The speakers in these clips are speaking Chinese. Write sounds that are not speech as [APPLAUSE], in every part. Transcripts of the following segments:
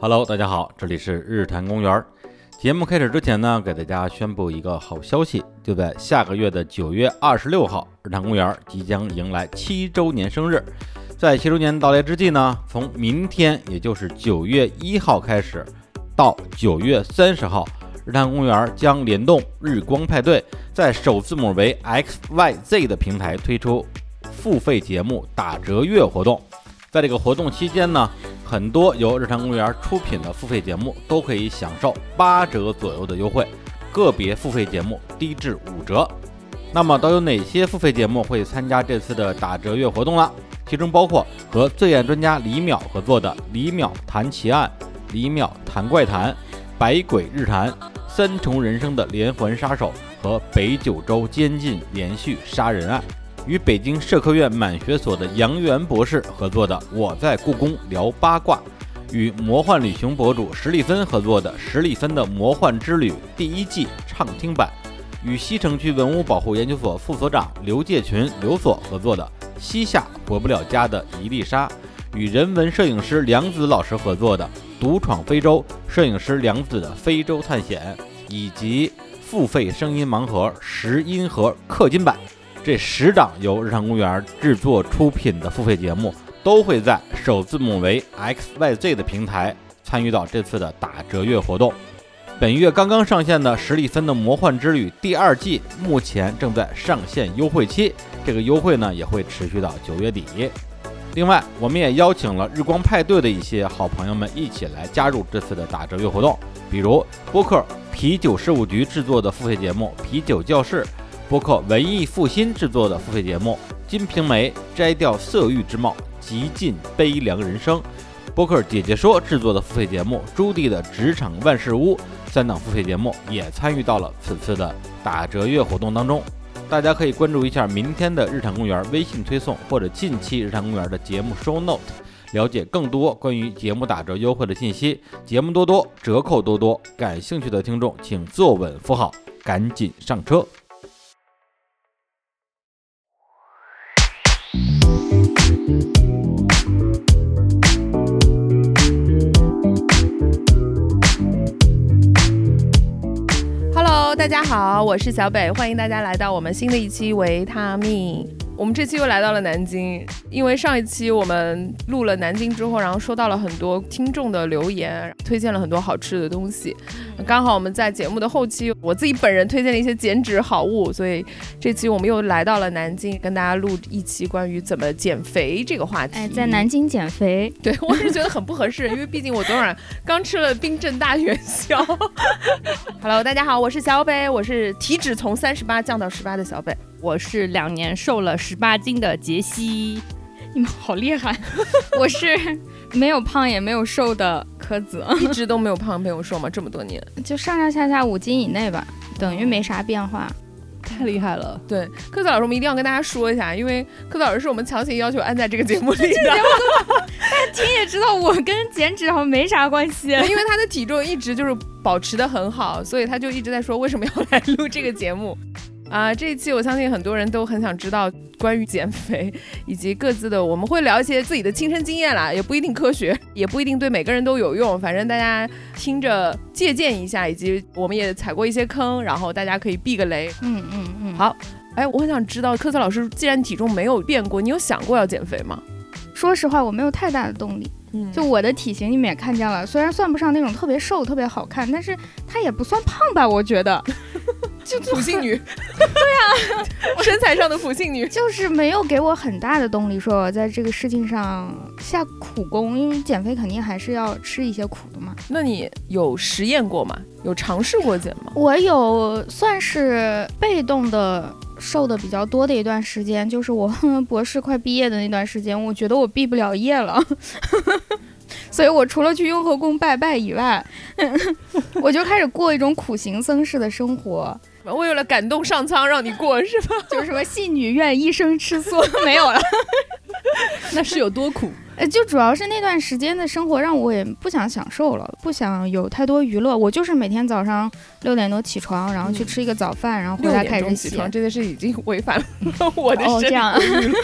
Hello，大家好，这里是日坛公园儿。节目开始之前呢，给大家宣布一个好消息，就在下个月的九月二十六号，日坛公园儿即将迎来七周年生日。在七周年到来之际呢，从明天，也就是九月一号开始，到九月三十号，日坛公园儿将联动日光派对，在首字母为 XYZ 的平台推出付费节目打折月活动。在这个活动期间呢，很多由日坛公园出品的付费节目都可以享受八折左右的优惠，个别付费节目低至五折。那么都有哪些付费节目会参加这次的打折月活动了？其中包括和罪案专家李淼合作的《李淼谈奇案》《李淼谈怪谈》《百鬼日谈》《三重人生的连环杀手》和北九州监禁连续杀人案。与北京社科院满学所的杨元博士合作的《我在故宫聊八卦》，与魔幻旅行博主石立芬合作的《石立芬的魔幻之旅》第一季畅听版，与西城区文物保护研究所副所长刘介群刘所合作的《西夏回不了家的一粒沙》，与人文摄影师梁子老师合作的《独闯非洲》摄影师梁子的非洲探险，以及付费声音盲盒十音盒氪金版。这十档由日常公园制作出品的付费节目，都会在首字母为 XYZ 的平台参与到这次的打折月活动。本月刚刚上线的《史蒂芬的魔幻之旅》第二季，目前正在上线优惠期，这个优惠呢也会持续到九月底。另外，我们也邀请了日光派对的一些好朋友们一起来加入这次的打折月活动，比如播客啤酒事务局制作的付费节目《啤酒教室》。播客文艺复兴制作的付费节目《金瓶梅》，摘掉色欲之帽，极尽悲凉人生；播客姐姐说制作的付费节目《朱棣的职场万事屋》，三档付费节目也参与到了此次的打折月活动当中。大家可以关注一下明天的日坛公园微信推送，或者近期日坛公园的节目 show note，了解更多关于节目打折优惠的信息。节目多多，折扣多多，感兴趣的听众请坐稳扶好，赶紧上车。 Hello，大家好，我是小北，欢迎大家来到我们新的一期维他命。我们这期又来到了南京，因为上一期我们录了南京之后，然后收到了很多听众的留言，推荐了很多好吃的东西。刚好我们在节目的后期，我自己本人推荐了一些减脂好物，所以这期我们又来到了南京，跟大家录一期关于怎么减肥这个话题。哎，在南京减肥， [LAUGHS] 对我是觉得很不合适，因为毕竟我昨晚刚吃了冰镇大元宵。Hello，大家好，我是小北，我是体脂从三十八降到十八的小北。我是两年瘦了十八斤的杰西，你们好厉害！ [LAUGHS] 我是没有胖也没有瘦的柯子， [LAUGHS] 一直都没有胖没有瘦嘛，这么多年。就上上下下五斤以内吧，等于没啥变化。太厉害了！对，科子老师，我们一定要跟大家说一下，因为科子老师是我们强行要求安在这个节目里的，听也知道我跟减脂好像没啥关系。 [LAUGHS] 因为他的体重一直就是保持的很好，所以他就一直在说为什么要来录这个节目。啊，这一期我相信很多人都很想知道关于减肥以及各自的，我们会聊一些自己的亲身经验啦，也不一定科学，也不一定对每个人都有用，反正大家听着借鉴一下，以及我们也踩过一些坑，然后大家可以避个雷。 [LAUGHS] 嗯嗯嗯，好哎，我很想知道，科特老师，既然体重没有变过，你有想过要减肥吗？说实话，我没有太大的动力。嗯就我的体型你们也看见了，虽然算不上那种特别瘦、特别好看，但是它也不算胖吧，我觉得。就就普信女， [LAUGHS] 对呀、身材上的普信女。就是没有给我很大的动力，说我在这个事情上下苦功，因为减肥肯定还是要吃一些苦的嘛。那你有实验过吗？有尝试过减吗？我有算是被动的瘦的比较多的一段时间，就是我 [LAUGHS] 博士快毕业的那段时间，我觉得我毕不了业了， [LAUGHS] 所以我除了去雍和宫拜拜以外， [LAUGHS] 我就开始过一种苦行僧式的生活，为了感动上苍，让你过是吧？ [LAUGHS] 就是什么戏女愿一生吃素没有了。 [LAUGHS] 那是有多苦？呃，就主要是那段时间的生活让我也不想享受了，不想有太多娱乐。我就是每天早上六点多起床，然后去吃一个早饭，然后回六来点开钟始起写。床这件事已经违 [LAUGHS] 反了我的哦生理这样规律了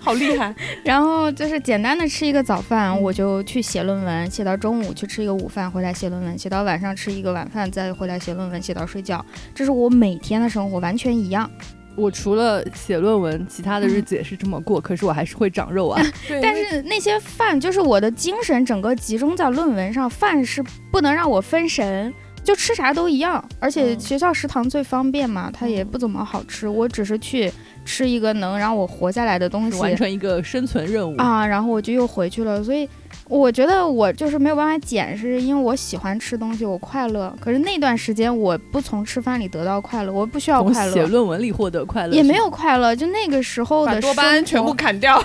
好厉害！然后就是简单的吃一个早饭，嗯我就去写论文，写到中午去吃一个午饭，回来写论文，写到晚上吃一个晚饭，再回来写论文，写到睡觉。这是我每天的生活，完全一样。我除了写论文，其他的日子也是这么过，可是我还是会长 [LAUGHS] 肉啊。对但因为是那些饭，就是我的精神整个集中在论文上，饭是不能让我分神。就吃啥都一样，而且嗯学校食堂最方便嘛，它也不怎么好吃。我只是去吃一个能让我活下来的东西，完成一个生存任务，啊，然后我就又回去了。所以我觉得我就是没有办法减，是因为我喜欢吃东西，我快乐。可是那段时间我不从吃饭里得到快乐，我不需要从快写乐，论文里获得快乐，也没是吗有快乐。就那个时候把的多巴胺生全部活砍掉，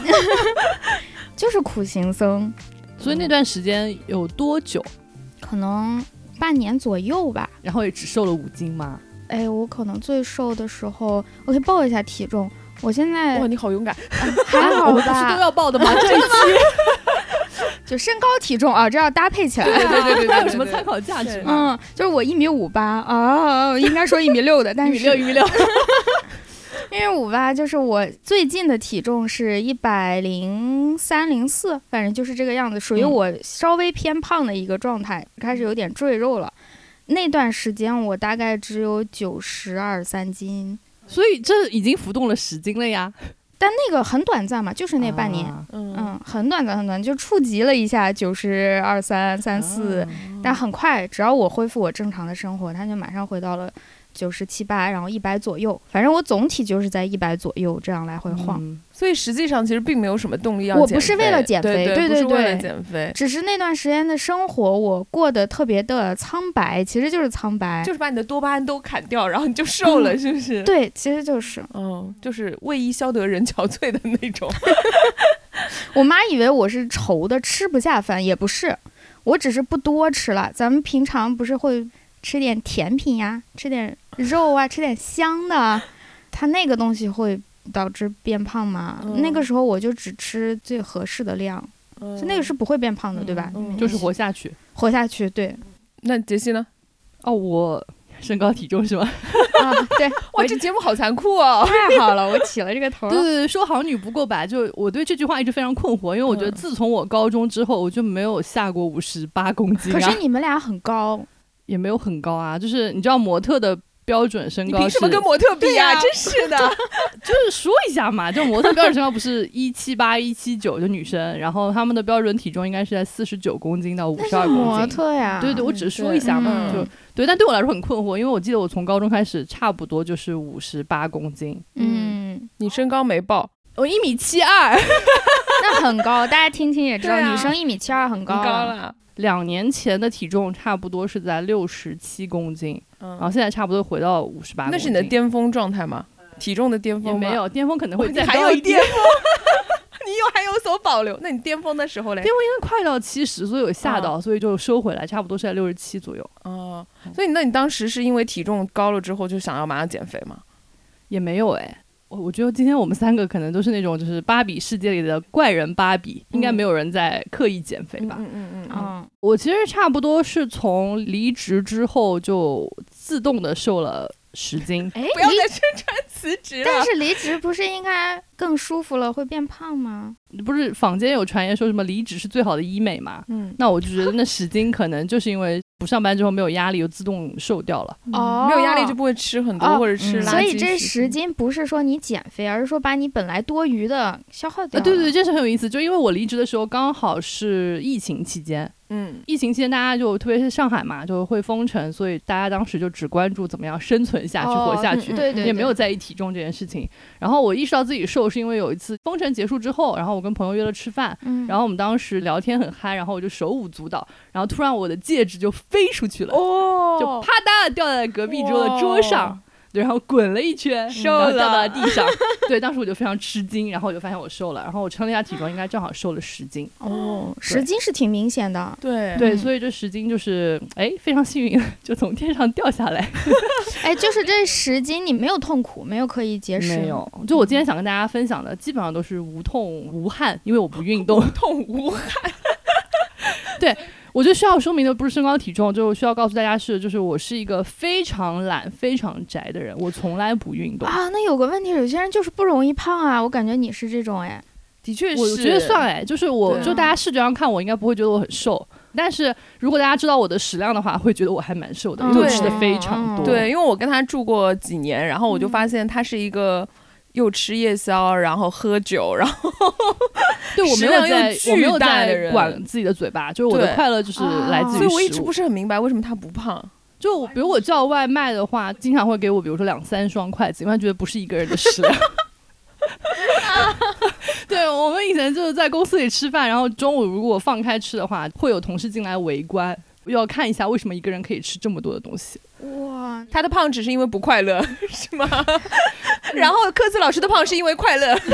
就是苦行僧，所以那段时间有多久？可能半年左右吧。然后也只瘦了五斤吗？哎，我可能最瘦的时候，我可以报一下体重。我现在哇，你好勇敢！还我好们不是都吧，要报的吗？ [LAUGHS] 这一期就身高体重啊，这要搭配起来。对对对对还对，有什么参考价值是吗？嗯，就是我一米五八啊，应该说一米六 [LAUGHS] 的，但一是米六，一 [LAUGHS] 米六，因为五吧，就是我最近的体重是一百零三零四，反正就是这个样子，属于嗯我稍微偏胖的一个状态，开始有点赘肉了。那段时间我大概只有九十二三斤，所以这已经浮动了十斤了呀，但那个很短暂嘛，就是那半年，啊嗯嗯，很短暂，很短，就触及了一下九十二三三四，，但很快，只要我恢复我正常的生活，它就马上回到了九十七八，然后一百左右，反正我总体就是在一百左右这样来回晃。嗯所以实际上其实并没有什么动力要我减不是为了减肥对对对不是对为了对减肥，只是那段时间的生活，我过得特别的苍白，其实就是苍白。就是把你的多巴胺都砍掉，然后你就瘦嗯了，是不是？对，其实就是嗯，就是为伊消得人憔悴的那种。我妈以为我是愁的吃不下饭，也不是，我只是不多吃了。咱们平常不是会吃点甜品呀，吃点肉啊，吃点香的啊，它那个东西会导致变胖嘛。嗯那个时候我就只吃最合适的量，就那个是不会变胖的，对吧？嗯就是活下去。活下去，对那杰西呢？哦，我身高体重是 [LAUGHS] 吧？啊，对，哇，这节目好残酷哦！ [LAUGHS] 太好了，我起了这个头儿对。对对，说好女不过百，就我对这句话一直非常困惑，因为我觉得嗯自从我高中之后，我就没有下过五十八公斤、啊，可是你们俩很高，也没有很高啊，就是你知道模特的。标准身你高凭是什么跟模特比啊对呀真是的，就是说一下嘛，就模特标准身高不 [LAUGHS] 是一七八、一七九的女生，然后她们的标准体重应该是在四十九公斤到五那十二是公斤。模特呀。对对，我啊只是说一下嘛，嗯就对，但对我来说很困惑，因为我记得我从高中开始差不多就是五十八公斤，嗯，你身高没报，我一米七二，那很高，大家听听也知道，对啊女生一米七二很高高啊了，两年前的体重差不多是在六十七公斤，然后嗯，现在差不多回到五十八。那是你的巅峰状态吗？体重的巅也峰吗没，有巅峰，可能哇会你再还高有一巅点。峰， [LAUGHS] 你有还有所保留。那你巅峰的时候嘞巅？峰因为快到七十，所以有吓到，所以就收回来，差不多是在六十七左右，哦，所以那你当时是因为体重高了之后就想要马上减肥吗？也没有哎。我我觉得今天我们三个可能都是那种就是芭比世界里的怪人芭比，应该没有人在刻意减肥吧？嗯嗯嗯嗯嗯，，我其实差不多是从离职之后就自动的瘦了十斤 [LAUGHS] 哎，不要离再宣传辞职但了。是离职不是应该更舒服了，会变胖吗？不是坊间有传言说什么离职是最好的医美嘛？嗯，那我就觉得那十斤可能就是因为不上班之后没有压力，就自动瘦掉了。哦没有压力就不会吃很多哦或者吃嗯垃圾食品。所以这十斤不是说你减肥，而是说把你本来多余的消耗啊，掉了。对对，这是很有意思。就因为我离职的时候刚好是疫情期间，嗯，疫情期间大家就特别是上海嘛，就会封城，所以大家当时就只关注怎么样生存下去、哦活下去嗯。对对，也没有对在意体重这件事情，然后我意识到自己瘦，是因为有一次封城结束之后，然后我跟朋友约了吃饭，嗯，然后我们当时聊天很嗨，然后我就手舞足蹈，然后突然我的戒指就飞出去了，哦哦就啪嗒地掉在隔壁桌的桌上。对然后滚了一圈，瘦然后了掉到了地 [LAUGHS] 上。对，当时我就非常吃惊，然后我就发现我瘦了，然后我称了一下体重，应该正好瘦了十斤。哦，十斤是挺明显的，对对，嗯所以这十斤就是哎非常幸运， [LAUGHS] 就从天上掉下来。哎，就是这十斤你没有痛苦，没有刻意节食，没有，嗯就我今天想跟大家分享的，基本上都是无痛无汗，因为我不运动。痛无我觉得需要说明的不是身高体重，就是需要告诉大家是，就是我是一个非常懒、非常宅的人，我从来不运动。啊。那有个问题，有些人就是不容易胖啊，我感觉你是这种哎，的确是，我觉得算哎，就是我对啊就大家视觉上看我应该不会觉得我很瘦，但是如果大家知道我的食量的话，会觉得我还蛮瘦的，因为我嗯吃的非常多。嗯对，因为我跟他住过几年，然后我就发现他是一个又吃夜宵，然后喝酒，然后对我没有食量在又，我没巨有大的在人管自己的嘴巴，就是我的对啊快乐就是来自于所以我一食直物不是很明白为什么他不胖。就我比如我叫外卖的话，经常会给我比如说两三双筷子，因为他觉得不是一个人的食量。 [LAUGHS] 对，我们以前就是在公司里吃饭，然后中午如果放开吃的话，会有同事进来围观，要看一下为什么一个人可以吃这么多的东西。哇，他的胖只是因为不快乐，是吗？ [LAUGHS] 然后嗯科子老师的胖是因为快乐，对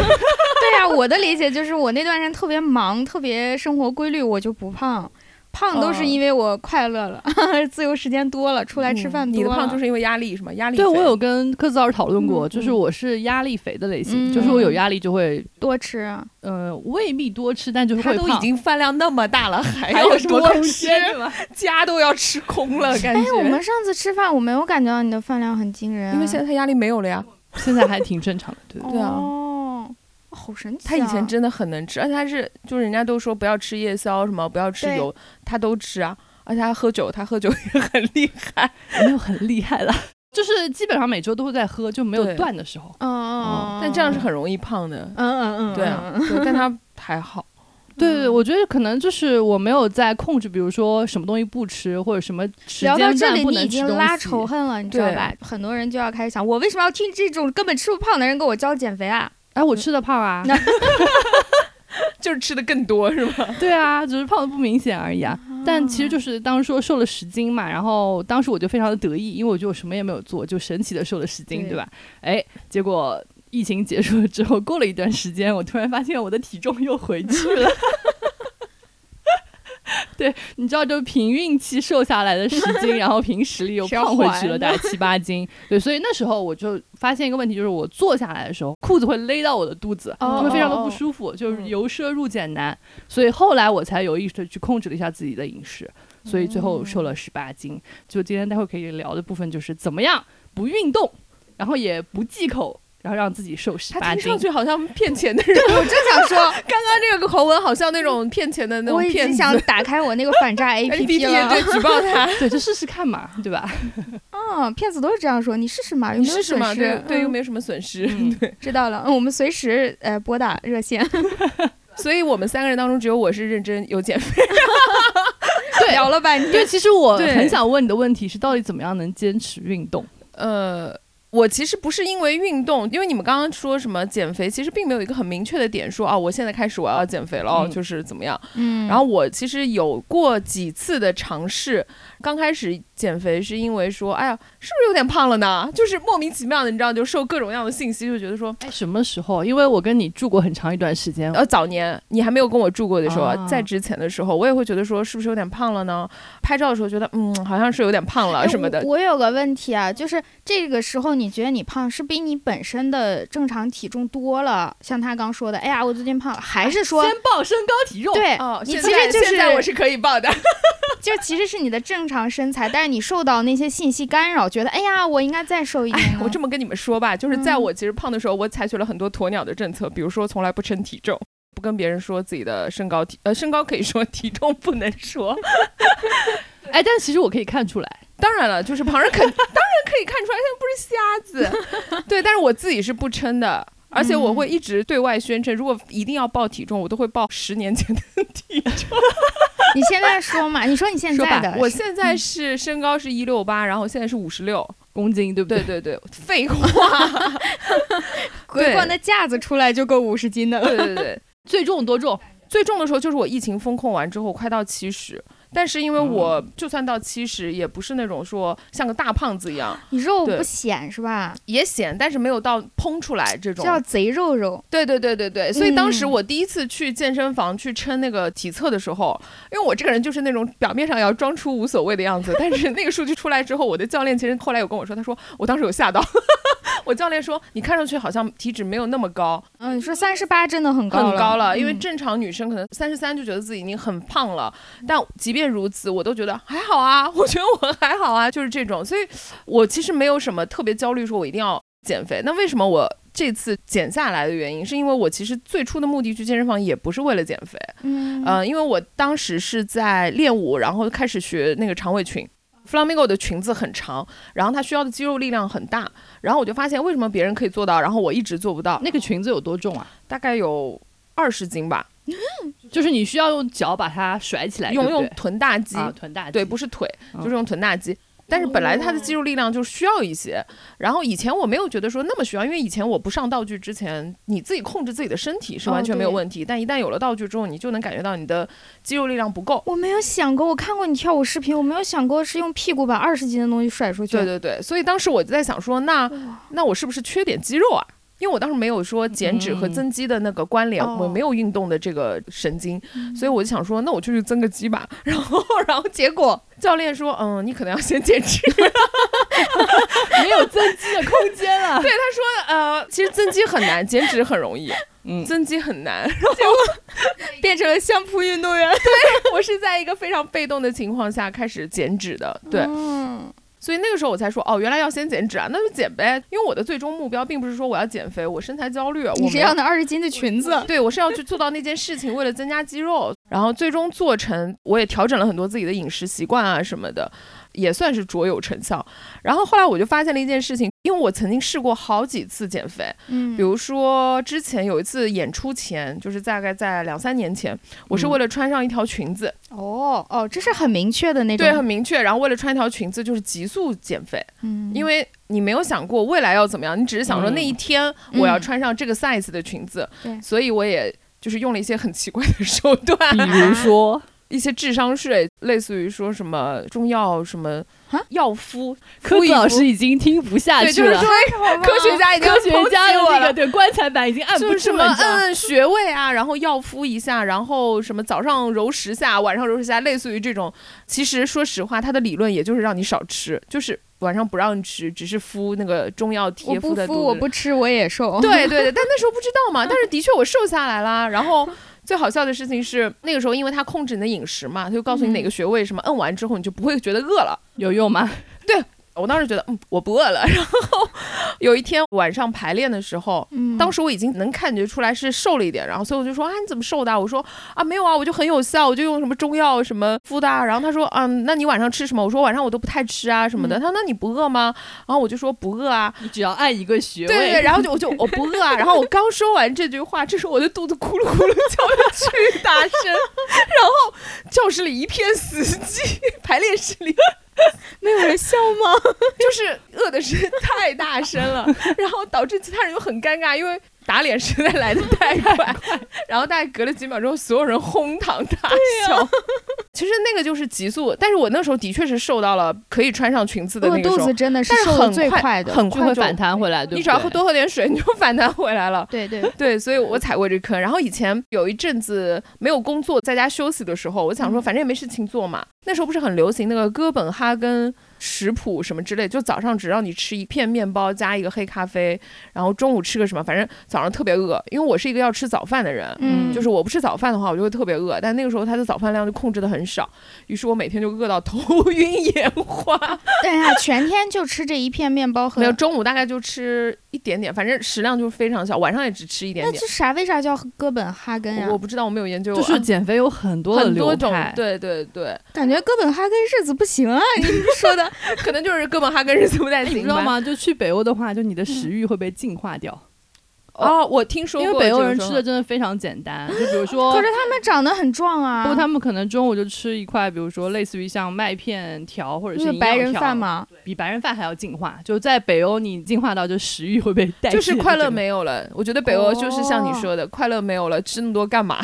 呀、我的理解就是我那段时间特别忙，特别生活规律，我就不胖。胖嗯都是因为我快乐了， [LAUGHS] 自由时间多了，出来吃饭嗯你多的了。胖就是因为压力，是吗？压力对肥我有跟科子老师讨论过，嗯就是我是压力肥的类型，嗯就是我有压力就会，多吃啊，呃，未必多吃，但就是他会都胖。已经饭量那么大了，还还要有什么多空哎吃，间吗？家都要吃空了，感觉。我们上次吃饭，我没有感觉到你的饭量很惊人啊、因为现在他压力没有了呀， [LAUGHS] 现在还挺正常的，对。对啊哦，好神奇、啊！他以前真的很能吃，而且他是就是人家都说不要吃夜宵什么，不要吃对油，他都吃啊。而且他喝酒，他喝酒也很厉害。没有很厉害啦， [LAUGHS] 就是基本上每周都会在喝，就没有对断的时候。嗯，嗯嗯，哦但这样是很容易胖的，嗯嗯嗯，对啊，嗯对但他还好。对对，我觉得可能就是我没有在控制，比如说什么东西不吃，或者什么时聊间到这段里，不你能已吃经东拉西仇恨了，你知道对吧？很多人就要开始想，我为什么要听这种根本吃不胖的人跟我教减肥啊？哎，我吃的胖 [LAUGHS] 啊，就是吃的更多是吗？对啊，只是胖的不明显而已啊。哦但其实就是当时说瘦了十斤嘛，然后当时我就非常的得意，因为我觉得我什么也没有做，就神奇的瘦了十斤，对对吧？哎，结果疫情结束了之后，过了一段时间，我突然发现我的体重又回去了。 [LAUGHS] 对，你知道，就凭运气瘦下来的十斤，然后凭实力又 [LAUGHS] 是要胖回去还了的大概七八斤。对，所以那时候我就发现一个问题，就是我坐下来的时候，裤子会勒到我的肚子，哦就会非常的哦不哦舒服，就是嗯由奢入俭难。所以后来我才有意识的去控制了一下自己的饮食，所以最后瘦了十八斤。就今天待会可以聊的部分就是怎么样不运动，然后也不忌口，然后让自己瘦十他八听斤上。去好像骗钱的人， [LAUGHS] 我正想说，刚刚这个口吻好像那种骗钱的那种我已骗经子。想打开我那个反 [LAUGHS] 诈 A P P APP 了。对举报他，对，就试试看嘛，对吧？嗯，骗子都是这样说，你试试嘛， [LAUGHS] 有你没有试试损嘛？失对？对，又嗯没有什么损失。嗯知道了。嗯，我们随时呃拨打热线。所以我们三个人当中，只有我是认真有减肥。对聊了半因天，为其实我对很想问你的问题是，到底怎么样能坚持运动？呃，我其实不是因为运动，因为你们刚刚说什么减肥，其实并没有一个很明确的点说啊，我现在开始我要减肥了，哦嗯就是怎么样。嗯然后我其实有过几次的尝试，刚开始减肥是因为说，哎呀，是不是有点胖了呢？就是莫名其妙的，你知道，就受各种各样的信息，就觉得说，哎，什么时候？因为我跟你住过很长一段时间，呃，早年你还没有跟我住过的时候，啊在之前的时候，我也会觉得说，是不是有点胖了呢？拍照的时候觉得，嗯，好像是有点胖了哎什么的。我。我有个问题啊，就是这个时候你觉得你胖是比你本身的正常体重多了，像他刚说的，哎呀，我最近胖了，还是说先报身高体重。对，哦，你现其在实就现在我是是可以报的，就其实是你的正常身材，但是你受到那些信息干扰，觉得哎呀，我应该再瘦一点哎，呢。我这么跟你们说吧，就是在嗯我其实胖的时候，我采取了很多鸵鸟的政策，比如说从来不称体重，不跟别人说自己的身高体，呃，身高可以说， [LAUGHS] 体重不能说。 [LAUGHS] 哎，但其实我可以看出来，当然了，就是旁人肯当然可以看出来，现在不是瞎子，对，但是我自己是不称的。而且我会嗯一直对外宣称，如果一定要报体重，我都会报十年前的体重。你现在说嘛，你说你现 [LAUGHS] 说在吧的，，嗯我现在是身高是一六八，然后现在是五十六。公斤对不对？对对，废 [LAUGHS] 话。鬼对逛的架子出来就够五十斤的了。对对对，最重多重？最重的时候就是我疫情封控完之后，快到七十，但是因为我就算到七十，也不是那种说像个大胖子一样，你肉对不显是吧？也显，但是没有到嘭出来这种。叫贼肉肉，对对对对对，所以当时嗯我第一次去健身房去称那个体测的时候，因为我这个人就是那种表面上要装出无所谓的样子，但是那个数据出来之后，我的教练其实后来有跟我说，他说我当时有吓到， [LAUGHS] 我教练说你看上去好像体脂没有那么高，嗯，你说三十八真的很高很高了，因为嗯正常女生可能三十三就觉得自己已经很胖了，但即便如此，我都觉得还好啊， [LAUGHS] 我觉得我还好啊，就是这种，所以我其实没有什么特别焦虑，说我一定要减肥。那为什么我这次减下来的原因，是因为我其实最初的目的去健身房也不是为了减肥，嗯呃，因为我当时是在练舞，然后开始学那个长尾裙。Flamingo 的裙子很长，然后它需要的肌肉力量很大，然后我就发现为什么别人可以做到，然后我一直做不到，那个裙子有多重啊？大概有二十斤吧，就是你需要用脚把它甩起来，用对不用对臀大肌，啊臀大肌，对，不是腿，嗯哦就是用臀大肌。但是本来他的肌肉力量就需要一些，然后以前我没有觉得说那么需要，因为以前我不上道具之前，你自己控制自己的身体是哦完全没有对问题，但一旦有了道具之后，你就能感觉到你的肌肉力量不够。我没有想过，我看过你跳舞视频，我没有想过是用屁股把二十斤的东西甩出去。对对对，所以当时我就在想说，那那我是不是缺点肌肉啊？因为我当时没有说减脂和嗯增肌的那个关联，哦我没有运动的这个神经，嗯所以我就想说，那我就去增个肌吧。 [LAUGHS] 然后，然后结果教练说，嗯，你可能要先减脂。没有增肌的空间 [LAUGHS] 了。对，他说呃，其实增肌很难，减脂很容易，嗯，增肌很 [LAUGHS] 难。变 [LAUGHS] 成了相扑运动员。我是在一个非常被动的情况下开始减脂的，对，嗯，所以那个时候我才说，哦，原来要先减脂啊，那就减呗。因为我的最终目标并不是说我要减肥，我身材焦虑，你我是没要有。那二十斤的裙子。 [LAUGHS] 对，我是要去做到那件事情，为了增加肌肉，然后最终做成。我也调整了很多自己的饮食习惯啊什么的，也算是卓有成效。然后后来我就发现了一件事情，因为我曾经试过好几次减肥，嗯比如说之前有一次演出前，就是大概在两三年前，我是嗯为了穿上一条裙子，哦哦，这是很明确的那种。对，很明确。然后为了穿一条裙子，就是急速减肥，嗯， [LAUGHS] 因为你没有想过未来要怎么样，你只是想说嗯那一天我要嗯穿上这个 size 的裙子，对所以我也。就是用了一些很奇怪的手段，比如说， [LAUGHS] 一些智商税，类似于说什么中药什么啊药敷，科敷一子老敷师已经听不下对，去就是了说。 [LAUGHS] 科学家已 [LAUGHS] 经科学家的抨击我那了个对棺材板已经按就不是住什么了，你知道摁吗摁穴位啊，然后药敷一下，然后什么早上揉十下，晚上揉十下，类似于这种。其实说实话，它的理论也就是让你少吃，就是晚上不让吃，只是敷那个中药贴我不敷在敷，肚子我里不吃，我也瘦。对对对，但那时候不知道嘛。但是的确我瘦下来啦。然后最好笑的事情是，那个时候因为他控制你的饮食嘛，他就告诉你哪嗯个穴位什么，摁完之后你就不会觉得饿了。有用吗？我当时觉得，嗯，我不饿了。 [LAUGHS] 然后有一天晚上排练的时候，嗯，当时我已经能感觉出来是瘦了一点，然后所以我就说啊你怎么瘦的啊？我说啊没有啊，我就很有效，我就用什么中药什么敷的啊。然后他说嗯，那你晚上吃什么？我说晚上我都不太吃啊什么嗯的。他说那你不饿吗？然后我就说不饿啊。你只要按一个穴位，对对对，然后就我就我不饿啊。然后我刚说完这句话，这时候我的肚子咕噜咕噜叫的巨大声，然后教室里一片死寂，排练室里没有人笑吗？ [LAUGHS] 就是饿的是太大声了，然后导致其他人又很尴尬，因为打脸实在来的太快， [LAUGHS] 然后大概隔了几秒钟，所有人哄堂大笑。 [LAUGHS] 其实那个就是急速，但是我那时候的确是瘦到了可以穿上裙子的饿那个肚时候子，真的是但是瘦的很最快的。很就快会就反弹回来，对不对？你只要多喝点水，你就反弹回来了。对 [LAUGHS] 对，对，所以我踩过这坑。然后以前有一阵子没有工作，在家休息的时候，我想嗯说反正也没事情做嘛。那时候不是很流行那个哥本哈根食谱什么之类，就早上只让你吃一片面包加一个黑咖啡，然后中午吃个什么，反正早上特别饿，因为我是一个要吃早饭的人。嗯，就是我不吃早饭的话，我就会特别饿。但那个时候他的早饭量就控制的很少，于是我每天就饿到 [LAUGHS] 头晕眼花。等一下，哎全天就吃这一片面包和没有，中午大概就吃一点点，反正食量就非常小，晚上也只吃一点那点这。啥？为啥叫哥本哈根呀我我？不知道，我没有研究就啊。是减肥有很多的很多流种派，，对对对，感觉哥本哈根日子不行啊！你说的，可能就是哥本哈根日子不太哎行，你知道？吗？就嗯去北欧的话，就你的食欲会被净化掉，哦，我听说因过为北欧人这吃的个说法真的非常简单，就比如说可。是他们长得很壮啊，哦不过他们可能中午就吃一块，比如说类似于像麦片条或者就是是营养白人条饭，嘛。比白人饭还要进化。就在北欧，你进化到就食欲会被代谢，就是快乐没有了。我觉哦得北欧就是像你说的，快乐没有了，吃那么多干嘛？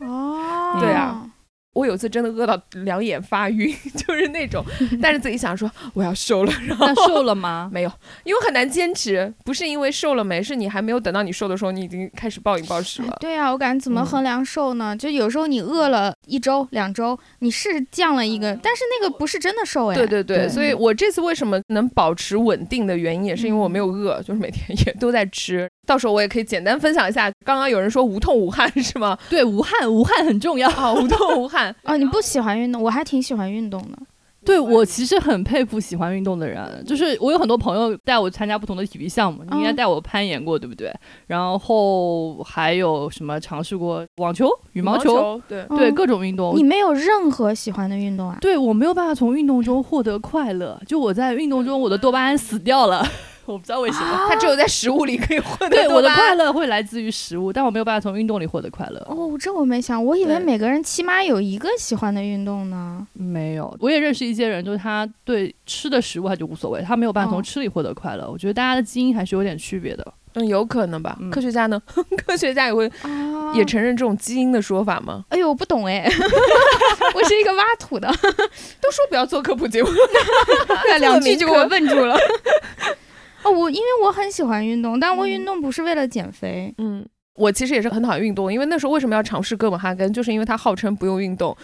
哦对啊， [LAUGHS] 我有一次真的饿到两眼发晕， [LAUGHS] 就是那 [LAUGHS] 种，但是自己想说我要瘦了，然后那瘦了 [LAUGHS] 吗？没有，因为很难坚持，不是因为瘦了没，是你还没有等到你瘦的时候，你已经开始暴饮暴食哎了。对呀、我感觉怎么嗯衡量瘦呢？就有时候你饿了一周、两周，你是降了一个，但是那个不是真的瘦哎。对对对，对所以我这次为什么能保持稳定的原因，也是因为我没有嗯饿，就是每天也都在吃。到时候我也可以简单分享一下，刚刚有人说无痛无汗是吗？ [LAUGHS] 对，无汗，无汗很重要。啊，无痛无汗，哦，你不喜欢运动，我还挺喜欢运动的。对我其实很佩服喜欢运动的人，就是我有很多朋友带我参加不同的体育项目，你应该嗯带我攀岩过，对不对？然后还有什么尝试过网球、羽毛球，啊对。对嗯各种运动。你没有任何喜欢的运动啊？对我没有办法从运动中获得快乐，就我在运动中我的多巴胺死掉了，我不知道为什么。啊它只有在食物里可以获得对 [LAUGHS] 我多的巴胺快乐会来自于食物，但我没有办法从运动里获得快乐。哦，这我没想，我以为对每个人起码有一个喜欢的运动呢。没有，我也认识一些人，就是他对吃的食物他就无所谓，他没有办法从哦吃里获得快乐。我觉得大家的基因还是有点区别的。嗯，有可能吧。嗯科学家呢？ [LAUGHS] 科学家也会啊也承认这种基因的说法吗？哎呦，我不懂哎， [LAUGHS] 我是一个挖土的，都说不要做科普节目， [LAUGHS] 对，啊两句就给做我民问住了。哦，我因为我很喜欢运动，但我运动不是为了减肥。嗯，我其实也是很讨厌运动，因为那时候为什么要尝试哥本哈根，就是因为它号称不用运动。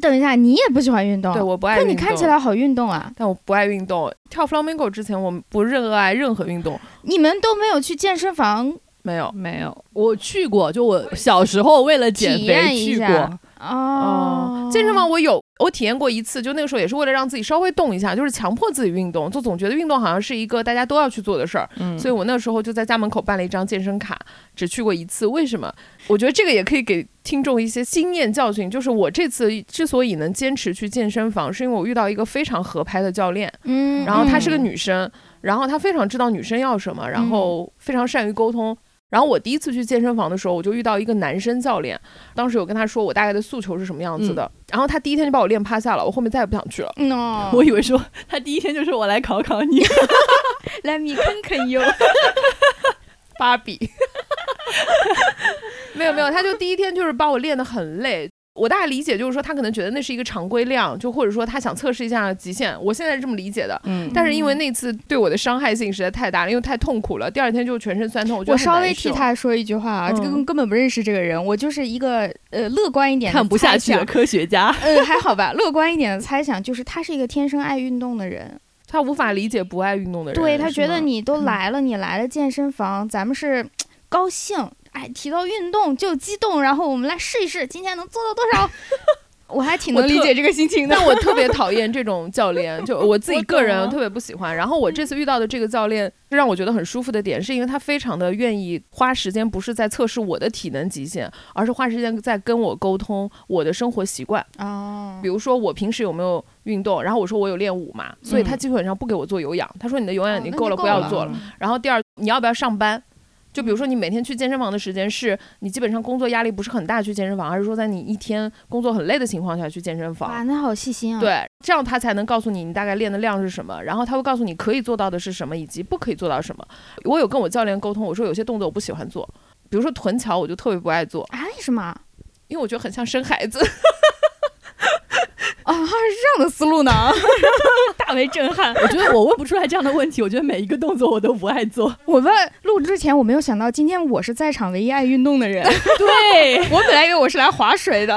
等一下，你也不喜欢啊运动？啊对，我不爱可运动。你看起，来好运动啊！但我不爱运动。跳 flamingo 之前，我不热爱任何运动，你们都没有去健身房 [LAUGHS] 没有。没有，我去过，就我小时候为了减体肥验一去下过。哦？健身房我有，我体验过一次，就那个时候也是为了让自己稍微动一下，就是强迫自己运动，就总觉得运动好像是一个大家都要去做的事儿。嗯，所以我那时候就在家门口办了一张健身卡，只去过一次。为什么？我觉得这个也可以给听众一些经验教训。就是我这次之所以能坚持去健身房，是因为我遇到一个非常合拍的教练，嗯，然后她是个嗯，女生，然后她非常知道女生要什么，然后非常善于沟通。然后我第一次去健身房的时候，我就遇到一个男生教练，当时有跟他说我大概的诉求是什么样子的，然后他第一天就把我练趴下了，我后面再也不想去了。嗯 [LAUGHS] 哦我以为说他第一天就是我来考考你， let me 坑坑 [LAUGHS] you，芭比。 [LAUGHS] 没有没有，他就第一天就是把我练得很累。我大概理解就是说，他可能觉得那是一个常规量，就或者说他想测试一下极限。我现在是这么理解的。 [LAUGHS] 嗯但是因为那次对我的伤害性实在太大了，因为太痛苦了，第二天就全身酸痛。我觉得我很稍难微替受他说一句话啊，这个嗯根本不认识这个人，我就是一个呃乐观一点的看不下去的猜想。科学家，呃，还好吧。乐观一点的猜想就是，他是一个天生爱运动的人，他无法理解不爱运动的人。对他是觉得吗你都嗯来了，你来了健身房，咱们是高兴。哎，提到运动就激动，然后我们来试一试，今天能做到多少？ [LAUGHS] 我还挺我能理特解这个心情的 [LAUGHS] 但。我特别讨厌这种教 [LAUGHS] 练，就我自己我个人懂嗯啊特别不喜欢。然后我这次遇到的这个教练，让我觉得很舒服的点，是因为他非常的愿意花时间，不是在测试我的体能极限，而是花时间在跟我沟通我的生活习惯。哦比，如说我平时有没有运动，然后我说我有练舞嘛，所以他嗯基本上不给我做有氧，他说你的有氧哦已经那够就了，够不要了做了。然后第二，你要不要上班？就比如说，你每天去健身房的时间是你基本上工作压力不是很大去健身房，还是说在你一天工作很累的情况下去健身哇，房？那好细心啊！，对，这样他才能告诉你你大概练的量是什么，然后他会告诉你可以做到的是什么，以及不可以做到什么。我有跟我教练沟通，我说有些动作我不喜欢做，比如说臀桥，我就特别不爱做，啊，为什 [LAUGHS] 么？因为我觉得很像生孩子。 [LAUGHS] 啊， [LAUGHS] 是这样的思路呢，啊大为震撼。我觉得我问不出来这样的问题，我觉得每一个动作我都不爱做。我问录之前，我没有想到今天我是在场唯一爱运动的 [LAUGHS] [LAUGHS] 人。[LAUGHS] 对，我本来以为我是来划水的。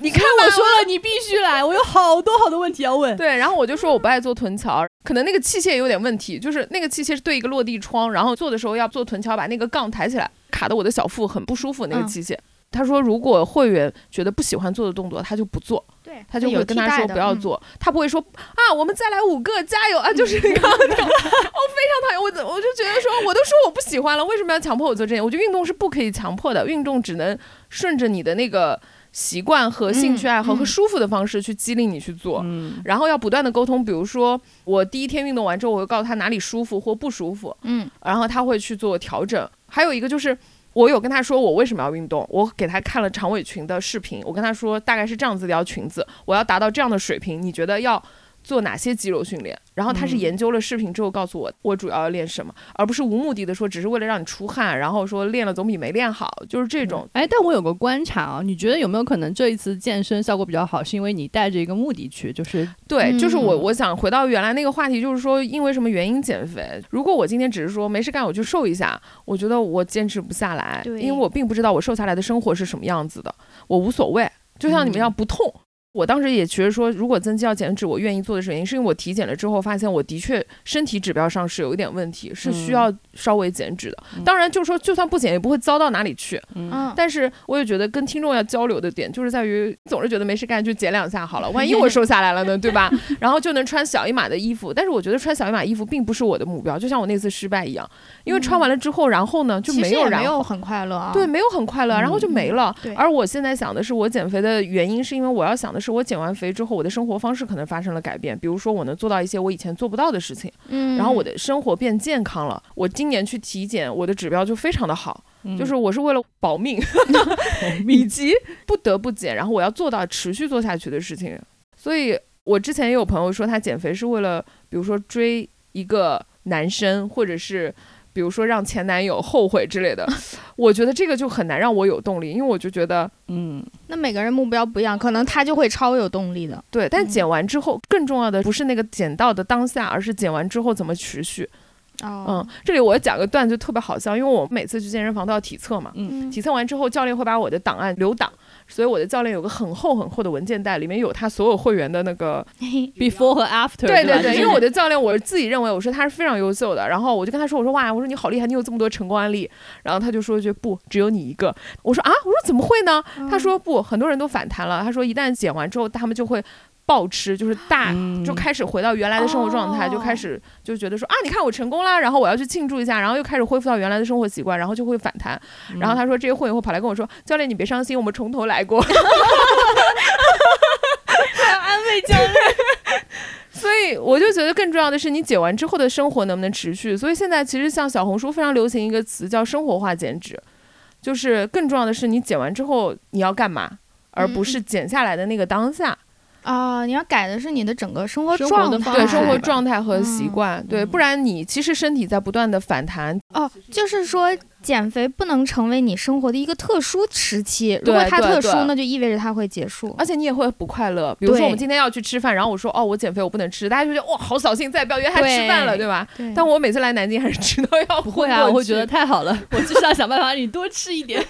你看 [LAUGHS] 我说了，你必须来，我有好多好多问题要问。 [LAUGHS] 对，然后我就说我不爱做臀桥，可能那个器械有点问题，就是那个器械是对一个落地窗，然后做的时候要做臀桥，把那个杠抬起来，卡得我的小腹很不舒服。那个嗯器械，他说如果会员觉得不喜欢做的动作，他就不做，对，他就会哎跟他说不嗯要做，嗯他不会说啊，我们再来五个，加油啊，就是刚刚那种，我非常讨厌，我怎我就觉得说，我都说我不喜欢了，为什么要强迫我做这些？我觉得运动是不可以强迫的，运动只能顺着你的那个习惯和兴趣嗯爱好和嗯舒服的方式去激励你去做。嗯，然后要不断的沟通，比如说我第一天运动完之后，我会告诉他哪里舒服或不舒服，嗯，然后他会去做调整。还有一个就是，我有跟他说我为什么要运动，我给他看了长尾裙的视频，我跟他说大概是这样子一条裙子，我要达到这样的水平，你觉得要做哪些肌肉训练，然后他是嗯研究了视频之后告诉我我主要要练什么，而不是无目的的说只是为了让你出汗，然后说练了总比没练好，就是这种。哎，但我有个观察啊，你觉得有没有可能这一次健身效果比较好，是因为你带着一个目的去，就是对，就是我嗯我想回到原来那个话题，就是说因为什么原因减肥？如果我今天只是说没事干我去瘦一下，我觉得我坚持不下来，对因为我并不知道我瘦下来的生活是什么样子的，我无所谓。就像你们嗯要不痛，我当时也觉得说，如果增肌要减脂，我愿意做的原因是因为我体检了之后发现我的确身体指标上是有一点问题，是需嗯要稍微减脂的。嗯当然，就是说就算不减也不会糟到哪里去，嗯，嗯，但是我也觉得跟听众要交流的点，就是在于总是觉得没事干就减两下好了，万一我瘦下来了呢，对吧？ [LAUGHS] 然后就能穿小一码的衣服，但是我觉得穿小一码衣服并不是我的目标，就像我那次失败一样，因为穿完了之后，然后呢就嗯其没实也有然没有后。很快乐啊。对，，没有很快乐，然后就没了。对而我现在想的是，我减肥的原因是因为我要想的是，我减完肥之后，我的生活方式可能发生了改变，比如说我能做到一些我以前做不到的事情，嗯，然后我的生活变健康了。我今年去体检，我的指标就非常的好，嗯嗯就是我是为了 [LAUGHS] 保命，以及不得不减，然后我要做到持续做下去的事情。所以我之前也有朋友说，他减肥是为了，比如说追一个男生，或者是比如说让前男友后悔之类 [LAUGHS] 的。我觉得这个就很难让我有动力，因为我就觉得嗯，那每个人目标不一样，可能他就会超有动力的。对。但嗯减完之后，更重要的不是那个减到的当下，而是减完之后怎么持续。嗯哦，，这里我讲个段子特别好笑，因为我每次去健身房都要体测嘛。嗯体测完之后，教练会把我的档案留档，所以我的教练有个很厚很厚的文件袋，里面有他所有会员的那个， before 和 after，对对吧对对，就因是为我的教练我自己认为我说他是非常优秀的，然后我就跟他说我说哇，我说你好厉害，你有这么多成功案例，然后他就说一句不，只有你一个，我说啊，我说怎么会呢？嗯他说不，很多人都反弹了，他说一旦减完之后，他们就会暴吃，就是大。嗯就开始回到原来的生活状态，就开哦始就觉得说啊，你看我成功啦，然后我要去庆祝一下，然后又开始恢复到原来的生活习惯，然后就会反弹。然后他说这些会员会跑来跟我说：“教练，你别伤心，我们从头来过。 [LAUGHS] 安慰教练，”所以我就觉得更重要的是，你减完之后的生活能不能持续？所以现在其实像小红书非常流行一个词叫“生活化减脂”，就是更重要的是你减完之后你要干嘛，而不是减下来的那个当下。啊，你要改的是你的整个生活生活状的态，方对式生活吧状态和习惯，对，啊嗯不然你其实身体在不断的反弹。哦，就是说减肥不能成为你生活的一个特殊时期，如对果它对特殊对，啊那就意味着它会结束。而且你也会不快乐，比如说对我们今天要去吃饭，然后我说哦我减肥我不能吃，大家就觉得哇好扫兴，再也不要约他吃饭了，对对吧？对但我每次来南京还是吃到要不会昏啊，过我会觉去得太好了，我就是要想办法让你多吃一 [LAUGHS] 点。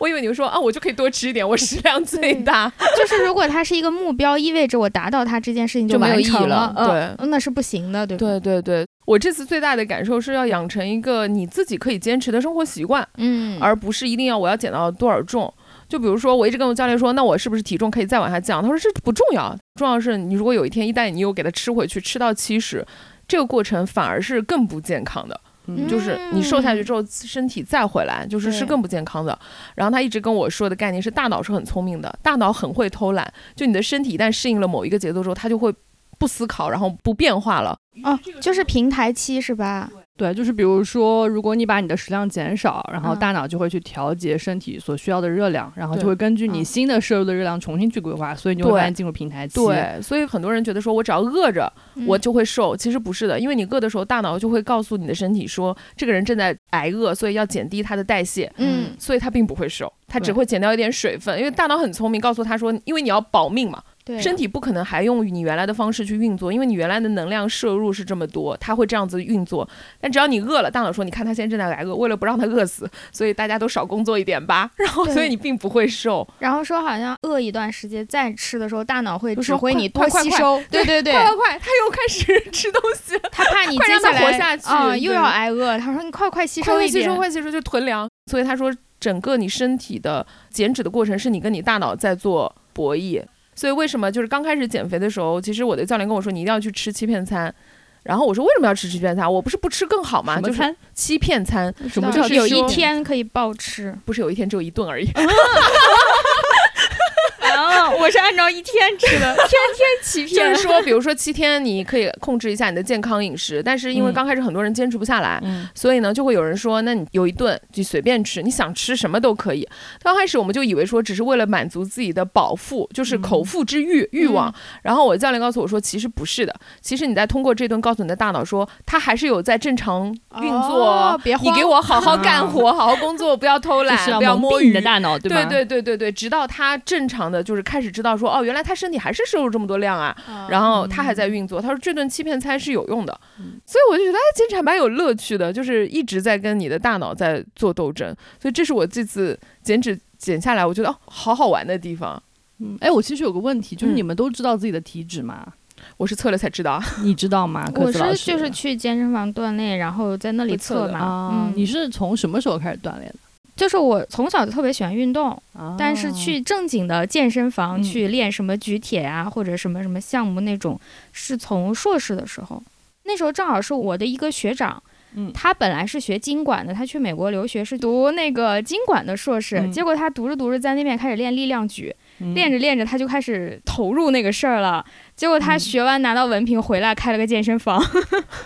我以为你会说啊，我就可以多吃一点，我食量最大。 [LAUGHS] 就是如果它是一个目标，意味着我达到它这件事情就没有完意义成了嗯那是不行的，对吧？对对对，我这次最大的感受是要养成一个你自己可以坚持的生活习惯，嗯，而不是一定要我要减到多少重。就比如说，我一直跟我教练说，那我是不是体重可以再往下降？他说这不重要，重要的是你如果有一天一旦你又给它吃回去，吃到七十，这个过程反而是更不健康的。嗯就是你瘦下去之后，身体再回来，就是是对更不健康的。然后他一直跟我说的概念是，大脑是很聪明的，大脑很会偷懒。就你的身体一旦适应了某一个节奏之后，它就会不思考，然后不变化了。哦，就是平台期是吧？对，就是比如说，如果你把你的食量减少，然后嗯大脑就会去调节身体所需要的热量，然后就对会根据你嗯新的摄入的热量重新去规划，所以你就会对发现进入平台期。，对，所以很多人觉得说我只要饿着我嗯就会瘦，其实不是的，因为你饿的时候，大脑就会告诉你的身体说，这个人正在挨饿，所以要减低他的代谢。嗯所以他并不会瘦，他只对会减掉一点水分，因为大脑很聪明，告诉他说，因为你要保命嘛，对身体不可能还用你原来的方式去运作，因为你原来的能量摄入是这么多，它会这样子运作。但只要你饿了，大脑说你看他现在正在挨饿，为了不让他饿死，所以大家都少工作一点吧。 [LAUGHS] 然后，对所以你并不会瘦。然后说好像饿一段时间再吃的时候，大脑会就指说挥快你快多快吸快收，对对对快，快快，他又开始 [LAUGHS] 吃东西了，他怕你 [LAUGHS] 快接让下它活来下去啊又对要挨饿，他说你快快吸快收快一吸点收，，快吸收，就囤粮。所以他说，整个你身体的减脂的过程是你跟你大脑在做博弈。所以为什么就是刚开始减肥的时候，其实我的教练跟我说，你一定要去吃欺骗餐。然后我说为什么要吃欺骗餐？我不是不吃更好吗？什么就是餐？欺骗餐，什么就叫是有吸一收 [LAUGHS] 天可以暴吃？不是有一天只有一顿而已。哦，照， [LAUGHS] 我是按照一天吃的，天天欺就骗是。说，比如说七天，你可以控制一下你的健康饮食，但是因为嗯刚开始很多人坚持不下来，嗯，所以呢，就会有人说，那你有一顿就随便吃，你想吃什么都可以。刚开始我们就以为说，只是为了满足自己的饱腹，就是口腹之欲、欲望。然后我的教练告诉我说，其实不是的，其实你在通过这顿告诉你的大脑说，它还是有在正常运作哦。哦别你给慌我好好干活，好好工作，不要 [LAUGHS] 偷就是懒，要不要蒙摸蔽你鱼的大脑，吧？对对对对，直到他正常的就是开始知道说，哦，原来他身体还是摄入这么多量啊，哦然后他还在运作。他说这顿欺骗餐是有用的，嗯所以我就觉得哎，其实还蛮有乐趣的，就是一直在跟你的大脑在做斗争。所以这是我这次减脂减下来，我觉得哦，好好玩的地方。嗯，哎，我其实有个问题，就是嗯你们都知道自己的体脂吗？我是测了才知 [LAUGHS] 道，你知道吗？我科子是老师就是去健身房锻炼，然后在那里会测测的哦嘛。啊，嗯，你是从什么时候开始锻炼的？就是我从小就特别喜欢运动，啊但是去正经的健身房嗯去练什么举铁啊，或者什么什么项目那种，是从硕士的时候，那时候正好是我的一个学长。嗯他本来是学经管的，他去美国留学是读那个经管的硕士，嗯结果他读着读着在那边开始练力量举，嗯练着练着他就开始投入那个事儿了。结果他嗯学完拿到文凭回来开了个健身房， [LAUGHS]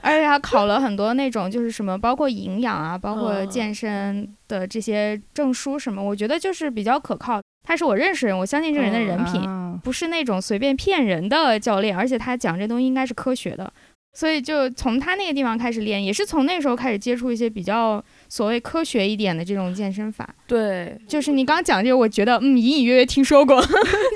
而且他考了很多那种就是什么，包括营养啊，包括嗯健身的这些证书什么，我觉得就是比较可靠。他是我认识人，我相信这人的人品，啊不是那种随便骗人的教练，而且他讲这东西应该是科学的。所以就从他那个地方开始练，也是从那时候开始接触一些比较所谓科学一点的这种健身法。对就是你刚讲这个，我觉得嗯，隐隐约约听说过，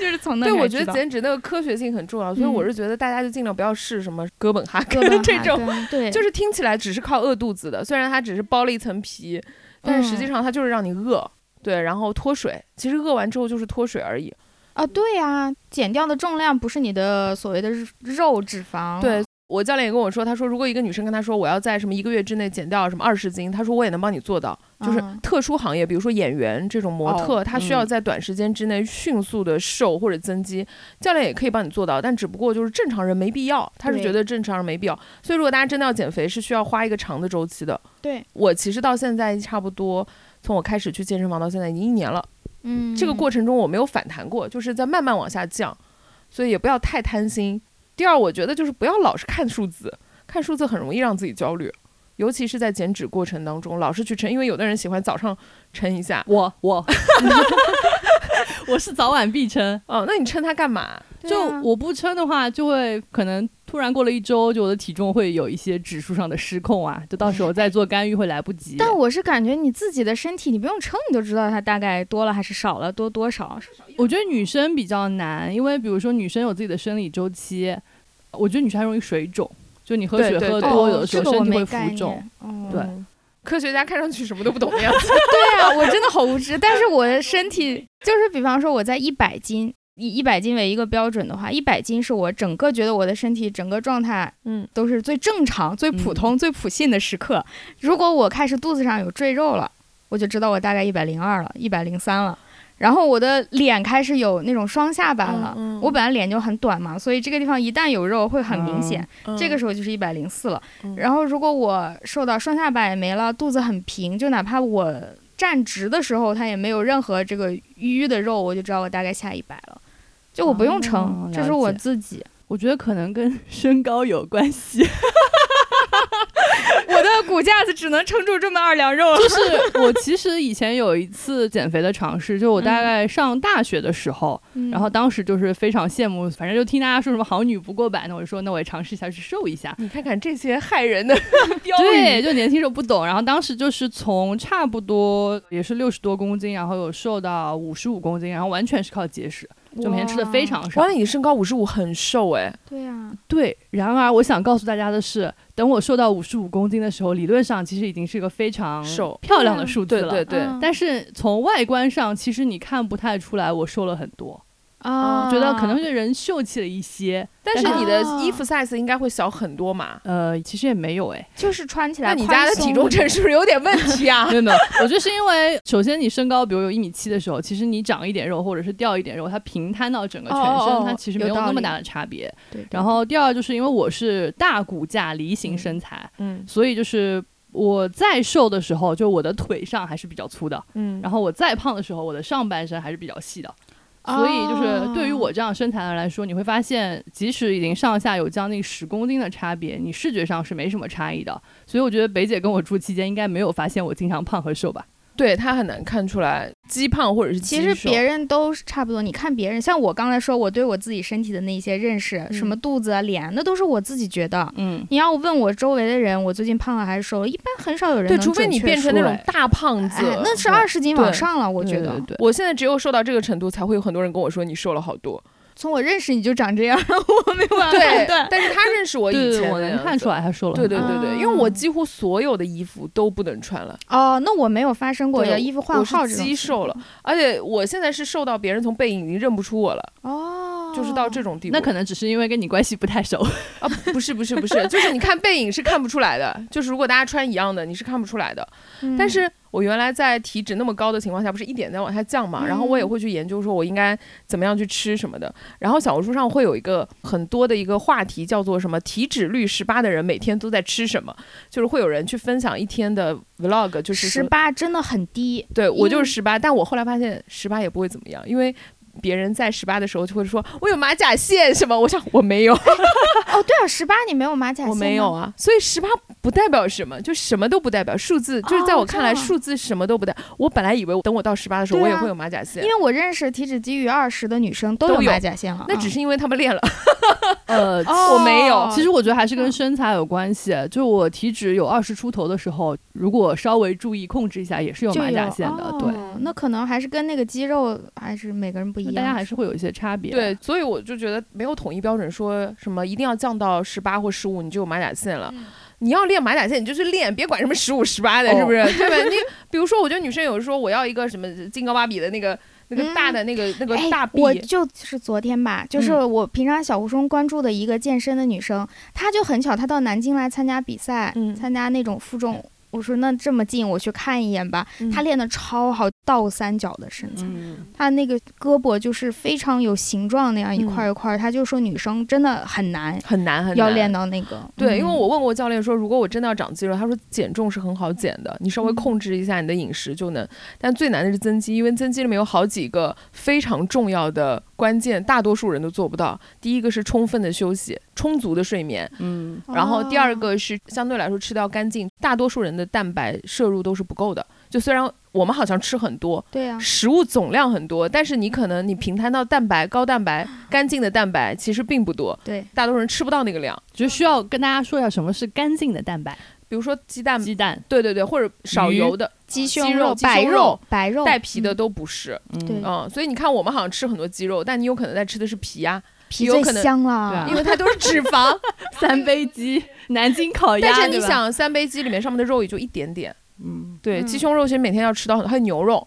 就是从那对，开我始知觉得道减脂那个科学性很重要，所以嗯我是觉得大家就尽量不要试什么哥本哈哥根本哈 [LAUGHS] 这种。根对，就是听起来只是靠饿肚子的，虽然它只是包了一层皮，但是实嗯际上它就是让你饿，对，然后脱水。其实饿完之后就是脱水而已。啊，对啊，减掉的重量不是你的所谓的肉肉脂肪，对我教练也跟我说，他说如果一个女生跟他说我要在什么一个月之内减掉什么二十斤，他说我也能帮你做到。嗯，哦就是特殊行业，比如说演员这种模特，他需要在短时间之内迅速的瘦或者增肌，教练也可以帮你做到，但只不过就是正常人没必要，他是对觉得正常人没必要。所以如果大家真的要减肥，是需要花一个长的周期的。对，我其实到现在差不多，从我开始去健身房到现在已经一年了。嗯，这个过程中我没有反弹过，就是在慢慢往下降，所以也不要太贪心。第二，我觉得就是不要老是看数字，看数字很容易让自己焦虑，尤其是在减脂过程当中，老是去称，因为有的人喜欢早上称一下，我我 [LAUGHS] 我是早晚必称，哦，那你称它干嘛？对就啊我不称的话，就会可能突然过了一周，就我的体重会有一些指数上的失控啊，就到时候再做干预会来不及。但我是感觉你自己的身体，你不用称，你就知道它大概多了还是少了，多多少。我觉得女生比较难，因为比如说女生有自己的生理周期，我觉得女生还容易水肿，就你喝对水对喝对多，哦有的时这候个我身体没会浮概肿。念哦对嗯，科学家看上去什么都不懂的样子。对啊，我真的好无知。但是我的身体，就是比方说我在一百斤，以一百斤为一个标准的话，一百斤是我整个觉得我的身体整个状态嗯，都是最正常、最普通、最普信的时刻。如果我开始肚子上有赘肉了，我就知道我大概一百零二了，一百零三了。然后我的脸开始有那种双下巴了，嗯嗯我本来脸就很短嘛，所以这个地方一旦有肉会很明显。这个是，时候就是一百零四了。嗯然后如果我瘦到双下巴也没了，肚子很平，就哪怕我站直的时候，它也没有任何这个淤的肉，我就知道我大概下一百了。就我不用称，哦这是我了解自己。我觉得可能跟身高有关系， [LAUGHS] 我的骨架子只能撑住这么二两肉了。就是我其实以前有一次减肥的尝试，就我大概上大学的时候，嗯然后当时就是非常羡慕，反正就听大家说什么好女不过百，那我就说那我也尝试一下去瘦一下。你看看这些害人的标对，语，就年轻时候不懂，然后当时就是从差不多也是六十多公斤，然后有瘦到五十五公斤，然后完全是靠节食，就每天吃的非常少完。了，你身高五十五很瘦哎，嗯对啊，对，然而我想告诉大家的是，等我瘦到五十五公斤的时候，理论上其实已经是个非常瘦漂亮的数字对了。对对，嗯但是从外观上，其实你看不太出来我瘦了很多，啊嗯我觉得可能是人秀气了一些。但是你的哦，衣服 size 应该会小很多嘛？呃，其实也没有哎就是穿起来。那你家的体重秤是不是有点问 [LAUGHS] 题啊没？有没有，我觉得是因为首先你身高，比如有一米七的时候，其实你长一点肉或者是掉一点肉，它平摊到整个全身，哦哦哦它其实有没有道那么理大的差别。对，然后第二就是因为我是大骨架梨形身材，嗯所以就是。我再瘦的时候，就我的腿上还是比较粗的，嗯然后我再胖的时候，我的上半身还是比较细的，所以哦就是啊对于我这样身材的人来说，你会发现，即使已经上下有将近十公斤的差别，你视觉上是没什么差异的。所以我觉得北姐跟我住期间，应该没有发现我经常胖和瘦吧？对他很难看出来肌胖或者是其肌实瘦别人都是差不多，你看别人，像我刚才说，我对我自己身体的那些认识，什嗯么肚子啊、脸啊，那都是我自己觉得。嗯，你要问我周围的人，我最近胖了还是瘦了，一般很少有人对，能除非你准确变成那说种大胖子，哎，那是对二。十斤往对上了，我觉对得。对对我现在只有瘦到这个程度，才会有很多人跟我说你瘦了 [LAUGHS] 好多。从我认识你就长这样，我没有 [LAUGHS] 办法判断。但是他认识我以对对前对，的我样能子看出。来他瘦了对很多。对对嗯对，因为我几乎所有的衣服都不能穿了，哦，那我没有发生过对要衣服换我是号这种情肌瘦况了，而且我现在是瘦到别人从背影已经认不出我了，哦，就是到这种地步。那可能只是因为跟你关系不太熟，啊，不是不是不是，就是你看背影是看不出来的，就是如果大家穿一样的，你是看不出来的。嗯，但是我原来在体脂那么高的情况下，不是一点在往下降嘛？然后嗯我也会去研究说我应该怎么样去吃什么的。然后小红书上会有一个很多的一个话题，叫做什么体脂率十八的人每天都在吃什么，就是会有人去分享一天的 vlog，就是十说八真的很低，对我就是嗯十八，但我后来发现十八也不会怎么样，因为。别人在十八的时候就会说：“我有马甲线什么？”我想我没有，哦，对啊，十八你没有马甲线，我没有。啊，所以十八不代表什么，就什么都不代表。数字就是在哦我看来，这样数字什么都不代。我本来以为等我到十八的时候，对我啊也会有马甲线因，为我认识体脂低于二十的女生都都有有马甲线了，那只嗯是因为他们练了。 [LAUGHS] [LAUGHS] 呃，哦我没有其实我觉得还是跟身材有关系。就我体脂有二十出头的时候，如果稍微注意控制一下，也是有就马甲线的。对，哦那可能还是跟那个肌肉还是每个人不一那样，大家还是会有一些差别。对，所以我就觉得没有统一标准，说什么一定要降到十八或十五你就有马甲线了。嗯你要练马甲线，你就去练，别管什么十五、十八的，哦是不是？对吧？你比如说，我觉得女生有时候我要一个什么金刚芭比的那个那个嗯大的那个、那个哎大臂，嗯我就是昨天吧，就是我平常小红书关注的一个健身的女生，她就很巧，她到南京来参加比赛，嗯参加那种负重。我说那这么近，我去看一眼吧。嗯她练的超好，倒三角的身材，嗯，她那个胳膊就是非常有形状那样一嗯块一块。她就说女生真的很难很难很难要练到那个，对，嗯因为我问过教练说，如果我真的要长肌肉，他说减重是很好减的，你稍微控制一下你的饮食就能。但最难的是增肌，因为增肌里面有好几个非常重要的关键，大多数人都做不到。第一个是充分的休息，充足的睡眠，嗯，然后第二哦个是相对来说吃掉干净，大多数人的蛋白摄入都是不够的。就虽然我们好像吃很多，对啊，食物总量很多，但是你可能你平摊到蛋白、高蛋白、干净的蛋白其实并不多，对，大多数人吃不到那个量。就需要跟大家说一下什么是干净的蛋白，比如说鸡蛋鸡蛋，对对对，或者少鱼油的鸡鸡胸肉鸡白胸肉肉、白肉带皮的嗯都不是，嗯对嗯，所以你看我们好像吃很多鸡肉，但你有可能在吃的是皮啊，皮有最可能香了，对啊因为它都是脂肪。三杯鸡，南京烤鸭，但是你对吧，想，三杯鸡里面上面的肉也就一点点。嗯，对，嗯鸡胸肉其实每天要吃到很，还有牛肉，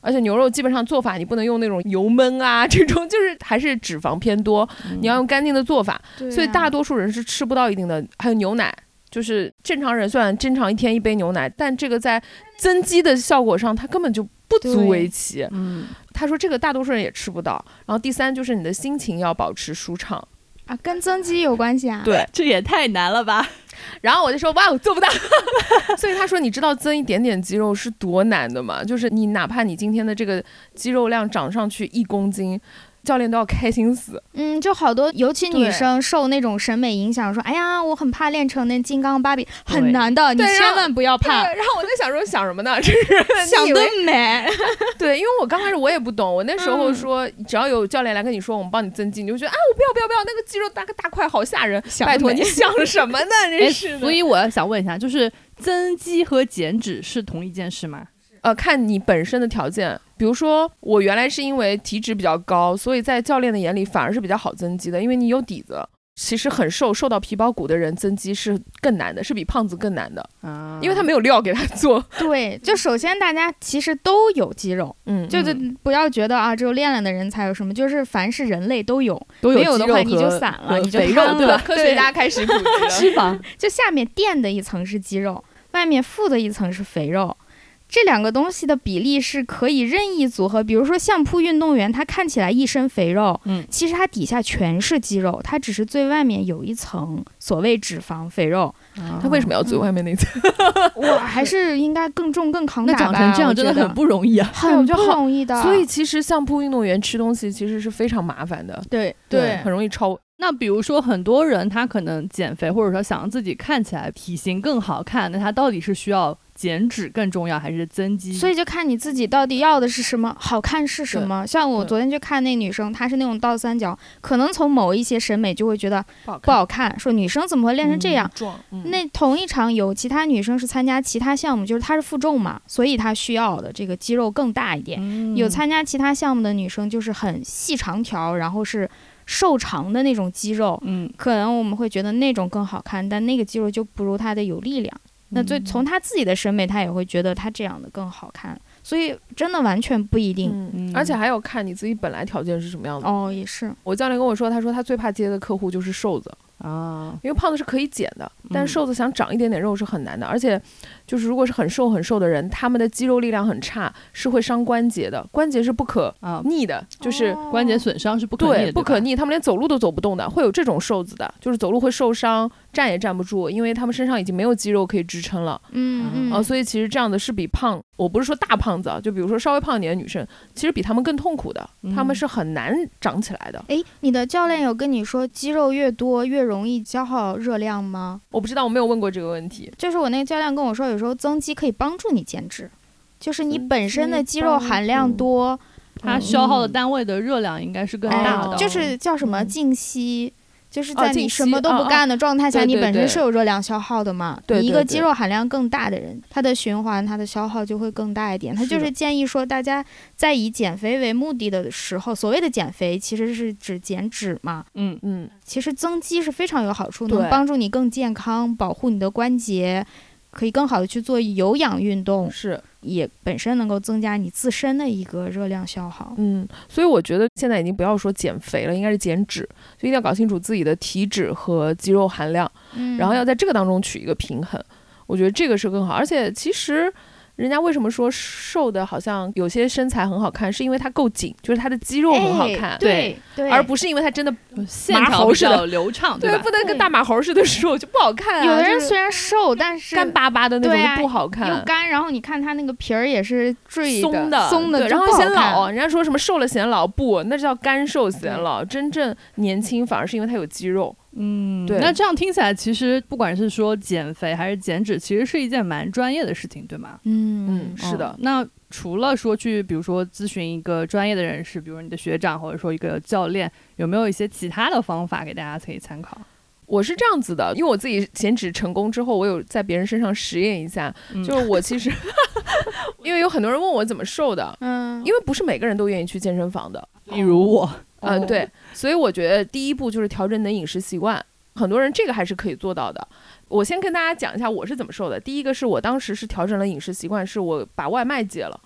而且牛肉基本上做法你不能用那种油焖啊，这种就是还是脂肪偏多，你要用干净的做法。对所以啊大多数人是吃不到一定的，还有牛奶，就是正常人虽然正常一天一杯牛奶，但这个在增肌的效果上，它根本就不足对为奇。嗯，他说这个大多数人也吃不到。然后第三就是你的心情要保持舒畅。啊跟增肌有关系啊，对，这也太难了吧？然后我就说哇，我做不到。 [LAUGHS] 所以他说，你知道增一点点肌肉是多难的吗？就是你哪怕你今天的这个肌肉量涨上去一公斤。教练都要开心死，嗯，就好多，尤其对女生受那种审美影响，说：“哎呀，我很怕练成那金刚芭比，对很难的，你对然后千万不要怕，然后我在想说想什么呢？ [LAUGHS] 就是想你以得为美。 [LAUGHS] 对，因为我刚开始我也不懂，我那时候说，只要有教练来跟你说我们帮你增肌，你就觉得啊，我不要不要不要，那个肌肉大个大块好吓人，想得拜托美你想什么 [LAUGHS] 呢？真 [LAUGHS] 哎，是的。所以我要想问一下，就是增肌和减脂是同一件事吗？呃，看你本身的条件。比如说，我原来是因为体脂比较高，所以在教练的眼里反而是比较好增肌的，因为你有底子。其实很瘦，瘦到皮包骨的人增肌是更难的，是比胖子更难的，啊，嗯因为他没有料给他 [LAUGHS] 做。对，就首先大家其实都有肌肉，嗯，就就嗯不要觉得啊，只有练了的人才有什么，就是凡是人类都有，都没有肌的肉话你就和散了和你就肥肉瘫了对 [LAUGHS] 吧？科学家开始普及了。肪，就下面垫的一层是肌肉，外面附的一层是肥肉。这两个东西的比例是可以任意组合。比如说相扑运动员，他看起来一身肥肉，嗯其实他底下全是肌肉，他只是最外面有一层所谓脂肪肥肉。啊他为什么要嗯最外面那层？我还是应该更重更扛那打吧。长成这样我真觉的很不容易啊！很对我觉不得好容易的，所以其实相扑运动员吃东西其实是非常麻烦的， [LAUGHS] 对很容易超。那比如说，很多人他可能减肥，或者说想让自己看起来体型更好看，那他到底是需要减脂更重要，还是增肌？所以就看你自己到底要的是什么，好看是什么。像我对昨天去看那女生，她是那种倒三角，可能从某一些审美就会觉得不好不好看，说女生怎么会练成这样？壮，嗯那同一场有其他女生是参加其他项目，就是她是负重嘛，所以她需要的这个肌肉更大一点。嗯有参加其他项目的女生就是很细长条，然后是瘦长的那种肌肉，嗯，可能我们会觉得那种更好看，但那个肌肉就不如她的有力量。嗯那嗯最从他自己的审美，他也会觉得他这样的更好看，所以真的完全不一定。嗯嗯，而且还要看你自己本来条件是什么样的。哦，也是，我教练跟我说，他说他最怕接的客户就是瘦子，啊，因为胖子是可以减的，但嗯瘦子想长一点点肉是很难的。而且，就是如果是很瘦很瘦的人，他们的肌肉力量很差，是会伤关节的，关节是不可啊，逆的，就是。哦关节损伤是不可逆的，对，不可对吧。逆，他们连走路都走不动的，会有这种瘦子的，就是走路会受伤，站也站不住，因为他们身上已经没有肌肉可以支撑了。嗯嗯，啊、所以其实这样的是比胖，我不是说大胖子啊，就比如说稍微胖一点的女生，其实比她们更痛苦的，她嗯们是很难长起来的。哎，你的教练有跟你说肌肉越多越容易消耗热量吗？我不知道，我没有问过这个问题。就是我那个教练跟我说，有时候增肌可以帮助你减脂，就是你增本身的肌肌肉帮含量助多，它嗯消耗的单位的热量应该是更哎大的，就是叫什么嗯静息。就是哦在静你什息么都哦不哦干的状态下，对你对本身对是有热量消耗的嘛。对你一对个对肌肉含量更大的人，他的循环、他的消耗就会更大一点。他是就的是建议说，大家在以减肥为目的的时候，所谓的减肥其实是指减脂嘛。嗯，嗯，其实增肌是非常有好处，对能帮助你更健康，保护你的关节，可以更好的去做有氧运动，是，也本身能够增加你自身的一个热量消耗。嗯，所以我觉得现在已经不要说减肥了，应该是减脂，就一定要搞清楚自己的体脂和肌肉含量，嗯，然后要在这个当中取一个平衡。我觉得这个是更好，而且其实。人家为什么说瘦的好像有些身材很好看，是因为它够紧，就是它的肌肉很好哎看，对对，而不是因为它真的线麻条猴比似较流畅，对，吧不？能跟对大马猴似的瘦就不好看、啊。有的人就是虽然瘦，但是干巴巴的那对啊种就不好又看，干，然后你看它那个皮儿也是坠松的、松对的，然后就不好显看老。。人家说什么瘦了显老，不，那叫干瘦显对老。真正年轻反而是因为他有肌肉。嗯，对那这样听起来，其实不管是说减肥还是减脂，其实是一件蛮专业的事情，对吗？嗯嗯是的嗯那除了说去，比如说咨询一个专业的人士，比如你的学长或者说一个教练，有没有一些其他的方法给大家可以参考？我是这样子的，因为我自己减脂成功之后，我有在别人身上实验一下，嗯就是我 [LAUGHS] 其实，因为有很多人问我怎么瘦的，嗯，因为不是每个人都愿意去健身房的，例如我，哦嗯，对，所以我觉得第一步就是调整你的饮食习惯，很多人这个还是可以做到的。我先跟大家讲一下我是怎么瘦的。第一个是我当时是调整了饮食习惯，是我把外卖戒了。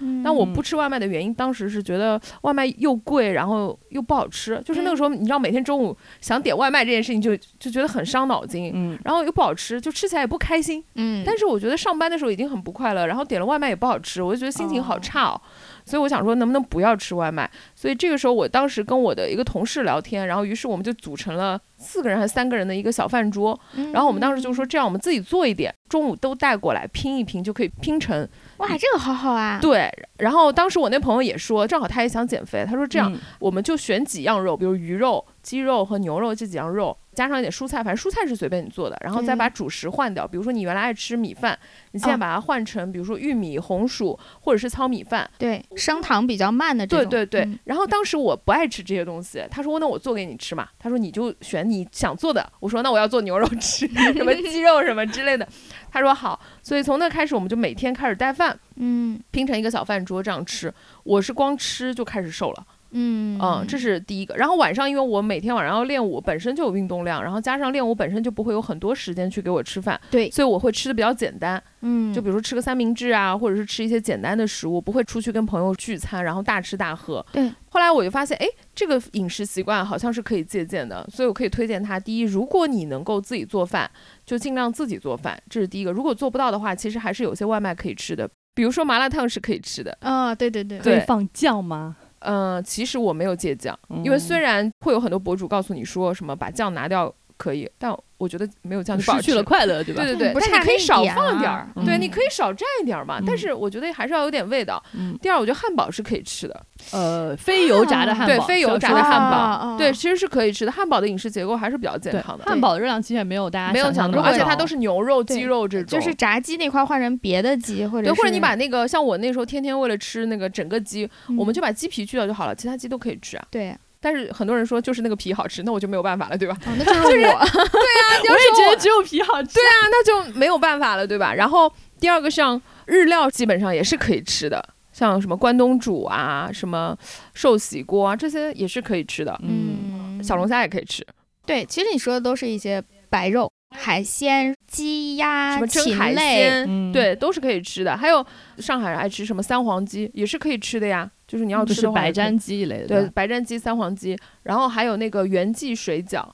嗯，但我不吃外卖的原因，当时是觉得外卖又贵，然后又不好吃。就是嗯那个时候，你知道每天中午想点外卖这件事情就，就觉得很伤脑筋，嗯，然后又不好吃，就吃起来也不开心。嗯，但是我觉得上班的时候已经很不快乐，然后点了外卖也不好吃，我就觉得心情好差哦。所以我想说，能不能不要吃外卖？所以这个时候，我当时跟我的一个同事聊天，然后于是我们就组成了四个人还是三个人的一个小饭桌。嗯，然后我们当时就说，这样我们自己做一点，中午都带过来拼一拼，就可以拼成。哇，这个好好 [LAUGHS] 啊。嗯对。然后当时我那朋友也说，正好他也想减肥，他说这样嗯我们就选几样肉，比如鱼肉、鸡肉和牛肉这几样肉，加上一点蔬菜，反正蔬菜是随便你做的，然后再对把主食换掉。比如说你原来爱吃米饭，你现在哦把它换成，比如说玉米、红薯或者是糙米饭。对，升糖比较慢的这对种。对对。嗯然后当时我不爱吃这些东西，他说那我做给你吃嘛，他说你就选你想做的。我说那我要做牛肉吃， [LAUGHS] 什么鸡肉什么之类的。他说好，所以从那开始我们就每天开始带饭，嗯拼成一个小饭桌这样吃。我是光吃就开始瘦了。嗯嗯，这是第一个。然后晚上，因为我每天晚上要练舞，本身就有运动量，然后加上练舞本身就不会有很多时间去给我吃饭，对，所以我会吃的比较简单，嗯，就比如说吃个三明治啊，或者是吃一些简单的食物，不会出去跟朋友聚餐，然后大吃大喝。对。后来我就发现，哎，这个饮食习惯好像是可以借鉴的，所以我可以推荐他。第一，如果你能够自己做饭，就尽量自己做饭，这是第一个。如果做不到的话，其实还是有些外卖可以吃的。比如说麻辣烫是可以吃的，啊，对对对，可以对放酱吗？嗯、其实我没有戒酱，因为嗯虽然会有很多博主告诉你说什么把酱拿掉可以，但我觉得没有酱就不嗯好失去吃了。快乐，对吧？对对对，不但差你可以那少点放点儿儿，对，嗯你可以少蘸一点儿嘛。嗯但是我觉得还是要有点味道。嗯，第二，我觉得汉堡是可以吃的，呃，非油炸的汉堡，啊对非油炸小的时候汉堡啊对，，其实是可以吃的。汉堡的饮食结构还是比较健对康的，汉堡的热量其实也没有大家没有想想象到，中而且它高都是牛肉、对鸡肉这啊种，就是炸鸡那块换成别的鸡，或者对，或者是你把那个像我那时候天天为了吃那个整个鸡，我们嗯就把鸡皮去掉就好了，其他鸡都可以吃啊。对，但是很多人说就是那个皮好吃，那我就没有办法了，对吧？哦那 [LAUGHS] 就是我，那你要我也说觉我得只有皮好吃。对啊，那就没有办法了，对吧？然后第二个像日料，基本上也是可以吃的，像什么关东煮啊、什么寿喜锅啊，这些也是可以吃的。嗯，小龙虾也可以吃，对，其实你说的都是一些白肉、海鲜、鸡什鸭、么蒸啊禽海类，鲜，嗯，对，都是可以吃的。还有上海人爱吃什么三黄鸡，也是可以吃的呀。就是你要就是嗯吃的话白也可以，斩鸡一类的，对，，白斩鸡、三黄鸡，然后还有那个袁记水饺，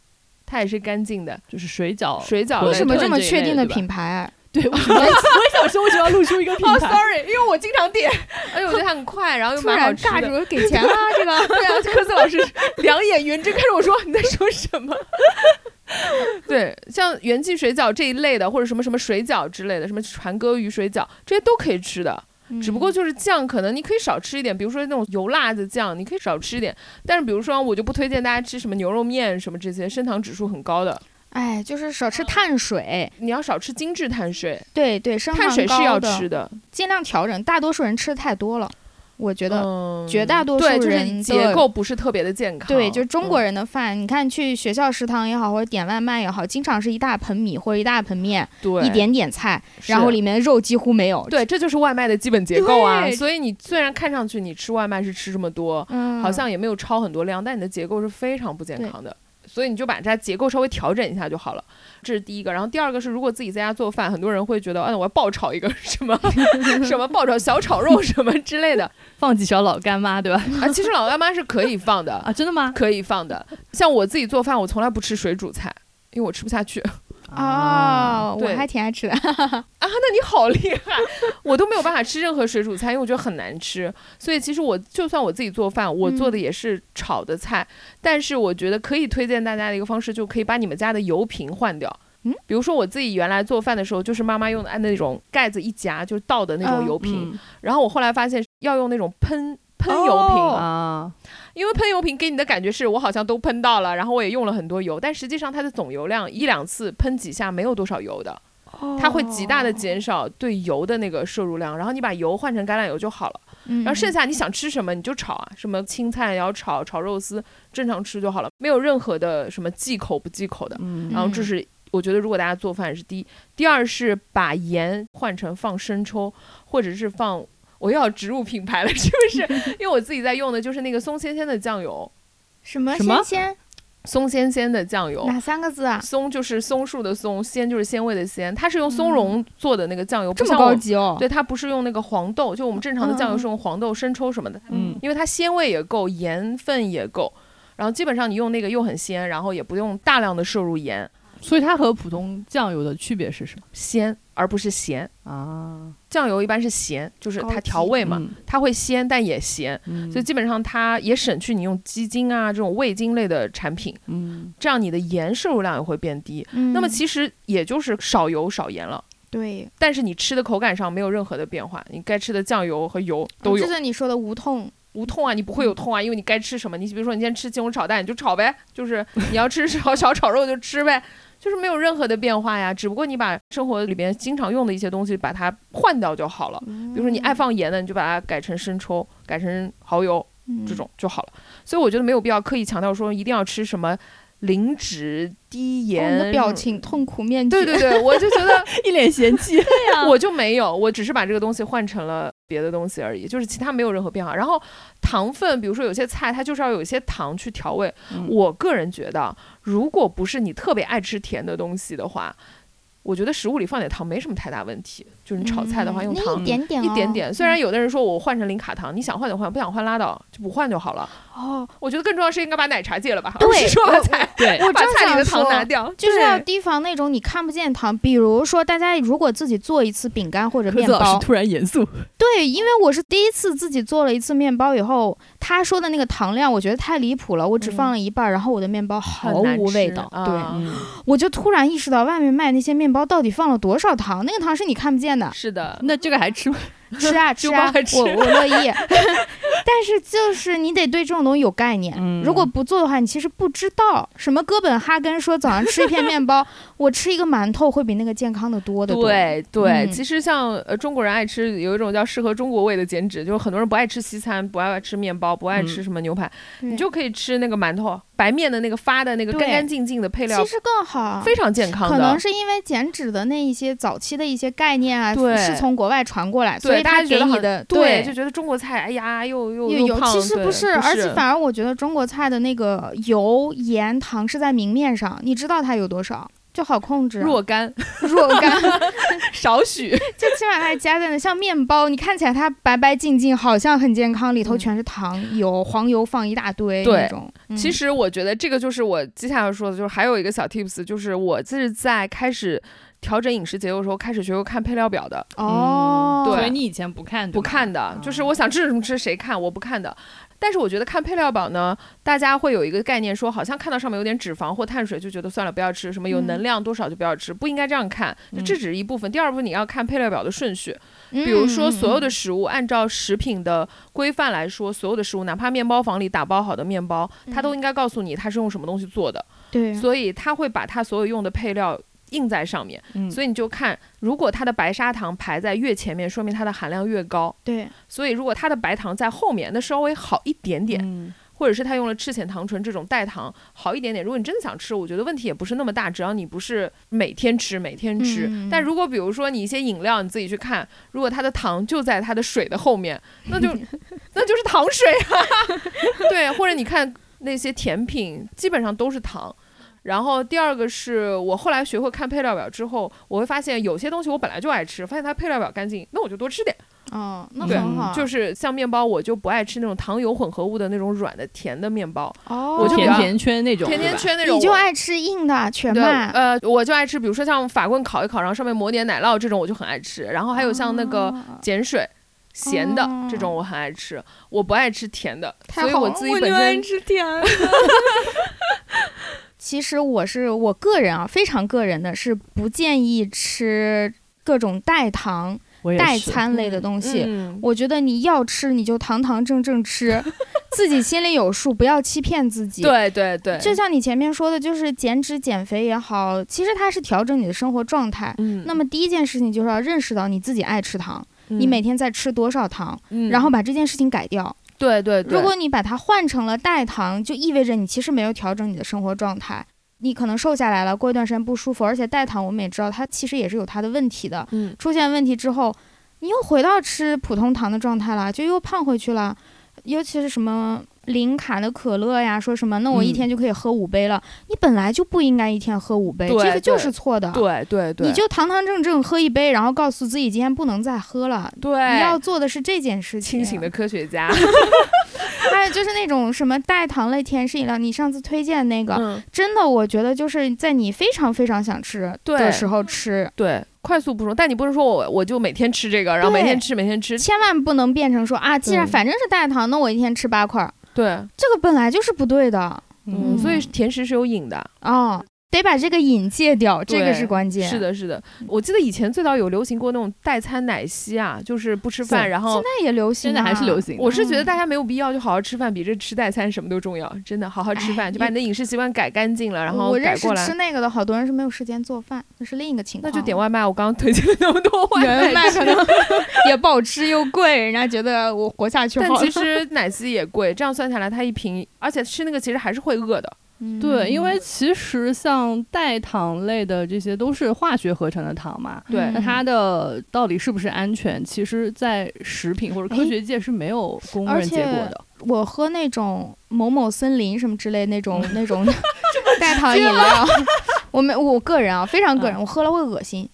它也是干净的就是水饺。水饺类对哦的。为什么炖这么这一确类定的的对吧品牌啊？对， [LAUGHS] 我想我想说，为什么要露出一 [LAUGHS] 个品哦、s o 牌？ r r y 因为我经常点， [LAUGHS] 而且我觉得它很快，然后又突蛮好然吃尬的。 [LAUGHS] 住，给钱了 [LAUGHS] 这 [LAUGHS] 个。对啊，科斯老师 [LAUGHS] 两眼圆睁看着我说你在说什么？ [LAUGHS] 对，像元气水饺这一类的，或者什么什么水饺之类的，什么船哥鱼水饺，这些都可以吃的。嗯只不过就是酱，可能你可以少吃一点，比如说那种油辣子酱，你可以少吃一点。但是比如说，我就不推荐大家吃什么牛肉面什么这些升糖指数很高的，哎，就是少嗯吃碳水，你要少吃精致碳水，对对，升碳糖水是高要的吃，的。尽量调整。大多数人吃的太多了，我觉得。嗯，绝大多数对，就是人结的构不是特别的健康。对，就是中国人人的饭，你看去学校食堂也好，或者点外卖也好，经常是一大盆米或者一大盆面，对一点点菜，是然后里面肉几乎没有。，对，这就是外卖的基本结构啊。对所以你虽然看上去你吃外卖是吃这么多，嗯，好像也没有超很多量，但你的结构是非常不健康的。所以你就把它结构稍微调整一下就好了，这是第一个。然后第二个是，如果自己在家做饭，很多人会觉得，嗯，我要爆炒一个 [LAUGHS] 什么什么爆炒小炒肉什么之类的放几勺老干妈，对吧？啊。其实老干妈是可以放的，啊，真的吗？可以放的。像我自己做饭，我从来不吃水煮菜，因为我吃不下去。哦，我啊对还挺爱吃的。啊，那你好厉害！我都没有办法吃任何水煮菜，因为我觉得很难吃。所以其实我就算我自己做饭，我嗯做的也是炒的菜，但是我觉得可以推荐大家的一个方式，就可以把你们家的油瓶换掉。嗯，比如说我自己原来做饭的时候，就是妈妈用的按那种盖子一夹就是倒的那种嗯油瓶，嗯然后我后来发现要用那种喷。喷油瓶，哦啊，因为喷油瓶给你的感觉是我好像都喷到了，然后我也用了很多油，但实际上它的总油量一两次喷几下没有多少油的， [LAUGHS] 它会极哦大的减少对油的那个摄入量，然后你把油换成橄榄油就好了。嗯，然后剩下下你想吃什么你就炒啊，什么青菜也要炒，炒肉丝正常吃就好了，没有任何的什么忌口不忌口的。嗯然后这是我觉得如果大家做饭是第一，第二是把盐换成放生抽或者是放。我又要植入品牌了， [LAUGHS] 是不是？因为我自己在用的就是那个松鲜鲜的酱油，什么什么新鲜松鲜鲜的酱油，哪三个字啊？松就是松树的松，鲜就是鲜味的鲜，它是用松茸做的那个酱油，嗯不这么像我高级哦。嗯对，它不是用那个黄豆，就我们正常的酱油是用黄豆、生抽什么的，嗯因为它鲜味也够，盐分也够，然后基本上你用那个又很鲜，然后也不用大量的摄入盐，所以它和普通酱油的区别是什么鲜而不是咸。啊？酱油一般是咸，就是高它级嗯调味嘛，它会鲜但也咸，嗯，所以基本上它也省去你用鸡精啊这种味精类的产品，嗯，这样你的盐摄入量也会变低。嗯，那么其实也就是少油少盐了。对但是你吃的口感上没有任何的变化，你该吃的酱油和油都有哦就，是你说的无痛，无痛啊，你不会有嗯痛啊，因为你该吃什么，你比如说你今天吃西红柿炒蛋，你就炒呗，就是你要吃小小炒肉就吃呗，就是没有任何的变化呀，只不过你把生活里边经常用的一些东西把它换掉就好了，比比如说你爱放盐的，你就把它改成生抽，改成蚝油嗯这哦种就好了，所以我觉得没有必要刻意强调说一定要吃什么零脂低哦盐，你的表。情痛苦面具，对对对，我就觉得 [LAUGHS] 一脸嫌弃。 [LAUGHS] 嗯我就没有，我只是把这个东西换成了别的东西而已，就是其他没有任何变化。然后糖分，比如说有些菜它就是要有一些糖去调味。嗯我个人觉得，如果不是你特别爱吃甜的东西的话，我觉得食物里放点糖没什么太大问题，就是你炒菜的话嗯用那糖。一点点、哦，一点点，虽然有的人说我换成零卡糖，你想换就换，不想换拉倒，就不换就好了。哦，我觉得更重要是应该把奶茶戒了吧，对而 [LAUGHS] 不是说把菜对我把正菜里的想糖说拿掉，就是对要提防那种你看不见糖，比如说大家如果自己做一次饼干或者科面子老包师，突然严肃，对，因为我是第一次自己做了一次面包以后，他说的那个糖量我觉得太离谱了，我只嗯放了一半儿，然后我的面包毫很难无味吃道，对，啊嗯，我就突然意识到外面卖那些面包到底放了多少糖，那个糖是你看不 [LAUGHS] 见的，是的， [LAUGHS] 那这个还吃吗？吃啊就吃啊帮他，吃我我乐意。 [LAUGHS] 但是就是你得对这种东西有概念，嗯如果不做的话，你其实不知道什么哥本哈根说早上吃一片面包，我吃一个馒头会比那个健康的多的多。对对，嗯其实像呃中国人爱吃有一种叫适合中国胃的减脂，就是很多人不爱吃西餐，不爱吃面包，不爱嗯吃什么牛排，对，你就可以吃那个馒头，白面的那个发的那个对干干净净的配料其，实更好。非常健康可能的。是因为减脂的那一些早期的一些概念啊，对是从国外传过来，所对，以大它家觉给得你很的对，就觉得中国菜，哎呀，又又有又有，胖，其实对不不是，而且反而我觉得中国菜的那个油、盐、糖是在明面上，你知道它有多少，就好控制啊。若干 [LAUGHS] 若干， [LAUGHS] 少许，就起码它加在那，像面包，你看起来它白白净净，好像很健康，里头嗯全是糖、油、黄油放一大堆对那种。嗯其实我觉得这个就是我接下来要说的，就是还有一个小 tips，就是我这是在开始调整饮食结构的时候，开始学会看配料表的，哦，对嗯所以你以前不看，对不吧看的，就是我想吃什么吃谁看，我不看的。但是我觉得看配料表呢，大家会有一个概念说，好像看到上面有点脂肪或碳水，就觉得算了，不要吃。什么有嗯能量多少就不要吃，不应该这样看。就这嗯只是一部分，第二部分你要看配料表的顺序。嗯，比如说，嗯所有的食物按照食品的规范来说，所有的食物，哪怕面包房里打包好的面包，它嗯都应该告诉你它是用什么东西做的。对，所以它会把它所有用的配料印在上面，嗯所以你就看，如果它的白砂糖排在越前面，说明它的含量越高；对，所以如果它的白糖在后面，那稍微好一点点，嗯或者是它用了赤藓糖醇这种代糖好一点点。如果你真的想吃，我觉得问题也不是那么大，只要你不是每天吃每天吃。嗯但如果比如说你一些饮料，你自己去看，如果它的糖就在它的水的后面，[LAUGHS] 那就那就是糖水啊。 [LAUGHS] 对，或者你看那些甜品，基本上都是糖。然后第二个是我后来学会看配料表之后，我会发现有些东西我本来就爱吃，发现它配料表干净，那我就多吃点。哦，那对啊很好，就是像面包，我就不爱吃那种糖油混合物的那种软的甜的面包，哦，我就比甜较甜圈那种，甜甜对吧圈那种我。你就爱吃硬的全对，麦，呃，我就爱吃，比如说像法棍烤一烤，然后上面抹点奶酪这种，我就很爱吃。然后还有像那个哦碱水。咸的哦这种我很爱吃，我不爱吃甜的，太所以好我了自己我本就爱身吃甜的。其实我是我个人啊，非常个人的是不建议吃各种代糖、我也代是餐类的东西。嗯我觉得你要吃你就堂堂正正 [LAUGHS] 吃，自己心里有数，不要欺骗自己。。对对对，就像你前面说的，就是减脂减肥也好，其实它是调整你的生活状态。嗯，那么第一件事情就是要认识到你自己爱吃糖，你嗯每天在吃多少糖，嗯然后把这件事情改掉。对对对，如果你把它换成了代糖，就意味着你其实没有调整你的生活状态，你可能瘦下来了，过一段时间不舒服，而且代糖我们也知道它其实也是有它的问题的，嗯出现问题之后，你又回到吃普通糖的状态了，就又胖回去了，尤其是什么。零卡的可乐呀，说什么？那我嗯一天就可以喝五杯了。你本来就不应该一天喝五杯，对这个就对是错的。对对对，你就堂堂正正喝一杯，然后告诉自己今天不能再喝了。对你要做的是这件事情。清醒的科学家， [LAUGHS] 还有哎就是那种什么代糖类甜食饮料，你上次推荐那个，嗯，真的，我觉得就是在你非常非常想吃对的时候吃，对，快速补充，但你不能说我我就每天吃这个，然后每天吃每天吃，千万不能变成说啊，既然对反正是代糖，那我一天吃八块儿，对，这个本来就是不对的嗯，嗯，所以甜食是有瘾的，哦，得把这个瘾戒掉，这个对是关键。是，的，是的，我记得以前最早有流行过那种代餐奶昔啊，就是不吃对饭，然后现。在也嗯流行、现在啊，还是流行的。我是觉得大家没有必要就好好吃饭，比这吃代餐什么都重要。真的，好好吃哎饭，就把也你的饮食习惯改干净了，然后啊我改认识过吃来，那个的好多人是没有时间做饭，那是另一个情那况。就点外卖。我刚刚推荐了那么多外卖，外卖可能 [LAUGHS] 也不好吃又贵，人家觉得我活下去但好其了。实奶昔也贵，这样算下来它一瓶，而且吃那个其实还是会饿的。嗯对，因为其实像代糖类的这些都是化学合成的糖嘛，嗯对那它的到底是不是安全，其实，在食品或者科哎学界是没有公而认结且果的。我喝 [LAUGHS] 那种某某森林什么之类那种那种代糖饮料，我没我个人啊，非常个人，嗯我喝了会恶心，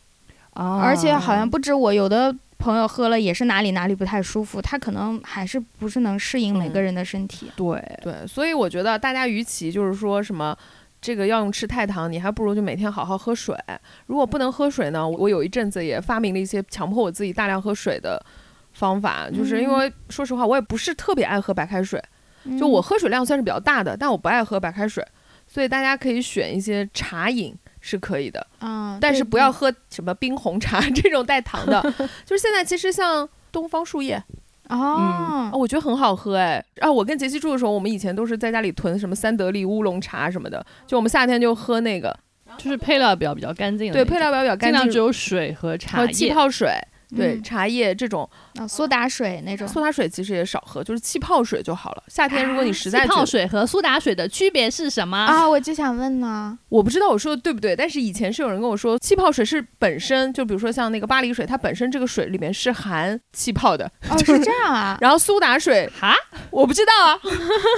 啊，而且好像不止我，有的朋友喝了也是哪里哪里不太舒服，他可能还是不是能适应每个嗯人的身体。对，对，所以我觉得大家与其就是说什么。这个要用吃太糖，你还不如就每天好好喝水。如果不能喝水呢，我有一阵子也发明了一些强迫我自己大量喝水的方法，就是因嗯为说实话，我也不是特别爱喝白开水，就我喝水量算是比较大的，但我不爱喝白开水，所以大家可以选一些茶饮是可以的，嗯，啊，但对是不要喝什么冰红茶 [LAUGHS] 这种带 [LAUGHS] 糖的。就是现在其实像东方树叶，啊，嗯哦，我觉得很好喝哎。啊，我跟杰西住的时候，我们以前都是在家里囤什么三得利乌龙茶什么的，就我们夏天就喝那个，就是配料表比较干净的那对，种，配料表比较尽干量只净，有水和茶和气叶。泡水。对、嗯茶叶这种啊苏打水那种，苏打水其实也少喝，就是气泡水就好了。夏天如果你实在啊气觉泡得水和苏打水的区别是什么？啊，我就想问呢，我不知道我说的对不对，但是以前是有人跟我说，气泡水是本身就比如说像那个巴黎水，它本身这个水里面是含气泡的， [LAUGHS] 哦，是这样啊，然后苏打水哈，我不知道啊， [LAUGHS]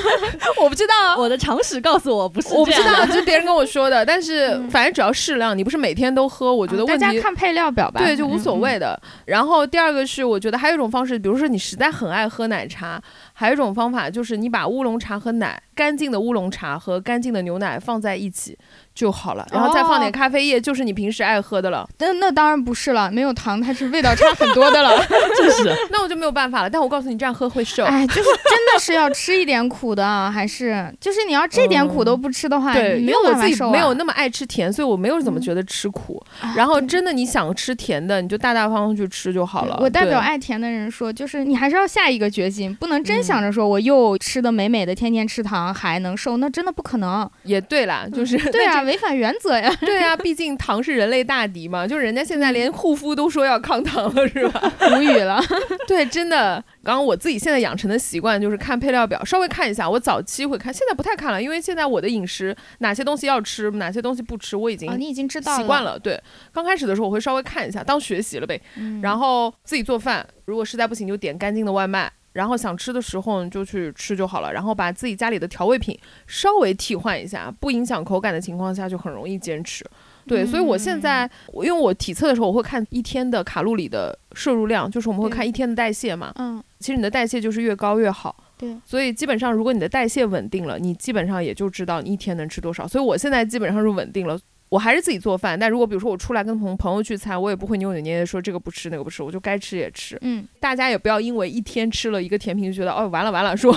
我不知道啊。我的常识告诉我不是我不这知样的道，这是别人跟我说的，但是嗯反正只要适量，你不是每天都喝，我觉得啊大问家题、看配料表吧，嗯对就反无正所。谓的。然后第二个是，我觉得还有一种方式，比如说你实在很爱喝奶茶，还有一种方法就是你把乌龙茶和奶干净的乌龙茶和干净的牛奶放在一起就好了，然后再放点哦咖啡液，就是你平时爱喝 [LAUGHS] 的了。那那当然不是了，没有糖它是味道差很多 [LAUGHS] 的了。这是那我就没有办法了。但我告诉你，这样喝会 [LAUGHS] 瘦。哎，就是真的是要吃一点苦的啊，还是就是你要这点苦都不吃的话，嗯对，你因没为有我办法自己受啊。没有那么爱吃甜，所以我没有怎么嗯觉得吃苦。啊然后对真的你想吃甜的，你就大大方方去吃就好了。我代对表爱甜的人说，就是你还是要下一个决心，不能真想嗯着说我又吃的美美的，天天吃糖还能瘦，那真的不可能。也对啦，就是对啊，那违反原则呀。这对啊，毕竟糖是人类大敌嘛，就是人家现在嗯连护肤都说要抗糖了，是 [LAUGHS] 吧？ [LAUGHS] 无语了。对，真的。刚刚我自己现在养成的习惯就是看配料表，稍微看一下。我早期会看，现在不太看了，因为现在我的饮食哪些东西要吃，哪些东西不吃，我已经哦，你已经知道习惯了。了。对，刚开始的时候我会稍微看一下，当学习了呗。嗯然后自己做饭，如果实在不行就点干净的外卖，然后想吃的时候你就去吃就好了，然后把自己家里的调味品稍微替换一下，不影响口感的情况下就很容易坚持。对，所以我现嗯在我因为我体测的时候我会看一天的卡路里的摄入量，就是我们会对看一天的代谢嘛。嗯，其实你的代谢就是越高越好。对，所以基本上如果你的代谢稳定了，你基本上也就知道你一天能吃多少。所以我现在基本上是稳定了。我还是自己做饭，但如果比如说我出来跟朋朋友聚餐，我也不会扭扭捏捏说这个不吃那个不吃，我就该吃也吃。嗯，大家也不要因为一天吃了一个甜品就觉得哦完了完了，说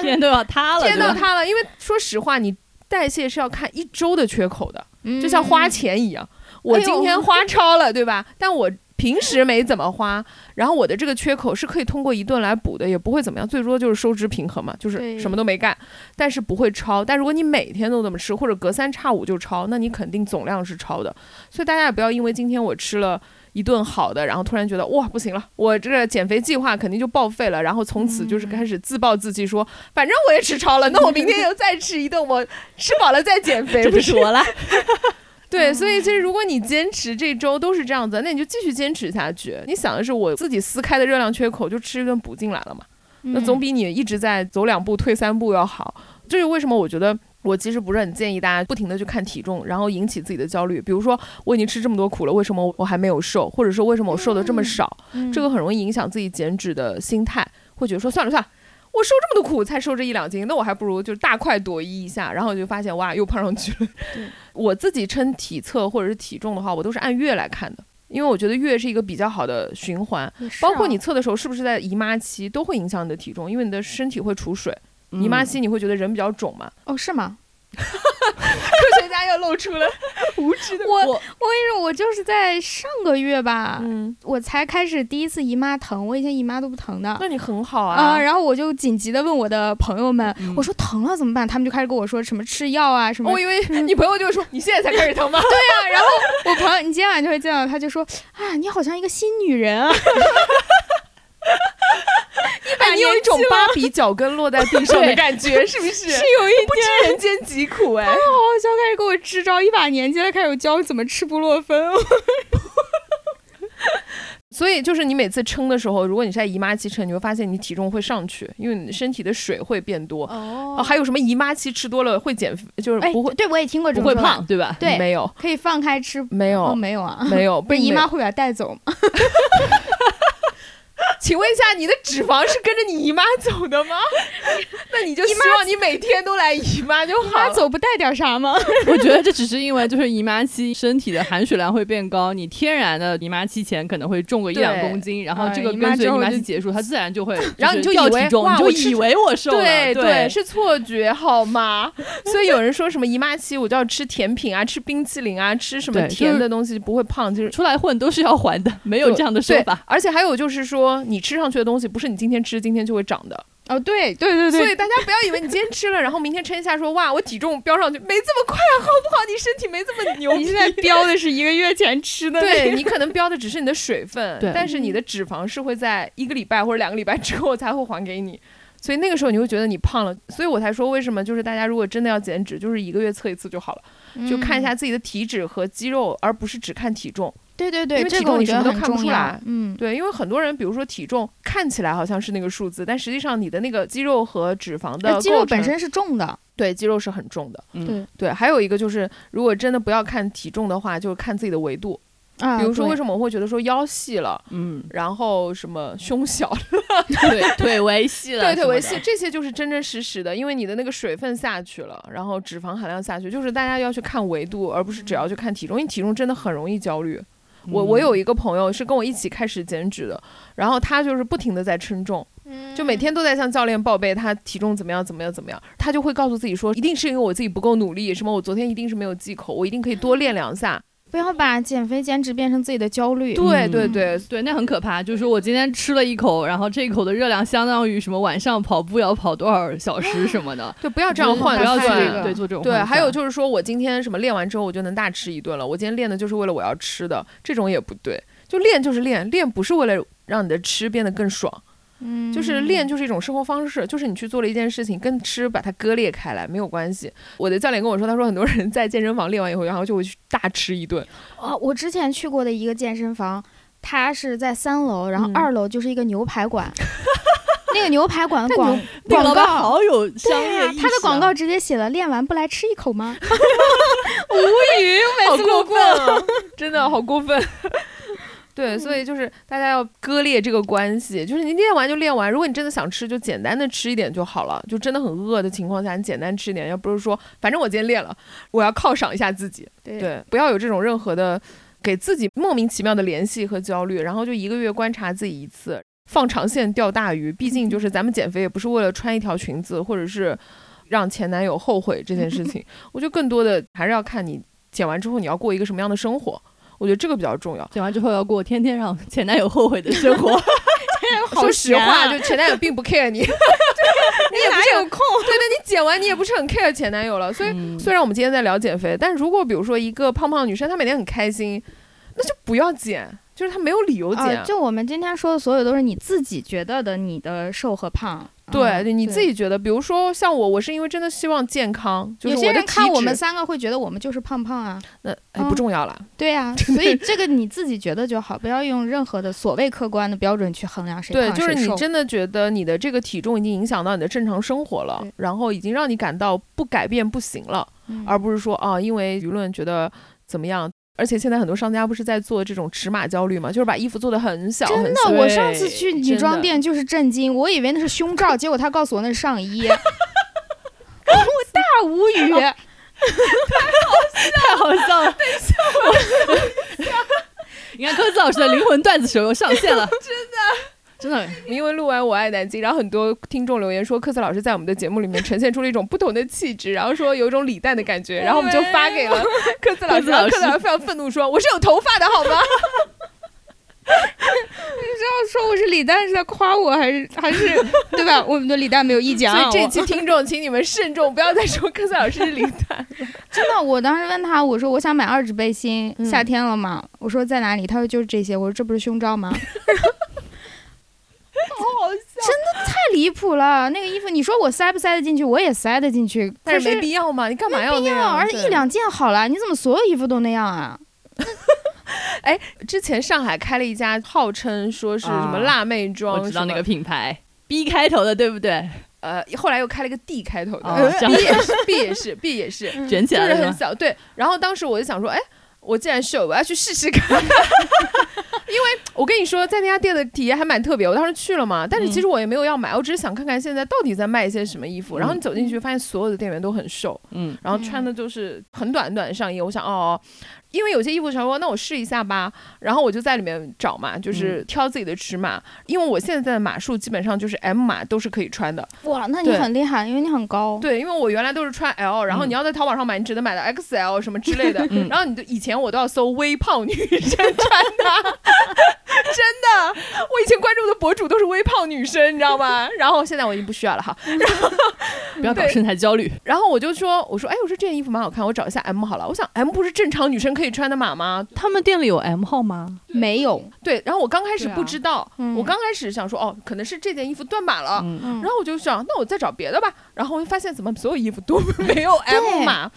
天都要塌了，天到对吧它了。因为说实话，你代谢是要看一周的缺口的，嗯就像花。钱一样，我哎呦今天花超了，对吧？但我平时没怎么花，然后我的这个缺口是可以通过一顿来补的，也不会怎么样，最多就是收支平衡嘛，就是对什么都没干，但是不会超。但如果你每天都这么吃，或者隔三差五就超，那你肯定总量是超的。所以大家也不要因为今天我吃了。一顿好的，然后突然觉得哇不行了，我这个减肥计划肯定就报废了，然后从此就是嗯开始自暴自弃说，反正我也吃超了，那我明天就再吃一顿，我吃饱了再减 [LAUGHS] [LAUGHS] 肥，这不就是是我了。嗯对，所以其实如果你坚持这周都是这样子，那你就继续坚持下去。你想的是我自己撕开的热量缺口，就吃一顿补进来了嘛，那嗯总比你一直在走两步退三步要好。这是为什么我觉得。我其实不是很建议大家不停的去看体重，然后引起自己的焦虑。比如说，我已经吃这么多苦了，为什么我还没有瘦，或者说为什么我瘦的这么少？嗯这个很容易影响自己减脂的心态，会觉得说算了算了，我受这么多苦才瘦这一两斤，那我还不如就大快朵颐一下，然后就发现哇又胖上去了对。 [LAUGHS] 我自己称体测或者是体重的话，我都是按月来看的，因为我觉得月是一个比较好的循环。也是包括啊你测的时候是不是在姨妈期，都会影响你的体重，因为你的身体会储水。嗯姨妈期你会觉得人比较肿 [LAUGHS] 嘛？哦，是 [LAUGHS] 吗？科哎学家又露出了无知的我我我跟你说，我就是在上个月吧，嗯，我才开始第一次姨妈疼，我以前姨妈都不疼的。那你很好啊、啊。然后我就紧急的问我的朋友们，嗯我说疼了怎么办？他们就开始跟我说什么吃药啊什么。啊我以哦为你朋友就说你现在才开始疼吗？我朋友，你今天晚上就会见到他，就说啊，你好像一个新女人 [LAUGHS] 啊，哎，你有一种芭比脚跟落在地上的感觉，是不是？是有一不知人间疾苦哎。好好笑，哦开始给我哦 [LAUGHS] 支招，一把年纪了，开始教我怎么吃布洛芬。所以就是你每次称的时候，如果你在姨妈期称，你会发现你体重会上去，因为你身体的水会变多。哦哦，还有什么姨妈期吃多了会减肥，就是哎不会、，对我也听过这不种会说法胖，，对 [LAUGHS] 吧？对没有可以放开吃。没有、哦，没有啊，没有不被是姨妈。会把它带走吗？请问一下，你的脂肪是跟着你姨妈走的吗？ [LAUGHS] 那你就希望你每天都来姨妈就好妈了。走不带点啥吗？ [LAUGHS] 我觉得这只是因为就是姨妈期身体的含水量会变高，你天然的姨妈期前可能会重个一对两公斤，然后哎这个姨妈跟随之姨后妈就期结束，它自然就会，然后你就掉以为体重，哇你我就吃以为我瘦了，对对，是错觉好吗？所以有人说什么姨妈期我就要吃甜品啊，吃冰淇淋啊，吃什么对就是甜的东西不会胖，就是出来混都是要还的，没有这样的说对法。而且还有就是说，你吃上去的东西不是你今天吃今天就会长的，哦，对对对所以大家不要以为你今天吃了，然后明天称一下说哇我体重飙上去，没这么快啊，好不好？你身体没这么牛你逼现。在标的是一个月前吃 [LAUGHS] 的，对你可能标的只是你的水分对，但是嗯你的脂肪是会在一个礼拜或者两个礼拜之后才会还给你，所以那个时候你会觉得你胖了，所以我才说为什么就是大家如果真的要减脂，就是一个月测一次就好了，嗯就看一下。自己的体脂和肌肉，而不是只看体重。对对对，因为这体个重我你觉什得么都很看不重出要来嗯，对，因为很多人比如说体重看起来好像是那个数字，但实际上你的那个肌肉和脂肪的而哎肌肉构成本身是重的，对肌肉是很重的。嗯对对，还有一个就是，如果真的不要看体重的话，就是看自己的维度。啊比如说，为什什么我会觉得说腰细了，嗯，然后什么胸小了， [LAUGHS] 腿腿维系了，对腿维系，。这些就是真真实实的，因为你的那个水分下去了，然后脂肪含量下去，就是大家要去看维度，而不是只要去看体重，因为体重真的很容易焦虑。嗯我我有一个朋友是跟我一起开始减脂的，然后他就是不停的在称重，嗯么就每天都在向教练报备他体重怎么样怎么样怎么样，他就会告诉自己说，一定是因为我自己不够努力，什么我昨天一定是没有忌口，我一定可以多练两嗯下。不要把减肥减脂变成自己的焦虑。对对对，，对，那很可怕。就是我今天吃了一口，然后这一口的热量相当于什么晚上跑步要跑多少小时什么的就不要这样换不要去太这算个。对做这种对，换还有算就是说我今天什么练完之后我就能大吃一顿了，我今天练的就是为了我要吃的，这种也不对。就练就是练，练不是为了让你的吃变得更爽，嗯，就是练就是一种生活方式，就是你去做了一件事情，跟吃把它割裂开来没有关系。我的教练跟我说，他说很多人在健身房练完以后，然后就会去大吃一顿，哦，我之前去过的一个健身房，它是在三楼，然后嗯二楼就是一个牛排馆。 [LAUGHS] 那个牛排馆的那广那个广老板告，好有商对业啊意，识、啊。他的广告直接写了“练完不来吃一口吗 [LAUGHS] 好过过分、啊， [LAUGHS] 嗯真的好过分。 [LAUGHS] 对，所以就是大家要割裂这个关系，就是你练完就练完，如果你真的想吃，就简单的吃一点就好了。就真的很饿的情况下，你简单吃一点，要不是说反正我今天练了，我要犒赏一下自己。”？对对，不要有这种任何的给自己莫名其妙的联系和焦虑，然后就一个月观察自己一次，放长线钓大鱼。毕竟就是咱们减肥也不是为了穿一条裙子，或者是让前男友后悔这件事 [LAUGHS] 情。我觉得更多的还是要看你减完之后你要过一个什么样的生活，我觉得这个比较重要。减完之后要过天天让前男友后悔的生活，说实话，啊就前男友并不 care [LAUGHS] 你，你 [LAUGHS] 也不是很空？对对，你减完你也不是很 care 前男友了，所以嗯虽然我们今天在聊减肥，但如果比如说一个胖胖的女生，她每天很开心，那就不要减，就是她没有理由减。啊，就我们今天说的所有都是你自己觉得的，你的瘦和胖。对，嗯你自。己觉得，比如说像我，我是因为真的希望健康，就有是些我的人体看我脂们三个会觉得我们就是胖胖啊，那哎嗯不重要了， [LAUGHS] 对啊，所以这个你自己觉得就好，不要用任何的所谓客观的标准去衡量谁对，胖谁就瘦。是你真的觉得你的这个体重已经影响到你的正常生活了对，然后已经让你感到不改变不行了，嗯而不是说啊，因为舆论觉得怎么样。而且现在很多商家不是在做这种尺码焦虑嘛，就是把衣服做的很小真很的，小。我上次对去女真装的店就是震惊，我以为那是胸罩，结果他告诉我那是上衣， [LAUGHS] 我大无语。太好笑了，你看柯子老师的灵魂段子手游上线了，真的，真的，因为录完《我爱南京》，然后很多听众留言说，克斯老师在我们的节目里面呈现出了一种不同的气质，然后说有一种李诞的感 [LAUGHS] 觉，然后我们就发给了克斯老克师，斯然后老师克斯老师非常愤怒说：“我是有头发的好吗 [LAUGHS] 说我是李诞是在夸我还是还是对吧？我们对李诞没有意？”见所以啊。这我期听众，请你们慎重，不要再说克斯老师是李诞。 [LAUGHS] 真的，我当时问他，我说我想买二指背心，嗯夏天了嘛，我说在哪里？他说就是这些。我说这不是胸罩吗？ [LAUGHS] 好太离谱了，那个衣服你说我塞不塞得进去？我也塞得进去， [LAUGHS] 但可是是哦没必要嘛，你干嘛要那要样？而且一两件好了，你怎么所有衣服都那样啊？哎，之前上海开了一家号称说是什么啊辣妹妆，我知道那什么个品牌，B 开头的，对不对？呃，后来又开了一个 D 开头的、哦 b 这 [LAUGHS] 样也是 B 也是 B 也是，卷起就来是了是很吗？小。对，然后当时我就想说，哎，我既然秀，我要去试试看。 [LAUGHS] 因为我跟你说，在那家店的体验还蛮特别，我当时去了嘛，但嗯是其实我也没有要买，我只是想看看现在到底在卖一些什么衣服。然后你走进去，发现所有的店员都很瘦，嗯，然后穿的就是很短短上衣。我想，哦，因为有些衣服想说，那我试一下吧。然后我就在里面找嘛，嗯就是挑自己的尺码，因为我现在的码数基本上就是 M 码都是可以穿的。哇，那你对很厉害，因为你很高。对，因为我原来都是穿 L，然后嗯你要在淘宝上买，你只能买到 XL 什么之类的。嗯 [LAUGHS] 然后你就以前我都要搜微胖女生穿 [LAUGHS] 搭，真的，我以前关注的博主都是微胖女生，你知道吗？然后现在我已经不需要了哈。 [LAUGHS] 不要搞对身材焦虑。然后我就说，我说，哎，我说这件衣服蛮好看，我找一下 M 好了。我想 M 不是正常女生可以穿的码吗？他们店里有 M 号吗？没有，对。然后我刚开始对啊不知道，嗯我刚开始想说，哦，可能是这件衣服断码了。嗯，嗯然后我就想，那我再找别的吧。然后我就发现怎么所有衣服都 [LAUGHS] 没有 M 码，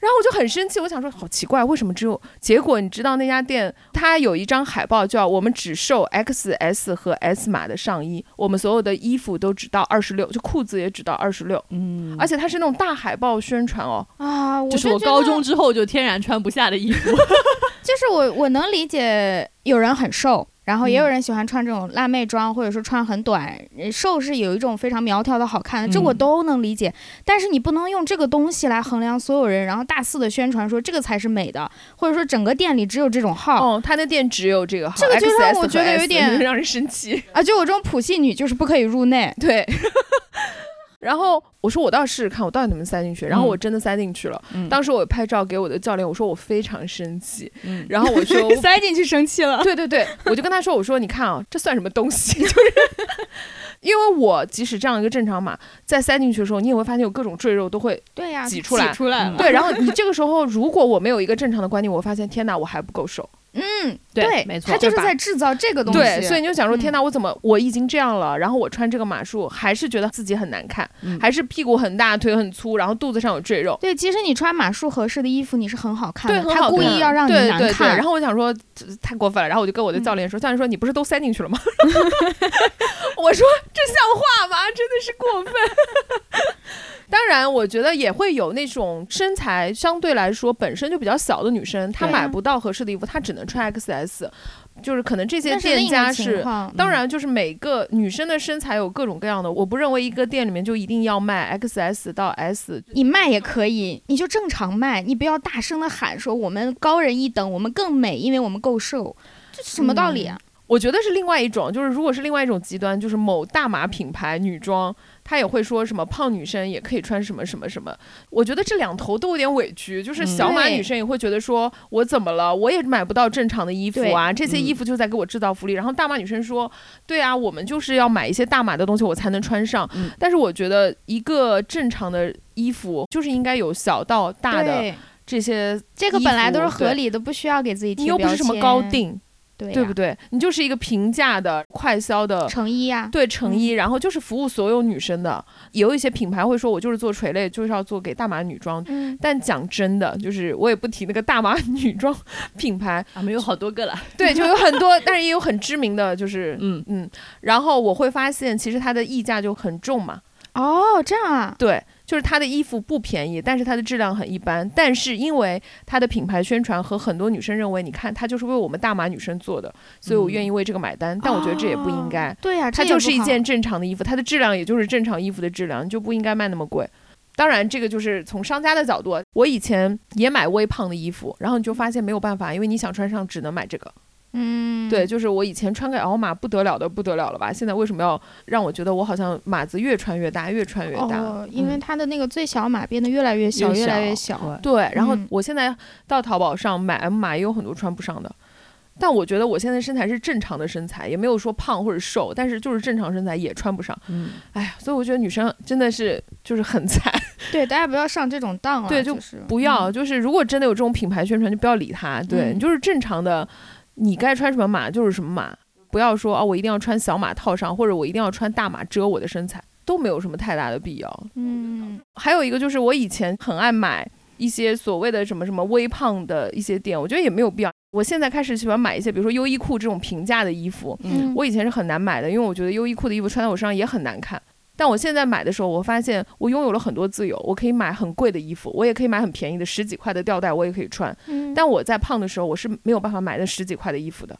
然后我就很生气，我想说好奇怪，为什么只有？结果你知道那家店它有一张海报叫“我们只售 XS 和 S 码的上衣”，我们所有的衣服都只到二十六，就裤子也只到二十六，嗯而且它是那种大海报宣传哦。啊，我这是就我觉高得中之后就天然穿不下的衣服。就是我我能理解有人很瘦，然后也有嗯人喜欢穿这种辣妹装，或者说穿很短。呃瘦是有一种非常苗条的好看的，这我嗯都能理解。但是你不能用这个东西来衡量所有人，然后大肆的宣传说这个才是美的，或者说整个店里只有这种号、哦，它那店只有这个号，这个就 XS 让我和觉得有 S [LAUGHS] 点让人生气。啊，就我这种普信女就是不可以入内。，[LAUGHS] 对。然后我说我倒试试看，我到底能不能塞进去。然嗯后我真的塞进去了。嗯当时我拍照给我的教练，我说我非常生气。嗯然后我说 [LAUGHS] 塞进去生气了，对对对，我就跟他说，我说你看啊，这算什么东西？ [LAUGHS] 就是因为我即使这样一个正常码，在塞进去的时候，你也会发现有各种赘肉都会对呀、挤出来。出来了对，然后你这个时候，如果我没有一个正常的观念，我发现天哪，我还不够瘦。嗯，对对，没错他就是对吧在制造这个东西。对，所以你就想说，嗯天哪，我怎么我已经这样了，然后我穿这个码数，还是觉得自己很难看，嗯还是屁股很大，腿很粗，然后肚子上有赘肉。对，其实你穿码数合适的衣服，你是很好看的。很他好故看意要让你对难看。嗯对对。然后我想说这太过分了，然后我就跟我的教练说，教练说你不是都塞进去了吗？ [LAUGHS] 我说这像话吗？真的是过分。 [LAUGHS] 当然，我觉得也会有那种身材相对来说本身就比较小的女生，她对买不到合适的衣服，她只能穿 XS，就是可能这些那是另店一家个情是况嗯当然，就是每个女生的身材有各种各样的，我不认为一个店里面就一定要卖 XS 到 S。你卖也可以，你就正常卖，你不要大声的喊说我们高人一等，我们更美，因为我们够瘦，这是什么道理啊？我觉得是另外一种，就是如果是另外一种极端，就是某大码品牌女装，她也会说什么胖女生也可以穿什么什么什么。我觉得这两头都有点委屈，就是小嗯码对女生也会觉得说我怎么了，我也买不到正常的衣服啊，这些嗯衣服就在给我制造福利。然后大码女生说，对啊，我们就是要买一些大码的东西我才能穿上。嗯但是我觉得一个正常的衣服就是应该有小到大的。对，这些，这个本来都是衣服合理的，不需要给自己贴你又不是什么高标签，定，对呀、对不对？你就是一个平价的快销的。成衣啊呀、对成衣，然后就是服务所有女生的。有一些品牌会说，我就是做垂类，就是要做给大码女装。嗯，但讲真的，就是我也不提那个大码 [LAUGHS] 女装品牌，啊，没有好多个了。对，就有很多，但是也有很知名的，就是嗯，嗯。然后我会发现，其实它的溢价就很重嘛，哦，这样啊，对，就是它的衣服不便宜，但是它的质量很一般。但是因为它的品牌宣传和很多女生认为，你看它就是为我们大码女生做的，所以我愿意为这个买单。但我觉得这也不应该哦，对呀、它这也就是不一好件正常的衣服，它的质量也就是正常衣服的质量，你就不应该卖那么贵。当然，这个就是从商家的角度。我以前也买微胖的衣服，然后你就发现没有办法，因为你想穿上只能买这个。嗯，对，，就是我以前穿个 L 码不得了的不得了了吧？现在为什么要让我觉得我好像码子越穿越大，越穿越大？哦，因为嗯它的那个最小码变得越来越小，越来越小。对对，然后嗯我现在到淘宝上买 M 码也有很多穿不上的，但我觉得我现在身材是正常的身材，也没有说胖或者瘦，但是就是正常身材也穿不上。嗯，哎呀，所以我觉得女生真的是就是很惨， [LAUGHS] 对，大家不要上这种当啊，对就就是不要、就是如果真的有这种品牌宣传，就不要理它。对、嗯你就是正常的，你该穿什么码就是什么码，不要说啊我一定要穿小码套上，或者我一定要穿大码遮我的身材，都没有什么太大的必要。嗯，还有一个就是我以前很爱买一些所谓的什么什么微胖的一些店，我觉得也没有必要。我现在开始喜欢买一些，比如说优衣库这种平价的衣服，嗯我以前是很难买的，因为我觉得优衣库的衣服穿在我身上也很难看。但我现在买的时候，我发现我拥有了很多自由，我可以买很贵的衣服，我也可以买很便宜的十几块的吊带，我也可以穿。嗯但我在胖的时候，我是没有办法买那十几块的衣服的。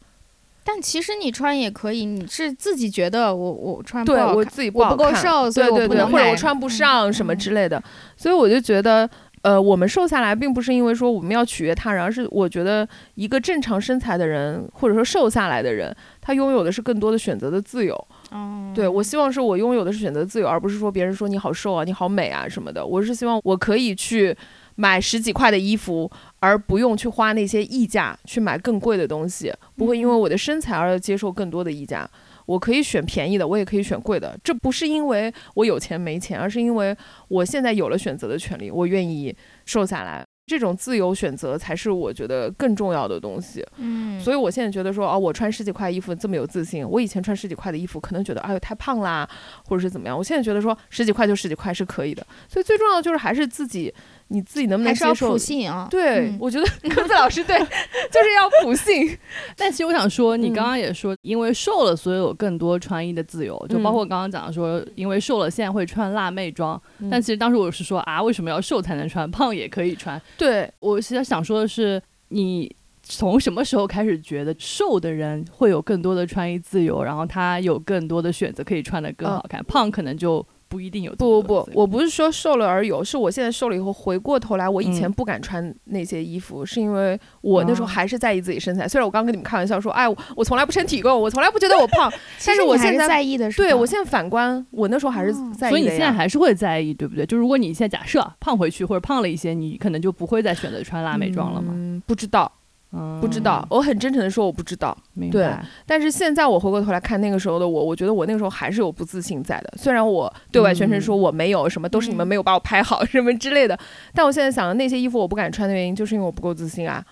但其实你穿也可以，你是自己觉得我我穿不对好我看自己不我好不够看瘦，所以对对我不对，能或者买嗯我穿不上什么之类的，所以我就觉得，呃，我们瘦下来并不是因为说我们要取悦他人，而是我觉得一个正常身材的人，或者说瘦下来的人，他拥有的是更多的选择的自由。嗯，对我希望是我拥有的是选择自由，而不是说别人说你好瘦啊、你好美啊什么的。我是希望我可以去买十几块的衣服，而不用去花那些溢价去买更贵的东西，不会因为我的身材而接受更多的溢价。我可以选便宜的，我也可以选贵的。这不是因为我有钱没钱，而是因为我现在有了选择的权利，我愿意瘦下来。这种自由选择才是我觉得更重要的东西。嗯，所以我现在觉得说，哦，我穿十几块衣服这么有自信，我以前穿十几块的衣服可能觉得，哎呦太胖啦，或者是怎么样。我现在觉得说，十几块就十几块是可以的。所以最重要的就是还是自己，你自己能不能还是接要受普？信啊。对，嗯我觉得科子老师对，就是要普信。但其实我想说，你嗯刚刚也说，因为瘦了，所以有更多穿衣的自由，就嗯包括刚刚讲的说，因为瘦了，现在会穿辣妹装。嗯但其实当时我是说啊，为什么要瘦才能穿，胖也可以穿？对，我其实想说的是，你从什么时候开始觉得瘦的人会有更多的穿衣自由，然后他有更多的选择可以穿得更好看，胖可能就不一定有这么嗯不多不自不，由我不是说瘦了而有，是我现在瘦了以后，回过头来，我以前嗯不敢穿那些衣服，是因为我那时候哦还是在意自己身材。虽然我刚跟你们开玩笑说，哎，我我从来不称体重，我从来不觉得我胖，其但实是我你还现在是在意的是吧，对我现在反观，我那时候还是哦在意所的呀。以你现在还是会在意，对不对？就如果你现在假设啊胖回去或者胖了一些，你可能就不会再选择穿辣妹装了嘛？嗯，不知道，嗯，不知道，我很真诚的说我不知道。明对白。但是现在我回过头来看那个时候的我，我觉得我那个时候还是有不自信在的。虽然我对外宣称嗯说我没有什么，都是你们嗯没有把我拍好什么之类的，但我现在想的那些衣服我不敢穿的原因，就是因为我不够自信啊。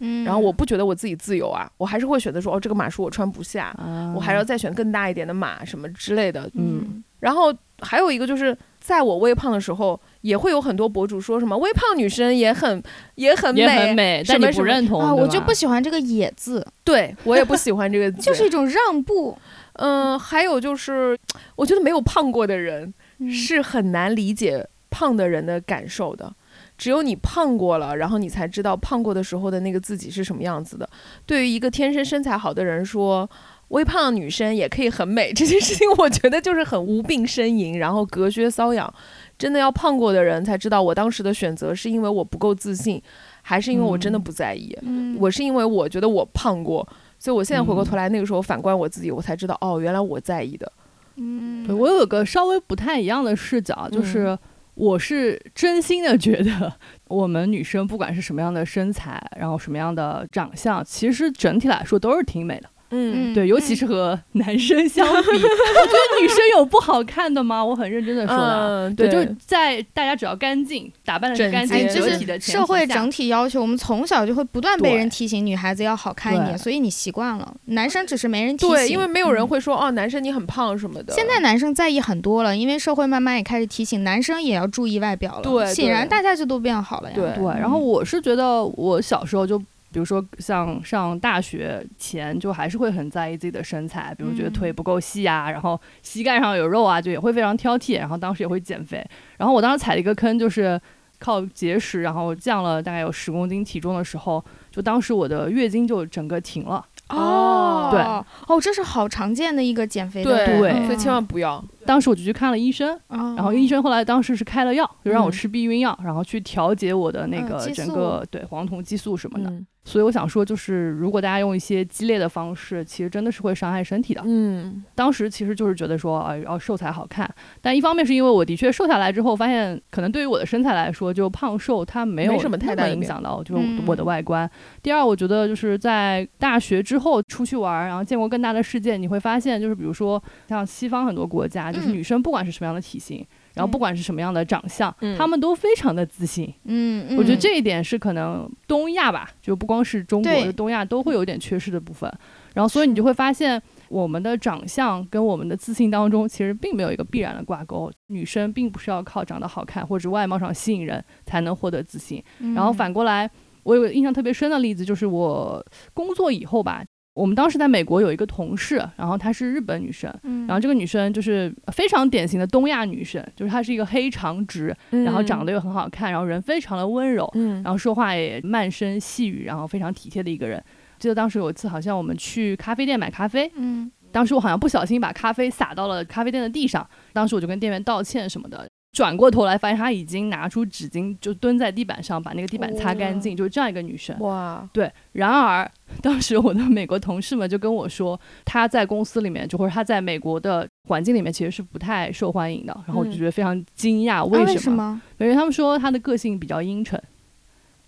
嗯，然后我不觉得我自己自由啊，我还是会选择说哦，这个码数我穿不下，啊我还要再选更大一点的码什么之类的。嗯嗯然后还有一个就是，在我微胖的时候，也会有很多博主说什么微胖女生也很也很也美，很美，但你什么什不么认同啊，对我就吧不喜欢这个“野”字，对我也不喜欢这个 [LAUGHS] 字，就是一种让步。嗯、还有就是，我觉得没有胖过的人嗯是很难理解胖的人的感受的。只有你胖过了，然后你才知道胖过的时候的那个自己是什么样子的。对于一个天生身材好的人说，微胖女生也可以很美这件事情，我觉得就是很无病呻吟，然后隔靴搔痒。真的要胖过的人才知道，我当时的选择是因为我不够自信，还是因为我真的嗯不在意。嗯我是因为我觉得我胖过，所以我现在回过头来，那个时候反观我自己，我才知道哦，原来我在意的。嗯对我有个稍微不太一样的视角，嗯就是我是真心的觉得，我们女生不管是什么样的身材，然后什么样的长相，其实整体来说都是挺美的。嗯对，尤其是和男生相比，我觉得女生有不好看的吗？我很认真的说的啊。嗯，对，对，就在大家只要干净，打扮的整干洁净哎，有，这得整体的前是社提会下整体要求，我们从小就会不断被对人提醒女孩子要好看一点，对所以你习惯了。男生只是没人提醒，对，因为没有人会说、哦，男生你很胖什么的。现在男生在意很多了，因为社会慢慢也开始提醒男生也要注意外表了。对显然对大家就都变好了呀。对对，然嗯后我是觉得我小时候就，比如说像上大学前，就还是会很在意自己的身材，比如觉得嗯腿不够细啊，然后膝盖上有肉啊，就也会非常挑剔。然后当时也会减肥，然后我当时踩了一个坑，就是靠节食，然后降了大概有十公斤体重的时候，就当时我的月经就整个停了。哦对哦，这是好常见的一个减肥的，对对所以千啊万不要。当时我就去看了医生，哦。然后医生后来当时是开了药，就让我嗯吃避孕药，然后去调节我的那嗯个激整素个、对黄酮激素什么的。嗯所以我想说，就是如果大家用一些激烈的方式，其实真的是会伤害身体的。嗯当时其实就是觉得说，啊，要瘦才好看。但一方面是因为我的确瘦下来之后，发现可能对于我的身材来说，就胖瘦它没有没什么太大的那影变响到就是嗯我的外观。第二，我觉得就是在大学之后出去玩儿，然后见过更大的世界，你会发现，就是比如说像西方很多国家，就是嗯女生不管是什么样的体型，然后不嗯管是什么样的长相，嗯她们都非常的自信。嗯，嗯我觉得这一点是可能东亚吧，就不光是中国，对嗯就东亚都会有点缺失的部分。然后，所以你就会发现，我们的长相跟我们的自信当中，其实并没有一个必然的挂钩。女生并不是要靠长得好看或者外貌上吸引人才能获得自信，然后嗯反过来。我有个印象特别深的例子，就是我工作以后吧，我们当时在美国有一个同事，然后她是日本女生，嗯然后这个女生就是非常典型的东亚女生，就是她是一个黑长直，然嗯后长得又很好看，然后人非常的温柔，嗯，然后说话也慢声细语，然后非常体贴的一个人。记得当时有一次，好像我们去咖啡店买咖啡，嗯当时我好像不小心把咖啡洒到了咖啡店的地上，当时我就跟店员道歉什么的。转过头来发现她已经拿出纸巾，就蹲在地板上把那个地板擦干净，就是这样一个女 [LAUGHS] 生。哇，对，然而当时我的美国同事们就跟我说，她在公司里面，就或者她在美国的环境里面其实是不太受欢迎的。然后我就觉得非常惊讶，啊嗯为为什么？么？因为他们说她的个性比较阴沉，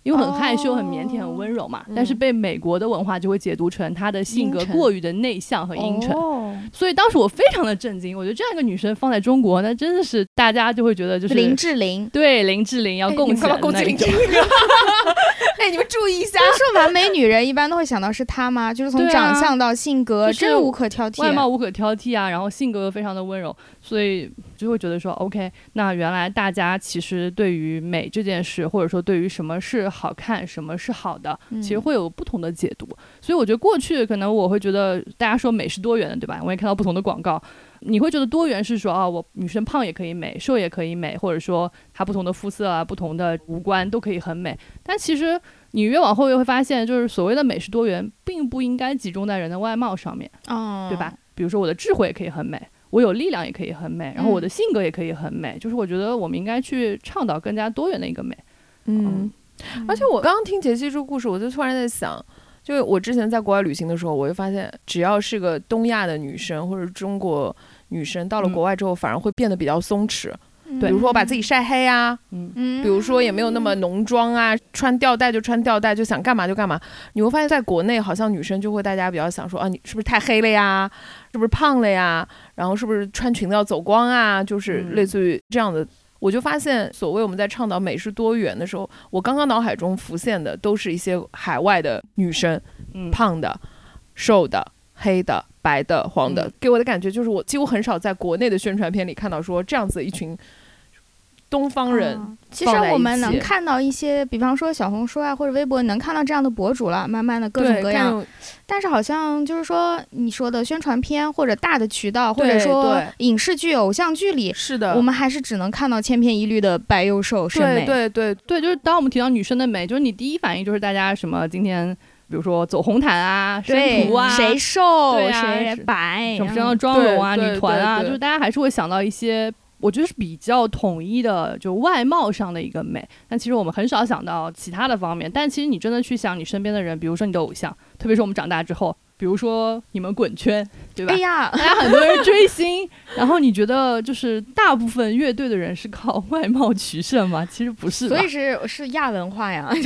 因为很害羞、很腼腆、很温柔嘛。但是哦嗯被美国的文化就会解读成她的性阴格沉过于的内向和阴沉。哦，所以当时我非常的震惊，我觉得这样一个女生放在中国，那真的是大家就会觉得就是林志玲，对林志玲要哎共你情干嘛攻击林志玲？ [LAUGHS] 哎，你们注意一 [LAUGHS] 下但，是完美女人一般都会想到是她吗？就是从对啊长相到性格，就是真无可挑 [LAUGHS] 剔。外貌无可挑剔啊，然后性格又非常的温柔，所以就会觉得说，OK，那原来大家其实对于美这件事，或者说对于什么是好看、什么是好的，嗯其实会有不同的解读。所以我觉得过去可能我会觉得大家说美是多元的，对吧？我也看到不同的广告，你会觉得多元是说啊，我女生胖也可以美，瘦也可以美，或者说她不同的肤色啊、不同的五官都可以很美。但其实你越往后越会发现，就是所谓的美是多元，并不应该集中在人的外貌上面。嗯，对吧？？比如说我的智慧也可以很美，我有力量也可以很美，然后我的嗯性格也可以很美。就是我觉得我们应该去倡导更加多元的一个美。嗯，而且我刚刚听杰西这个故事，我就突然在想，就我之前在国外旅行的时候，我会发现，只要是个东亚的女生或者中国女生，到了嗯国外之后，反而会变得比较松弛。嗯对比如说我把自己，晒黑啊，嗯，嗯比如说也没有那么浓妆啊，穿吊带就穿吊带，就想干嘛就干嘛。你会发现在国内，好像女生就会大家比较想说啊，你是不是太黑了呀？是不是胖了呀？然后是不是穿裙子要走光啊？就是嗯类似于这样的。我就发现，所谓我们在倡导美是多元的时候，我刚刚脑海中浮现的都是一些海外的女生，嗯胖的、瘦的、黑的、白的、黄的，嗯给我的感觉就是，我几乎很少在国内的宣传片里看到说这样子一群东方人。啊其实放在我一们能起看到一些，比方说小红书啊或者微博，能看到这样的博主了，慢慢的各种对各看样。有但是好像就是说你说的宣传片或者大的渠道，或者对说对影视剧、偶像剧里，是的，我们还是只能看到千篇一律的白幼瘦审对美。对对，对，就是当我们提到女生的美，就是你第一反应就是大家什么今天，比如说走红毯啊、对生图啊、谁瘦对啊谁是白，什么身上然后的妆容啊、对对女团啊，对对就是大家还是会想到一些。我觉得是比较统一的，就外貌上的一个美。但其实我们很少想到其他的方面。但其实你真的去想你身边的人，比如说你的偶像，特别是我们长大之后，比如说你们滚圈，对吧？哎呀， [LAUGHS] 大家很多人追星，然后你觉得就是大部分乐队的人是靠外貌取胜吗？其实不是吧，所以是是亚文化呀， [LAUGHS] [LAUGHS]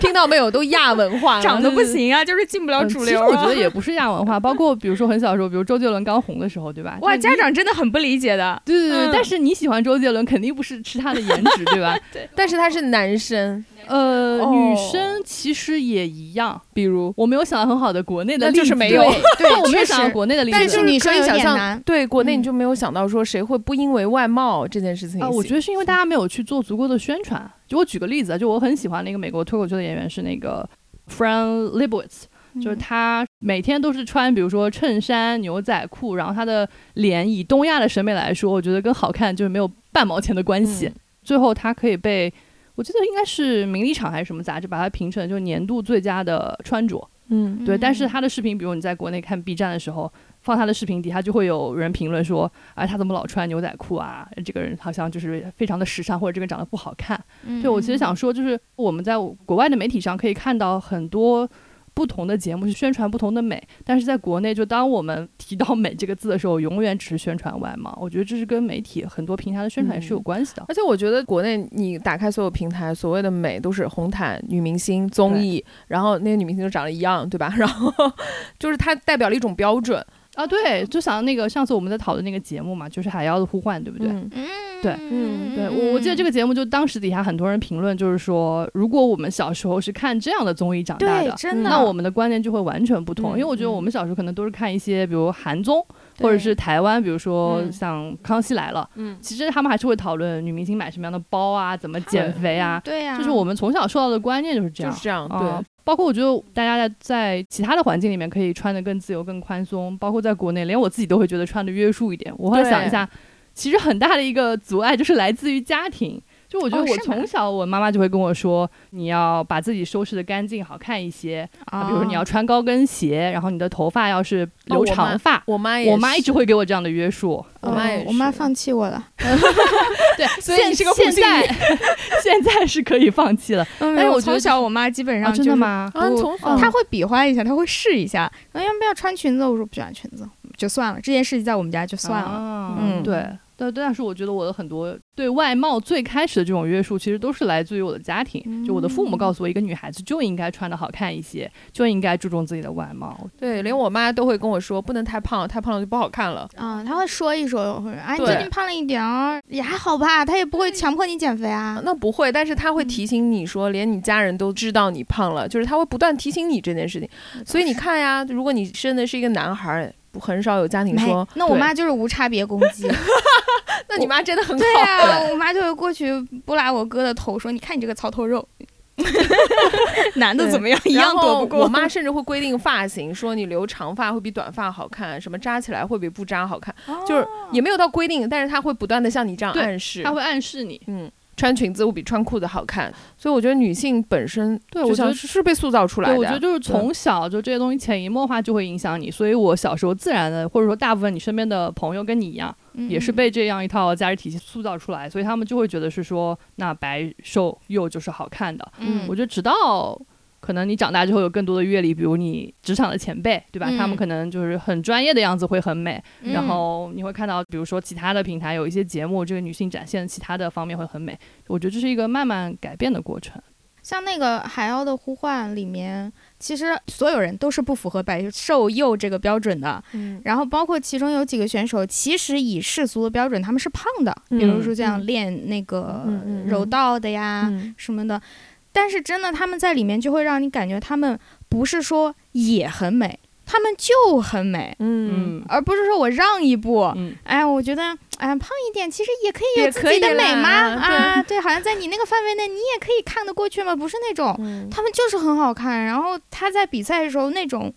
听到没有？都亚文化了，嗯长得不行啊，就是进不了嗯其主实流我觉啊。得也不是亚文化，包括比如说很小的时候，比如周杰伦刚红的时候，对吧？哇，就你家长真的很不理解的。对对对，嗯但是你喜欢周杰伦，肯定不是吃他的颜值，对 [LAUGHS] 吧？但是他是男生，呃，哦女生其实也一样，比如我没有想到很好的国内的那例就是子，没有 [LAUGHS] 对， [LAUGHS] 我没确有想到实国内的例子，但但是是女生可以有想点象难，对国内嗯你就没有想到说谁会不因为外貌这件事情啊，我觉得得是因为大家没有去做足够的宣传。就我举个例子啊，就我很喜欢那个美国脱口秀的演员是那个 Fran Lebowitz，就是嗯他每天都是穿比如说衬衫、牛仔裤，然后他的脸以东亚的审美来说，我觉得跟好看就是没有半毛钱的关系。嗯最后他可以被。我记得应该是《名利场》还是什么杂志，把它评成就是年度最佳的穿着。嗯，对，但是嗯他的视频，比如你在国内看 B 站的时候，放他的视频底下就会有人评论说，哎，他怎么老穿牛仔裤啊？这个人好像就是非常的时尚，或者这个人长得不好看。嗯对我其实嗯想说，就是我们在国外的媒体上可以看到很多。不同的节目去宣传不同的美，但是在国内，就当我们 [LAUGHS] 提到“美”这个字的时候，永远只是宣传外貌。我觉得这是跟媒体很多平台的宣传也是有嗯关系的。而且我觉得国内你打开所有平台，所谓的美都是红毯、女明星、 [LAUGHS] 综艺，然后那些女明星就长得一样，对吧？然后就是它代表了一种标准。啊，对，就想到那个上次我们在讨论那个节目嘛，就是海妖的呼唤，对不对？嗯嗯对嗯对我，我记得这个个节目，就当时底下很多人评论，就是说，如果我们小时候是看这样的综艺长大嗯对的，真的，那我们的观念就会完全不同。嗯因为我觉得我们小时候可能都是看一些，比如韩综，对或者是台湾，比如说嗯像《康熙来了》，嗯其实他们还是会讨论女明星买什么样的包啊，怎么减肥啊，对呀，就是我们从小受到的观念就是这嗯就样。是这样，啊对，包括我觉得大家在在其他的环境里面可以穿的更自由、更宽松，包括在国内，连我自己都会觉得穿的约束一点。我后来对想一下，其实很大的一个阻碍就是来自于家庭。就我觉得哦我是吗从小，我妈妈就会跟我说，你要把自己收拾的干净、好看一些。啊，比如说你要穿高跟鞋，然后你的头发要是留哦我妈长发。我妈也我妈一直是会给我这样的约束。哎我妈也哦我妈是放弃我了，对，所以你是个现不幸在 [LAUGHS] 现在是可以放 [LAUGHS] 弃了。但但是我觉哎从得小我妈基本啊上真就的是吗？啊不从小她会比划一下，她会试一下，那要不要穿裙子？我说不喜欢裙子，就算了，这件事情在我们家就算了。啊哦嗯对。但但是我觉得我的很多对外貌最开始的这种约束，其实都是来自于我的家庭，就我的父母嗯告诉我，一个女孩子就应该穿的好看一些，就应该注重自己的外貌。对，连我妈都会跟我说，不能太胖，太胖了就不好看了。嗯，她会说一说，或者哎，你对最近胖了一点哦，也还好吧，她也不会强迫你减肥啊。那不会，但是她会嗯提醒你说，连你家人都知道你胖了，就是她会不断提醒你这件事情。所以你看呀，如果你生的是一个男孩儿，不很少有家庭没说，，那我对妈就是无差别攻击。那你妈真的很好。对呀、我妈就会过去拨拉我哥的头，说：“你看你这个糙头肉，男的怎么样，一然样躲后不过。”我妈 [LAUGHS] 甚至会规定发型，说你留长发会比短发好看，什么扎起来会比不扎好看，哦就是也没有到规定，但是她会不断的向你这样嗯对暗示他。会暗示你，嗯，穿裙子会比穿裤子好看，所以我觉得女性本身对就我觉像得是是被塑造出来对，的。嗯我觉得就是从小就这些东西潜移默化就会影响你，所以我小时候自然的，或者说大部分你身边的朋友跟你一样，嗯也是被这样一套价值体系塑造出来，所以他们就会觉得是说，那白瘦幼就是好看的，嗯我觉得直到可能你长大之后有更多的阅历，比如你职场的前辈，对吧？嗯他们可能就是很专业的样子会很美，嗯然后你会看到，比如说其他的平台有一些节目，这个女性展现其他的方面会很美。我觉得这是一个慢慢改变的过程。像那个《海妖的呼唤》里面，其实所有人都是不符合白瘦幼这个标准的。嗯然后包括其中有几个选手，其实以世俗的标准他们是胖的，比如说像练那个嗯嗯嗯柔道的呀，嗯什么的。但是真的，他们在里面就会让你感觉他们不是说也很美，他们就很美，嗯，而不是说我让一步。嗯，哎，我觉得，哎，胖一点其实也可以也有自可以己的美啦吗？对啊，对，好像在你那个范围内，你也可以看得过去嘛，不是那种，嗯他们就是很好看。然后他在比赛的时候那种，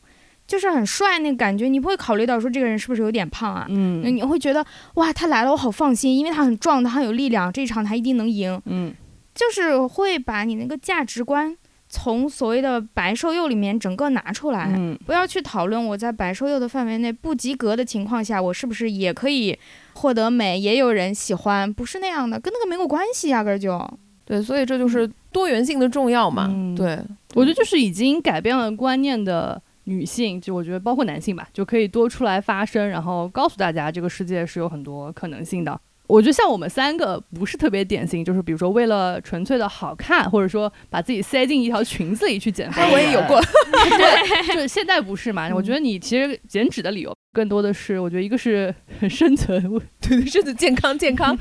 就是很帅那个感觉，你不会考虑到说这个人是不是有点胖啊？那嗯你会觉得哇，他来了，我好放心，因为他很壮，他很有力量，这一场他一定能赢。嗯，就是会把你那个价值观从所谓的白瘦幼里面整个拿出来，嗯，不要去讨论我在白瘦幼的范围内不及格的情况下，我是不是也可以获得美，也有人喜欢，不是那样的，跟那个没有关系，啊压根儿就。对，所以这就是多元性的重要嘛。 [LAUGHS] 嗯对，我觉得就是已经改变了观念的女性，就我觉得包括男性吧，就可以多出来发声，然后告诉大家这个世界是有很多可能性的。我觉得像我们三个不是特别典型，就是比如说为了纯粹的好看，或者说把自己塞进一条裙子里去减肥。哎我也有过，嗯对，就是现在不是嘛？我觉得你其实减脂的理由更多的是，我觉得一个是生存， [LAUGHS] 对对，身体健康，健 [LAUGHS] 康，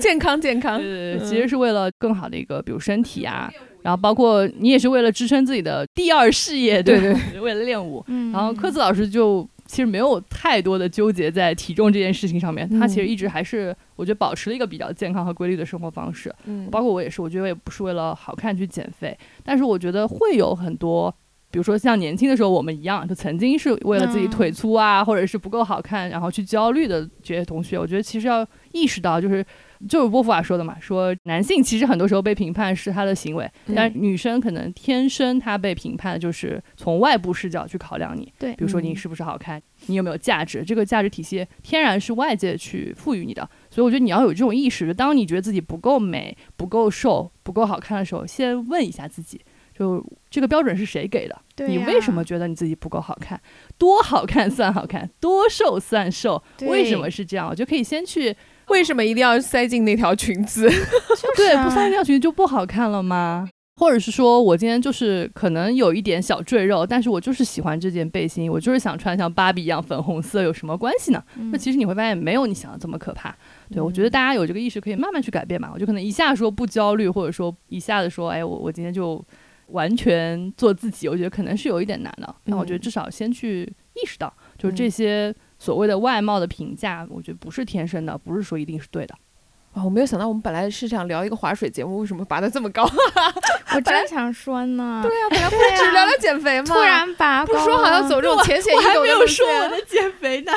健康，健康。呃，嗯其实是为了更好的一个，比如身体啊，然后包括你也是为了支撑自己的第二事业，对对对， [LAUGHS] 为了练舞。嗯然后科子老师就其实没有太多的纠结在体重这件事情上面，他其实一直还是我觉得保持了一个比较健康和规律的生活方式。嗯包括我也是，我觉得我也不是为了好看去减肥，但是我觉得会有很多。比如说像年轻的时候我们一样，就曾经是为了自己嗯腿粗啊，或者是不够好看，然后去焦虑的这些同学，我觉得其实要意识到，就是就是波伏娃说的嘛，说男性其实很多时候被评判是他的行为，嗯但是女生可能天生她被评判的就是从外部视角去考量你，对比如说你嗯是不是好看，你有没有价值，这个价值体系天然是外界去赋予你的，所以我觉得你要有这种意识，就当你觉得自己不够美、不够瘦、不够好看的时候，先问一下自己，就这个标准是谁给的？对你呀为什么觉得你自己不够好看？多好看算好看，多瘦算瘦，对为什么是这样？我就可以先去为什么一定要塞进那条裙子？ [LAUGHS] 就是对，啊不三条裙就不好看了吗？或者是说我今天就是可能有一点小赘肉，但是我就是喜欢这件背心，我就是想穿像芭比一样粉红色，有什么关系呢？嗯那其实你会发现没有你想的这么可怕。对我觉得大家有这个意识可以慢慢去改变嘛。我就可能一下说不焦虑，或者说一下子说，哎，我我今天就完全做自己，我觉得可能是有一点难的。但嗯我觉得至少先去意识到，就是这些所谓的外貌的评价，我觉得不是天生的，不是说一定是对 [LAUGHS] 的。啊、我没有想到我们本来是想聊一个划水节目，为什么拔得这么高？ [LAUGHS] [LAUGHS] 我正想说呢，对呀、本来不对是只啊聊聊减肥吗？突然拔不高说好了要走这种浅显易我还懂没的有路说我线的减肥呢。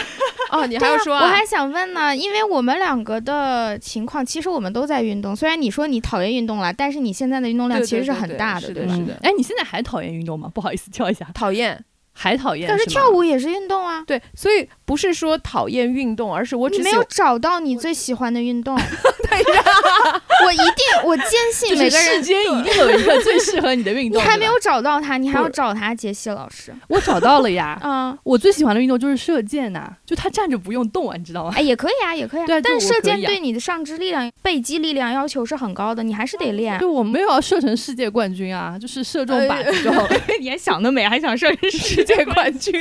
啊，你还对要啊说、我还想问呢，因为我们两个的情况，其实我们都在运动。虽然你说你讨厌运动了，但是你现在的运动量对其实对对很对大的，是对的吧？是的哎，你现在还讨厌运动吗？不好意思，跳一下，讨厌。还讨厌。但是吗跳舞也是运动啊，对，所以不是说讨厌运动，而是我只你没喜有找到你最喜欢的运 [LAUGHS] 动。 [LAUGHS] 我一定，我坚就信是每个人世，间一定有一个最适合你的运你动。还对吧没有，找到他，你还要不找他，杰西老师。我找到了呀。啊嗯，我最喜欢的运动就是射箭呐、就他站着不用动啊，你知道吗？ [LAUGHS] [LAUGHS] 哎，也可以啊，也可以啊。对啊就但我射可箭以啊对你的上肢力量、背肌力量要求是很高的，你还是得练。就我没有要射成世界冠军啊，就是射中靶子就好了。你还想得美，还想上身 [LAUGHS] 世界冠军，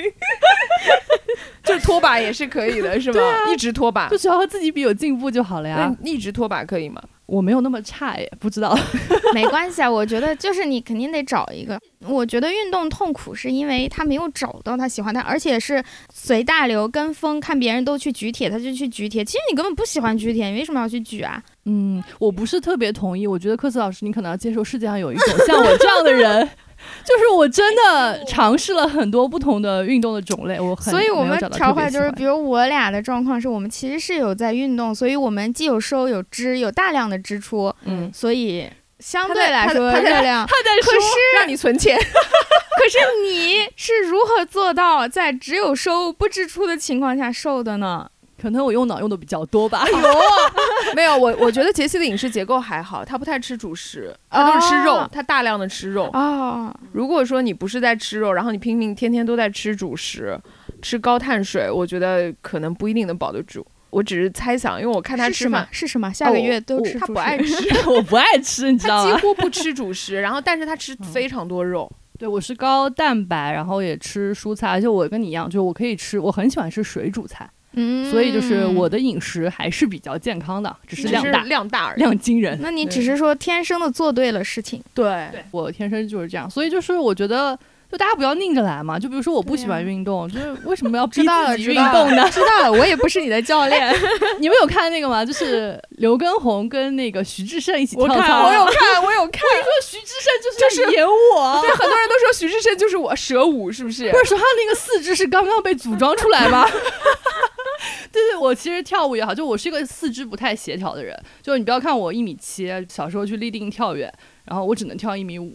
就是拖把也是可以的，是吧？一直拖把哎 [LAUGHS] 就，只要和自己比有进步就好了那呀。啊你一直拖把可以吗？我没有那么差耶，不知道。没关系啊，我觉得就是你肯定得找一个。我觉得运动痛苦是因为他没有找到他喜欢的，而且是随大流跟风，看别人都去举铁，他就去举铁。其实你根本不喜欢举铁，你为什么要去举啊？嗯，我不是特别同意。我觉得科斯老师，你可能要接受世界上有一种像我这样的 [LAUGHS] 人，就是我真 [LAUGHS] 的尝试了很多不同的运动的种类，我很所以我没们有找到调特别换就是，喜欢比如我俩的状况是我们其实是有在运动，所以我们既有收有支，有大量的支出，嗯，所以相他对在来他在说他在热量。他在可说是让你存钱，可是你是如何做到在只有收不支出的情况下瘦的呢？可能我用脑用的比较多吧。 [LAUGHS] 没有我，我觉得杰西的饮食结构还好，他不太吃主食，他都是吃肉哦，他大量的吃肉。哦，如果说你不是在吃肉，然后你拼命天天都在吃主食，吃高碳水，我觉得可能不一定能保得住。我只是猜想，因为我看他是吃什么饭，？是什么？下个哦月都我吃他主不食爱 [LAUGHS] 吃，我不爱吃，你知他道几吗？乎不吃主食，然后但是他嗯吃非常多肉。对，我是高蛋白，然后也吃蔬菜，而且我跟你一样，就是我可以吃，我很喜欢吃水煮菜，嗯，所以就是我。的饮食还是比较健康的，只只是量大，量大而已。量惊人。那你对只是说天生的做对了事情，对对我天生就是这样，所以就是我觉得。就大家不要拧着来嘛，就比如说我不对喜呀欢运动，就是为什么要逼知道了，自己知运道动呢了，？知道了。我也不是你的教练， [LAUGHS] 你们有看那个吗？就是刘畊宏跟那个徐志胜一起跳我操看吗，我有看， [LAUGHS] 我有看。徐志胜就就是是在演 [LAUGHS] 我，对，很多人都说徐志胜就是我蛇舞，是不是不？是说他那个四肢是刚刚被组装出来吗？ [LAUGHS] 对对，我其实跳舞也好，就我是一个四肢不太协调的人。就是你不要看我一米七，小时候去立定跳远，然后我只能跳一米五。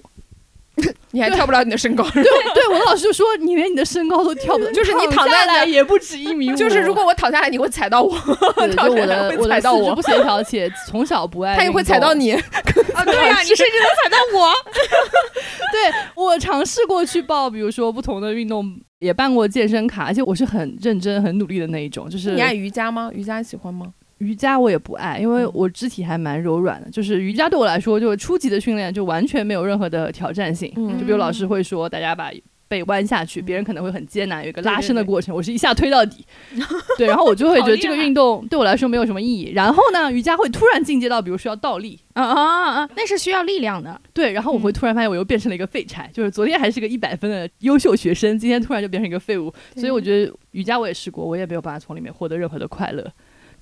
[LAUGHS] 你还跳不了你的身高。 [LAUGHS] 对对，我的老师就说你连你的身高都跳不，就是你躺躺在下来那也不止一米五。就是如果我躺下来，你会踩到我，对躺就我下来的会我的踩到四肢我不协调，且从小不爱， [LAUGHS] 他也会踩到。 [LAUGHS] 你。啊，对呀，你甚至能踩到我。对我尝试过去报，比如说不同的运动，也办过健身卡，而且我是很认真、很努力的那一种，就是你爱瑜伽吗？瑜伽喜欢吗？瑜伽我也不爱，因为嗯我肢体还蛮柔软的。就是瑜伽对我来说，就是初级的训练，就完全没有任何的挑战性。嗯就比如老师会说，大家把背弯下去，嗯别人可能会很艰难，有一个对对拉伸的过程。我是一下推到 [LAUGHS] 底，对，然后我就会觉得这个运动对我来说没有什么意义。然后呢，瑜伽会突然进阶到，比如说要倒立。啊啊啊！那是需要力量 [LAUGHS] 的。对，然后我嗯会突然发现我又变成了一个废柴，就是昨天还是个一百分的优秀学生，今天突然就变成一个废物。所以我觉得瑜伽我也试过，我也没有办法从里面获得任何的快乐。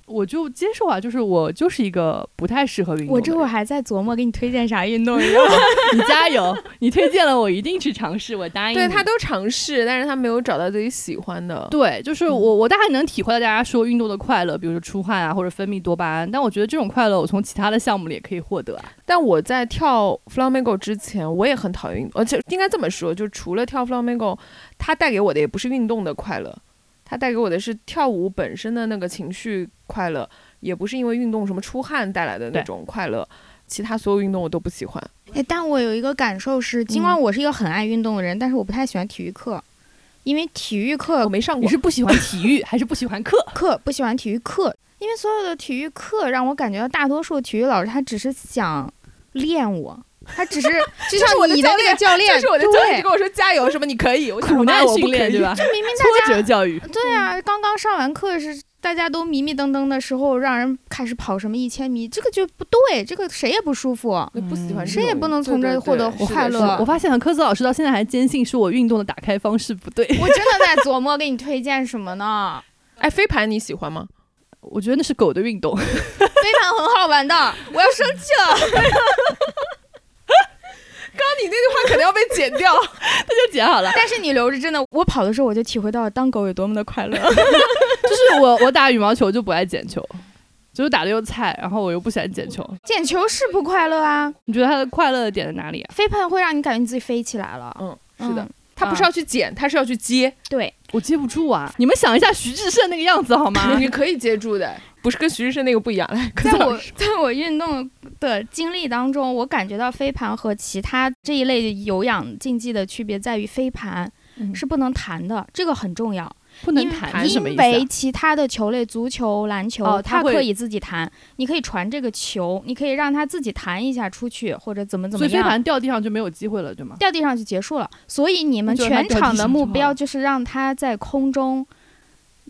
我就接受啊，就是我就是一个不太适合运动的人。我这会儿还在琢磨给你推荐啥运动，你加油， [LAUGHS] 你推荐了我一定去尝试，我答应你。嗯对他都尝试，但是他没有找到自己喜欢的。对，就是嗯我，我大概能体会到大家说运动的快乐，比如说出汗啊，或者分泌多巴胺。但我觉得这种快乐，我从其他的项目里也可以获得啊。但我在跳 flamenco 之前，我也很讨厌运动，而且应该这么说，就除了跳 flamenco，它带给我的也不是运动的快乐，它带给我的是跳舞本身的那个情绪快乐，也不是因为运动什么出汗带来的那对种快乐。其他所有运动我都不喜欢， [LAUGHS] 哎，但我有一个感受是，尽管我是一个很爱运动的人，但是我不太喜欢体育课，因为体育课我没上呃你过。是不喜 [LAUGHS] 欢体育，还是不喜欢课？课，不喜欢体育课，因为所有的体育课让我感觉到大多数体育老师他只是想练我，他 [LAUGHS] 只是就这是我像的你的教那练个教练，就是我的教练就跟我说加油什么你可以，我想苦说妈难我不训可练以对吧？对，明明大挫家折教育，对嗯啊，刚刚上完课是大家都迷迷瞪瞪的时候，让人开始跑什么一千米，这个就不对，这个谁也不舒 [LAUGHS] 服，我不喜欢这种，谁也不能从对这对获得对是的快是乐的。我发现了，科子老师到现在还坚信是我运动的打开方式不对，我真的在琢磨给你推荐什么呢？哎，飞盘你喜欢 [LAUGHS] 吗？我觉得那是狗的运动。 [LAUGHS] 飞盘很好玩的，我要生气 [LAUGHS] 了。刚刚你那句话可能要被剪掉。就剪好了。但是你留着真的，我跑的时候我就体会到了当狗有多么的 [LAUGHS] 快乐。就是我我打羽毛球就不爱捡球，就是打的又菜，然后我又不喜欢捡球。捡球是不快乐啊，你觉得它的快乐的点在哪里啊？飞盘会让你感觉你自己飞起来了。嗯，是的嗯，，他不是要去捡，他是要去接， [LAUGHS] 对，我接不住 [LAUGHS] 啊！你们想一下徐志胜那个样子好吗？ [LAUGHS] 你可以接住的，不是跟徐志胜那个不一样。 [LAUGHS] 来，柯在子老我师在我运动的经历当中，我感觉到飞盘和其他这一类有氧竞技的区别在于，飞盘嗯是不能弹的，这个很重要。不能弹是什么意因思、为啊？其他的球类，足球、篮球，哦它它会可以自己弹，你可以传这个球，你可以让它自己弹一下出去，或者怎么怎所么以飞样。盘掉地上就没有机会了，对吗？掉地上就结束了，所以你们就让它全场的目掉地上就好标就是让它在空中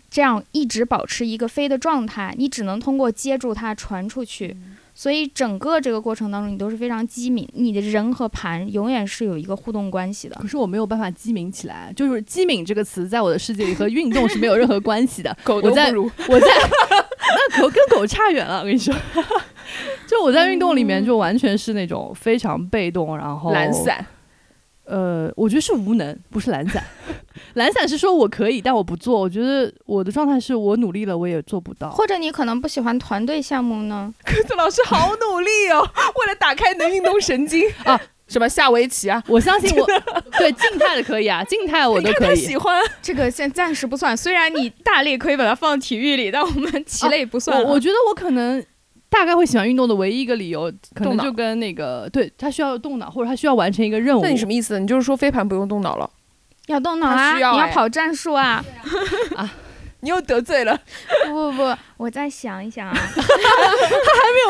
这样一直保持一个飞的状态，你只能通过接住它传出去。所以整个这个过程当中，你都是非常机敏，你的人和盘永远是有一个互动关系的。可是我没有办法机敏起来，就是“机敏”这个词在我的世界里和运动是没有任何关系的。 [LAUGHS] 狗我都在不如，我在 [LAUGHS] 那狗跟狗差远了，我跟你说，就我在运动里嗯面就完全是那种非常被动，然后 [LAUGHS] 懒散，呃，我觉得是无能，不是懒 [LAUGHS] 散。懒散是说我可以，但我不做。我觉得我的状态是我努力了，我也做不到。或者你可能不喜欢团队项目呢？柯子老师好努力哦， [LAUGHS] 为了打开你的运动神经啊，什么下围棋啊，我相信 [LAUGHS] 我对静态的可以啊，静态我 [LAUGHS] 你都看可他以喜。欢，啊这个先暂时不算，虽然你大类可以把它放体育里，但我们棋类不我 [LAUGHS] 算啊我觉得我可能大概会喜欢运动的唯一一个理由，可能动脑就跟那个对他需要动脑，或者他需要完成一个任务。那 [LAUGHS] 你什么意思？你就是说飞盘不用动脑了？要动脑啊，它需要你要哎跑战术啊。你又得罪了， [LAUGHS] 不不不，我再想一想啊。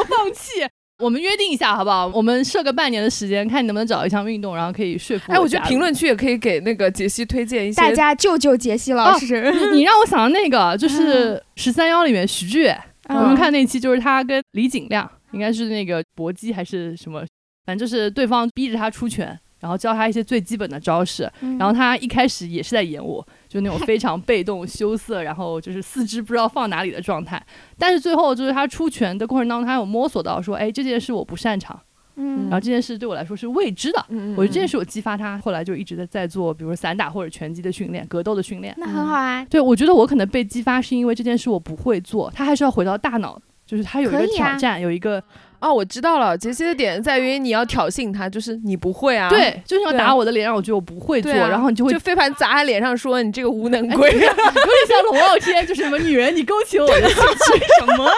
放弃？我们约定一下好不好？我们设个半年的时间，看你能不能找一项运动，然后可以说服哎，我觉加得入评论区也可以给那个杰西推荐一些，大家救救杰西老师！你你让我想到那个，就是十三幺里面徐志远，嗯我们看那期就是他跟李景亮，应该是那个搏击还是什么，反正就是对方逼着他出拳，然后教他一些最基本的招式，嗯然后他一开始也是在演我，就那种非常被动、羞涩，然后就是四肢不知道放哪里的状态。但是最后就是他出拳的过程当中，他有摸索到说，哎，这件事我不擅长，嗯然后这件事对我来说是未知的。嗯，嗯我觉得这件事我激发他，后来就一直在在做，比如说散打或者拳击的训练、格斗的训练。那很好啊，对，我觉得我可能被激发是因为这件事我不会做，它还是要回到大脑，就是它有一可个以挑啊战，有一个哦，我知道了，杰西的点在于你要挑衅他，就是你不会啊，对，就是要对打啊我的脸，让我觉得我不会做，对啊，然后你就 [LAUGHS] 会就飞盘砸他脸上说你这个无能哎鬼有，点像龙傲天，就是什么女人，你勾起了我的兴趣什 [LAUGHS] 么啊？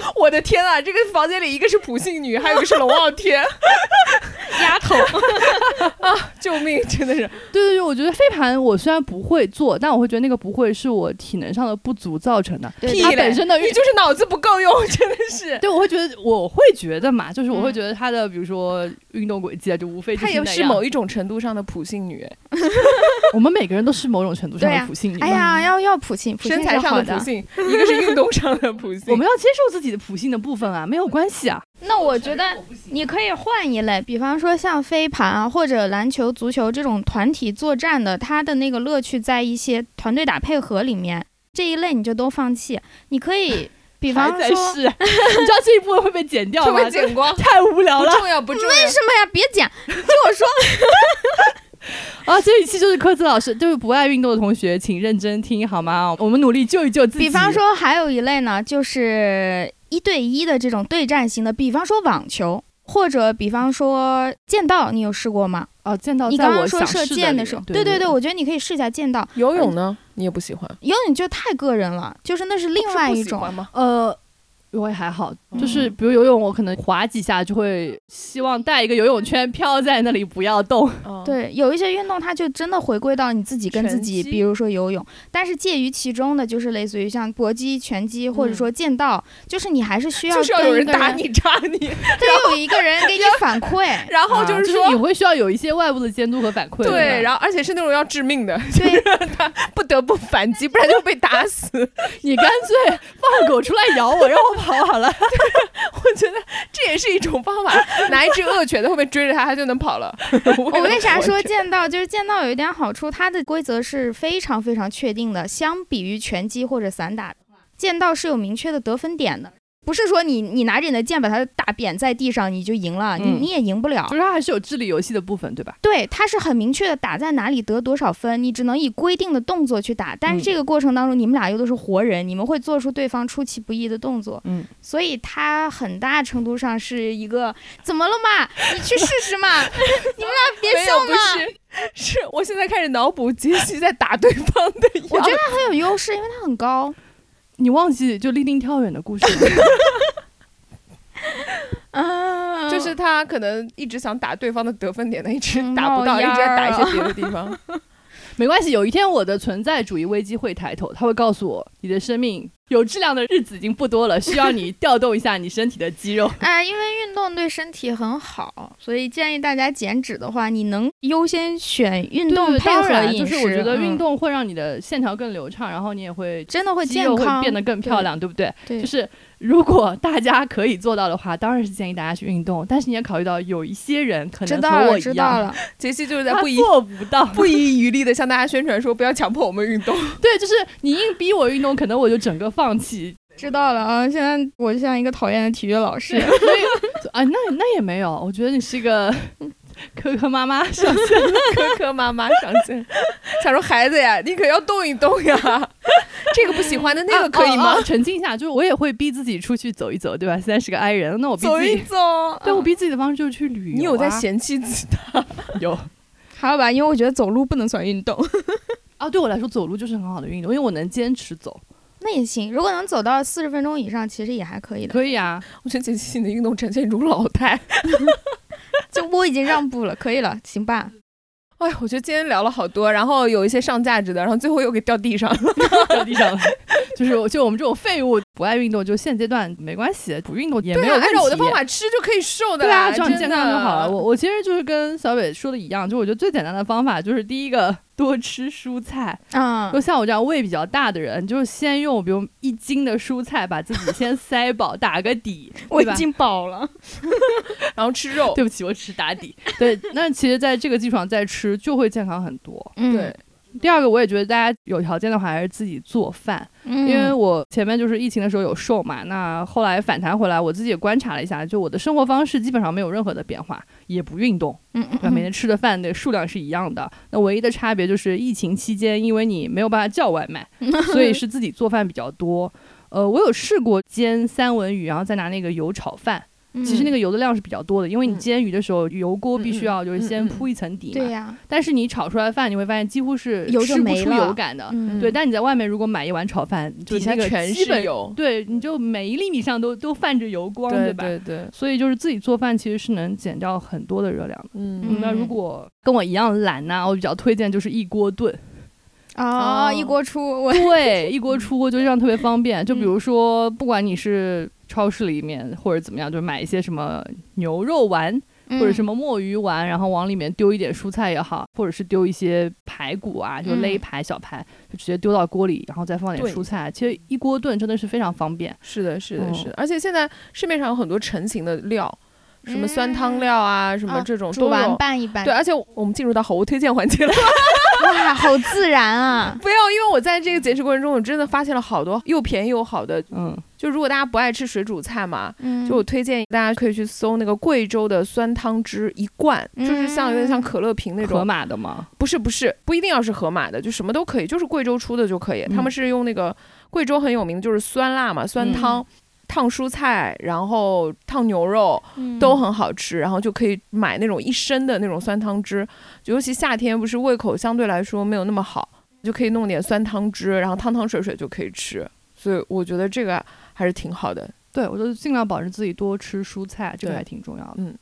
[LAUGHS] 我的天啊，这个房间里一个是普信女，还有一个是龙傲 [LAUGHS] 天，啊丫头，救命，真的是，对对对，我觉得飞盘我虽然不会做，但我会觉得那个不会是我体能上的不足造成的，对屁它嘞本身的运你就是脑子不够用，真的是。对，我会觉得，我会觉得嘛，就是我会嗯觉得他的，比如说运动轨迹啊，就无非就她也那是样。某一种程度上的普信女，我们每个人都是某种程度上对的啊普信女嘛。哎呀，要要普信，普信身材是上好的普信，一个是运动上的普信。 [LAUGHS] 我们要接受自己的普性的部分啊，没有关系啊。那我觉得你可以换一类，比方说像飞盘啊，或者篮球、足球这种团体作战的，它的那个乐趣在一些团队打配合里面，这一类你就都放弃。你可以，比方还在说，哎为什试，啊 [LAUGHS] 你知道这一部分会被剪掉会吗？被剪光，太无聊不 [LAUGHS] 了重要，不重要。么呀？别讲，你听我说，啊！这一期就是科子老师，就是不爱运动的同学，请认真听好吗？我们努力救一救自己。比方，说还有一类呢，就是一对一的这种对战型的，比方说网球。或者比方说剑道，你有试过吗？哦，见到你在刚我刚说想射试箭的时候，里面对对对，我觉得你可以试一下剑道。游泳呢，你也不喜欢，游泳就太个人了，就是那是另外一哦是不喜种。欢吗？呃，我也还好，就是比如游泳，我可能划几下就会希望带一个游泳圈飘在那里不要动。嗯，对，有一些运动它就真的回归到你自己跟自己，拳击比如说游泳，但是介于其中的就是类似于像搏击、拳击或者嗯说剑道，就是你还是需要就是要跟有一人个打你、扎你，对，有一个人给你反馈 [LAUGHS] ，然后啊就就是说你会需要有一些外部的监督和反馈的。对，然后而且是那种要致 [LAUGHS] 命的，对，不得不反击，不然就被打 [LAUGHS] 死。你干脆放狗出来咬我，让我跑好了。 [LAUGHS] 我觉得这也是一种方法，拿一只恶犬在后面追着它，它就能 [LAUGHS] 跑了。我我为啥说这？剑道？就是剑道有一点好处，它的规则是非常非常确定的，相比于拳击或者散打，剑道是有明确的得分点的。不是说你你拿着你的剑把它打扁在地上你就赢了，嗯你你也赢不了。 [LAUGHS] 就是它还是有智力游戏的部分，对吧？对，它是很明确的打在哪里得多少分，你只能以规定的动作去打。但嗯是这个过程当中，你们俩又都是活人，你们会做出对方出其不意的动作，嗯，所以它很大程度上是一个怎么了嘛？你去试试 [LAUGHS] 嘛，你们俩别没笑有，嘛不。是， [LAUGHS] 是我现在开始脑补杰西在打对方的样子。 [LAUGHS] 我觉得它很有优势，因为它很 [LAUGHS] 高。你忘记就立定跳远的故事了吗？啊 [LAUGHS] 就是他可能一直想打对方的得分点，但一直嗯打不到，冒一烟直在打一儿些别的地方。 [LAUGHS] 没关系，有一天我的存在主义危机会抬头，它会告诉我，你的生命有质量的日子已经不多了，需要你调动一下你身体的肌 [LAUGHS] 肉。哎，因为运动对身体很好，所以建议大家减脂的话，你能优先选运动对配当合然就饮食。是我觉得运嗯动会让你的线条更流畅，然后你也会真的会肌健肉会康，变得更漂亮，对不对？对。就是如果大家可以做到的话，当然是建议大家去运动，但是你也考虑到有一些人可知能和道我了，一知道 [LAUGHS] 样。了。杰西就是在他 [LAUGHS] 不遗做不到，不遗余力的向大家宣传说，不要强迫我们运动。对，就是你硬逼我运动，可能我就整个放弃。知道了啊！现在我就像一个讨厌的体育老师 [LAUGHS] 对，， [LAUGHS] 所以啊，那那也没有，我觉得你是一个磕磕妈妈上 [LAUGHS] 科科妈妈上线，想说孩子呀，你可要动一动 [LAUGHS] 呀，这个不喜欢的那个可以吗啊啊？啊澄清一下，就是我也会逼自己出去走一走，对吧？现在是个 I 人，那我逼走自一己， [LAUGHS] 走。对我逼自己的方式就是去旅游、啊你有在？ [LAUGHS] 嫌弃自己？有还好吧？因为我觉得走路不能算运动。啊，对我来说走路就是很好的运动，因为我能坚持走。那也行，如果能走到四十分钟以上，其实也还可以的。可以 [LAUGHS] 啊， [LAUGHS] 我觉得杰西你的运动呈现一种老态。 [LAUGHS] 就我已经让步了，可以了，行 [LAUGHS] 吧？哎，我觉得今天聊了好多，然后有一些上价值的，然后最后又给掉地上了。掉地上了。就是我就我们这种废物不爱运动，就现阶段没关系，不运动啊也没有问题。啊按照我的方。法吃就可以瘦的对啦，啊，只要你真健康就的好了。我我其实就是跟小北说的一样，就我觉得最简单的方法就是第一个多吃蔬菜，啊就，像我这样胃比较大的人，就是先用比如一斤的蔬菜把自己先塞饱，打个底，我对已吧？经饱了。然后吃肉。对不起，我只打底。对，那其实在这个基础上再吃，就会健康很多。嗯对，第二个，我也觉得大家有条件的话，还是自己做饭，因因为我前面就是疫情的时候有瘦嘛，那后来反弹回来，我自己也观察了一下，就我的生活方式基本上没有任何的变化，也不运动，嗯对吧？每天吃的饭的数量是一样的，那唯一的差别就是疫情期间，因为你没有办法叫外 [LAUGHS] 卖，所以是自己做饭比较多。呃，我有试过煎三文鱼，然后再拿那个油炒饭。其实那个个油的量是比较多的，因为你嗯煎鱼的时候，油锅必须要就是嗯先嗯嗯铺一层底嘛。对呀，但是你炒出来的饭，你会发现几乎是油就吃不没出了油感的。嗯对，但你在外面如果买一碗炒饭，就底下那个全基是本，油，对，你就每一粒米上都都泛着油光，对吧？对对，所以就是自己做饭其实是能减掉很多的热量的。嗯嗯那如果跟我一样懒呢、我比较推荐就是一锅炖。啊，哦一锅出我对，一锅出就这样特别方便。就比如说，不管你是超市里面或者怎么样，就买一些什么牛肉丸嗯或者什么墨鱼丸，然后往里面丢一点蔬菜也好，或者是丢一些排骨啊，就肋嗯排、小排，就直接丢到锅里，然后再放点对蔬菜。其实一锅炖真的是非常方便。是的，是的，哦是的，而且现在市面上有很多成型的料，什么酸汤嗯料啊，什么啊这种煮都完有。拌一拌，对，啊而且我们进入到好物推荐环节了。 [LAUGHS] 哇，好自然啊！不要，因为我在这个节食过程中，我真的发现了好多又便宜又好的。嗯，就如果大家不爱吃水煮菜嘛， [LAUGHS] 嗯就我推荐大家可以去搜那个贵州的酸汤汁一罐，就是像有点像可乐瓶那河种，马的嘛，不是不是，不一定要是河马的，就什么都可以，就是贵州出的就可以。嗯他们是用那个贵州很有名的就是酸辣嘛，酸汤。烫蔬菜，然后烫牛肉嗯都很好吃，然后就可以买那种一升的那种酸汤汁，就尤其夏天不是胃口相对来说没有那么好，就可以弄点酸汤汁，然后汤汤水水就可以吃，所以我觉得这个还是挺好的。对我就尽量保证自己多吃蔬菜，这个对还挺重要的。嗯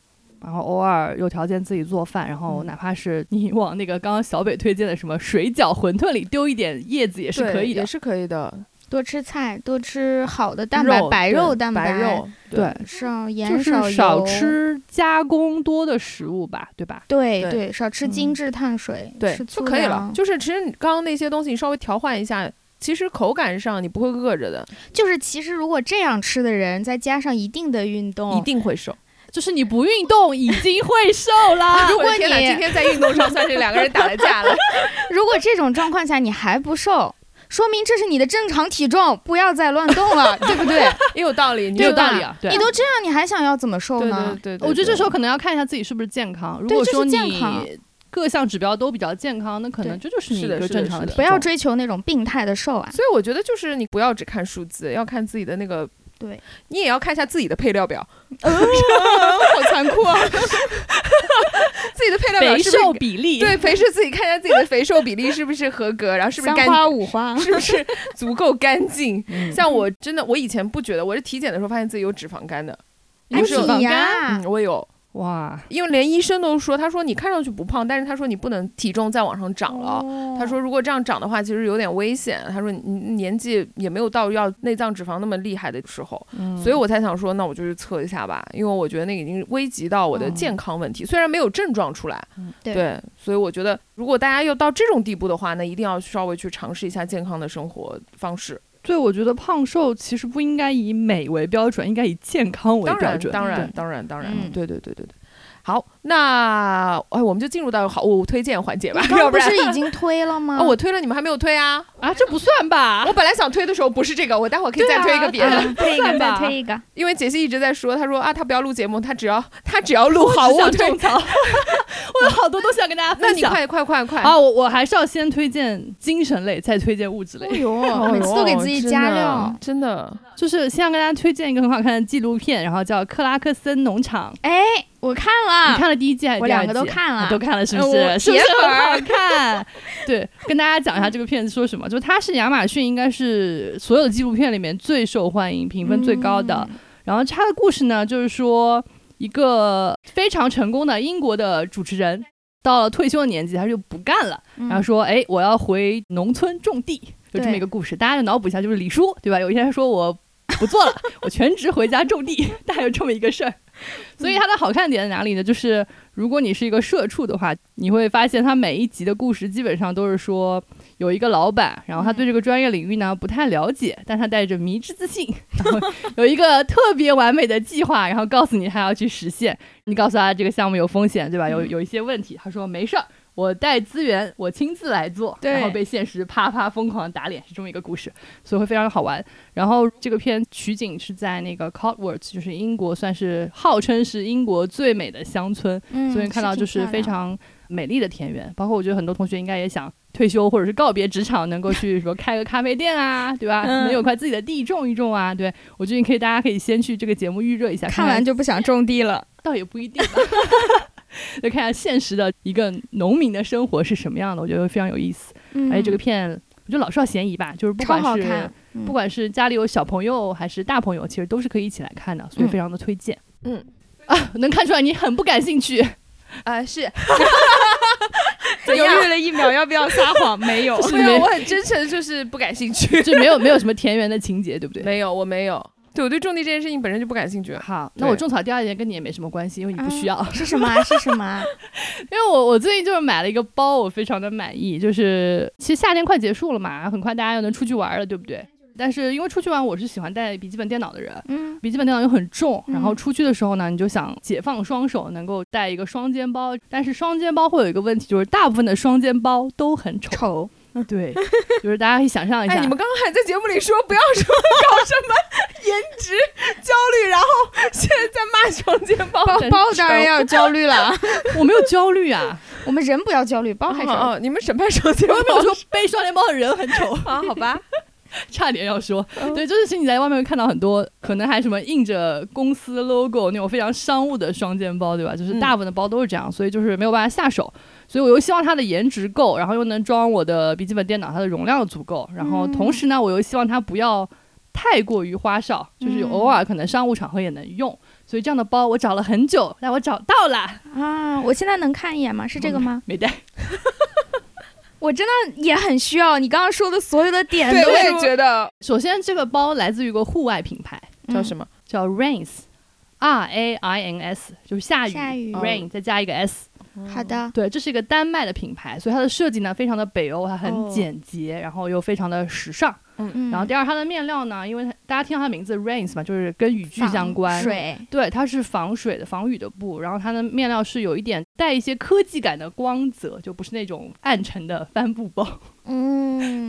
然后偶尔有条件自己做饭，然后嗯哪怕是你 [LAUGHS] 往那个刚刚小北推荐的什么水饺、馄饨里丢一点叶子也是对可以的也。是可以的。多吃菜，多吃好的蛋白，白对肉蛋白白，肉，对，少就盐是少少油，吃加工多的食物吧，对吧？对对对，少吃精嗯致碳水，对吃就粗可以了。粮就是其实你刚刚那些东西，你稍微调换一下，其实口感上你不会饿着的，就是其实如果这样吃的人，再加上一定的运动，一定会瘦。就是你不运动已经会 [LAUGHS] 瘦啦。如果我的天哪，你今天在运动上算是两个人打了架了。如果这种状况下你还不瘦，说明这是你的正常体重，不要再乱动了，对不对？啊也有道理，你也有有道道理理啊。啊，对你。都这样，你还想要怎么瘦对呢对？对对，我觉得这时候候可能要看一下自己是不是健康。如对果这是说健康你各项指标都比较健康，那可能这就是你是一的个是的正常是的的体不要重追求那种病态的瘦啊！所以我觉得就是你不要只看数字，要看自己的那个，对你也要看一下自己的配料表，好残 [LAUGHS] 酷啊！ [LAUGHS] 自己的配料表肥是不是瘦比例。对肥瘦自己看一下自己的肥瘦比例是不是合格，然后是不是三干，花五花是不是足够干净。嗯，像我真的，我以前不觉得，我是体检的时候发现自己有脂肪肝的，哎我是有你的，你嗯，呀，我有，哇，因为连医生都说，他说你看上去不胖，但是他说你不能体重再往上涨了。哦他说，如果这样涨的话，其实有点危险。他说你你年纪也没有到要内脏脂肪那么厉害的时候，嗯所以我才想说，那我就去测一下吧，因为我觉得那个已经危及到我的嗯健康问题，虽然没有症状出来，嗯对所以我觉得如果大家要到这种地步的话，那一定要稍微去尝试一下健康的生活方式。对，我觉得胖瘦其实不应该以美为标准，应该以健康为当标然，准。当然对，，当然，当然，嗯对对对对对。好，那哎，我们就进入到好物推荐环节吧，刚要刚不然是已经推了吗？啊，我推了，你们还没有推啊。啊，这不算吧 [LAUGHS] 我？本来想推的时候不是这个，我待会儿可以对再啊推一个别的， [LAUGHS] 嗯推一算个，再吧推一个，因为杰西一直在说，他说啊，他不要录节目，他只要他只要录好我物想推种。草， [LAUGHS] 我有好多东西要跟大家那分你享。快快快快！啊，我我还是要先推荐精神类，再推荐物质类。哎呦，每次都给自己加料。真的。就是先要跟大家推荐一个很好看的纪录片，然后叫《克拉克森农场》。哎，我看你了，看了第一季还是啊我第二季？两个都看啊了都，看了是不哎是？我是不是铁粉很儿好看？ [LAUGHS] 对，跟大家讲一下这个片子说什么。就它是亚马逊应该是所有的纪录片里面最受欢迎、评分最高的。嗯然后它的故事呢，就是说一个非常成功的英国的主持人，到了退休的年纪，他就不干了，嗯然后说：“哎，我要回农村种地。”有这么对一个故事，大家就脑补一下，就是李叔对吧？有一天他说我不 [LAUGHS] 做了，我全职回家种地， [LAUGHS] 大概有这么一个事儿。所以它的好看点在哪里呢？就是如果你是一个社畜的话，你会发现它每一集的故事基本上都是说有一个老板，然后他对这个专业领域呢不太了解，但他带着迷之自信， [LAUGHS] 然后有一个特别完美的计划，然后告诉你他要去实现。你告诉他这个项目有风险，对吧？有有一些问题，他说没事儿。我带资源，我亲自来做，对然后被现实啪啪疯狂打脸，是这么一个故事，所以会非常好玩。然后这个片取景是在那个 Cotworth，就是英国算是号称是英国最美的乡村，嗯所以看到就是非挺漂亮常美丽的田园。包括我觉得很多同学应该也想退休或者是告别职场，能够 [LAUGHS] 去说开个咖啡店啊，对吧？嗯能有块自己的地种一种啊，对我觉得你可以，大家可以先去这个节目预热一下，看看完就不想种地了。倒也不一定吧。 [LAUGHS] 就看一下现实的一个农民的生活是什么样的，我觉得非常有意思。嗯哎而且这个片，我觉得老少咸宜吧，就是不超管好是看，嗯不管是家里有小朋友还是大朋友，其实都是可以一起来看的，所以非常的推荐。嗯啊，能看出来你很不感兴趣，啊，是，犹豫了一秒，要不要撒谎？没有是 [LAUGHS] 没有，没我很真诚，就是不感 [LAUGHS] 兴趣。就没有没有什么田园的情节，对不对？没有，我没有。对，我对种地这件事情本身就不感兴趣。啊好，那对我种草第二件跟你也没什么关系，因为你不需要。 [LAUGHS] 是什么啊？是什么啊？因为我我最近就是买了一个包，我非常的满意。就是其实夏天快结束了嘛，很快大家又能出去玩了，对不对？但是因为出去玩，我是喜欢带笔记本电脑的人，嗯，笔记本电脑又很重，嗯然后出去的时候呢，你就想解放双手，能够带一个双肩包。但是双肩包会有一个问题，就是大部分的双肩包都很丑。丑。对，就是大家可以想象一下，哎，你们刚刚还在节目里说不要 [LAUGHS] 说搞什么颜值焦虑，然后现在在骂双肩 [LAUGHS] 包。包真包当然丑要有焦虑了，我没有焦虑 [LAUGHS] 啊， [LAUGHS] 我们人不要焦虑，包还是要哦，哦你们审判双肩我包又没有说背双肩包的人很丑。 [LAUGHS] 啊？[LAUGHS] 好吧，差点要说，嗯对，就是其实你在外面会看到很多，可能还什么印着公司 logo 那种非常商务的双肩包，对吧？嗯就是大部分的包都是这样，所以就是没有办法下手。所以我又希望它的颜值够，然后又能装我的笔记本电脑，它的容量足够，然后同时呢，我又希望它不要。太过于花哨，就是有嗯偶尔可能商务场合也能用，所以这样的包我找了很久，但我找到了，啊，我现在能看一眼吗？是这个吗？没带。我真的也很需要你刚刚说的所有的点对，都我也是觉得首先，这个包来自于一个户外品牌，嗯叫什么？叫 Rains，R A I N S，就是下雨下雨 rain 再加一个 s，嗯好的，嗯对，这是一个丹麦的品牌，所以它的设计呢非常的北欧，它哦很简洁，然后又非常的时尚。嗯，然后第二，它的面料呢，因为它大家听到它名字 rains 嘛，就是跟雨具防相关。水，对，它是防水的、防雨的布，然后它的面料是有一点带一些科技感的光泽，就不是那种暗沉的帆布包，嗯，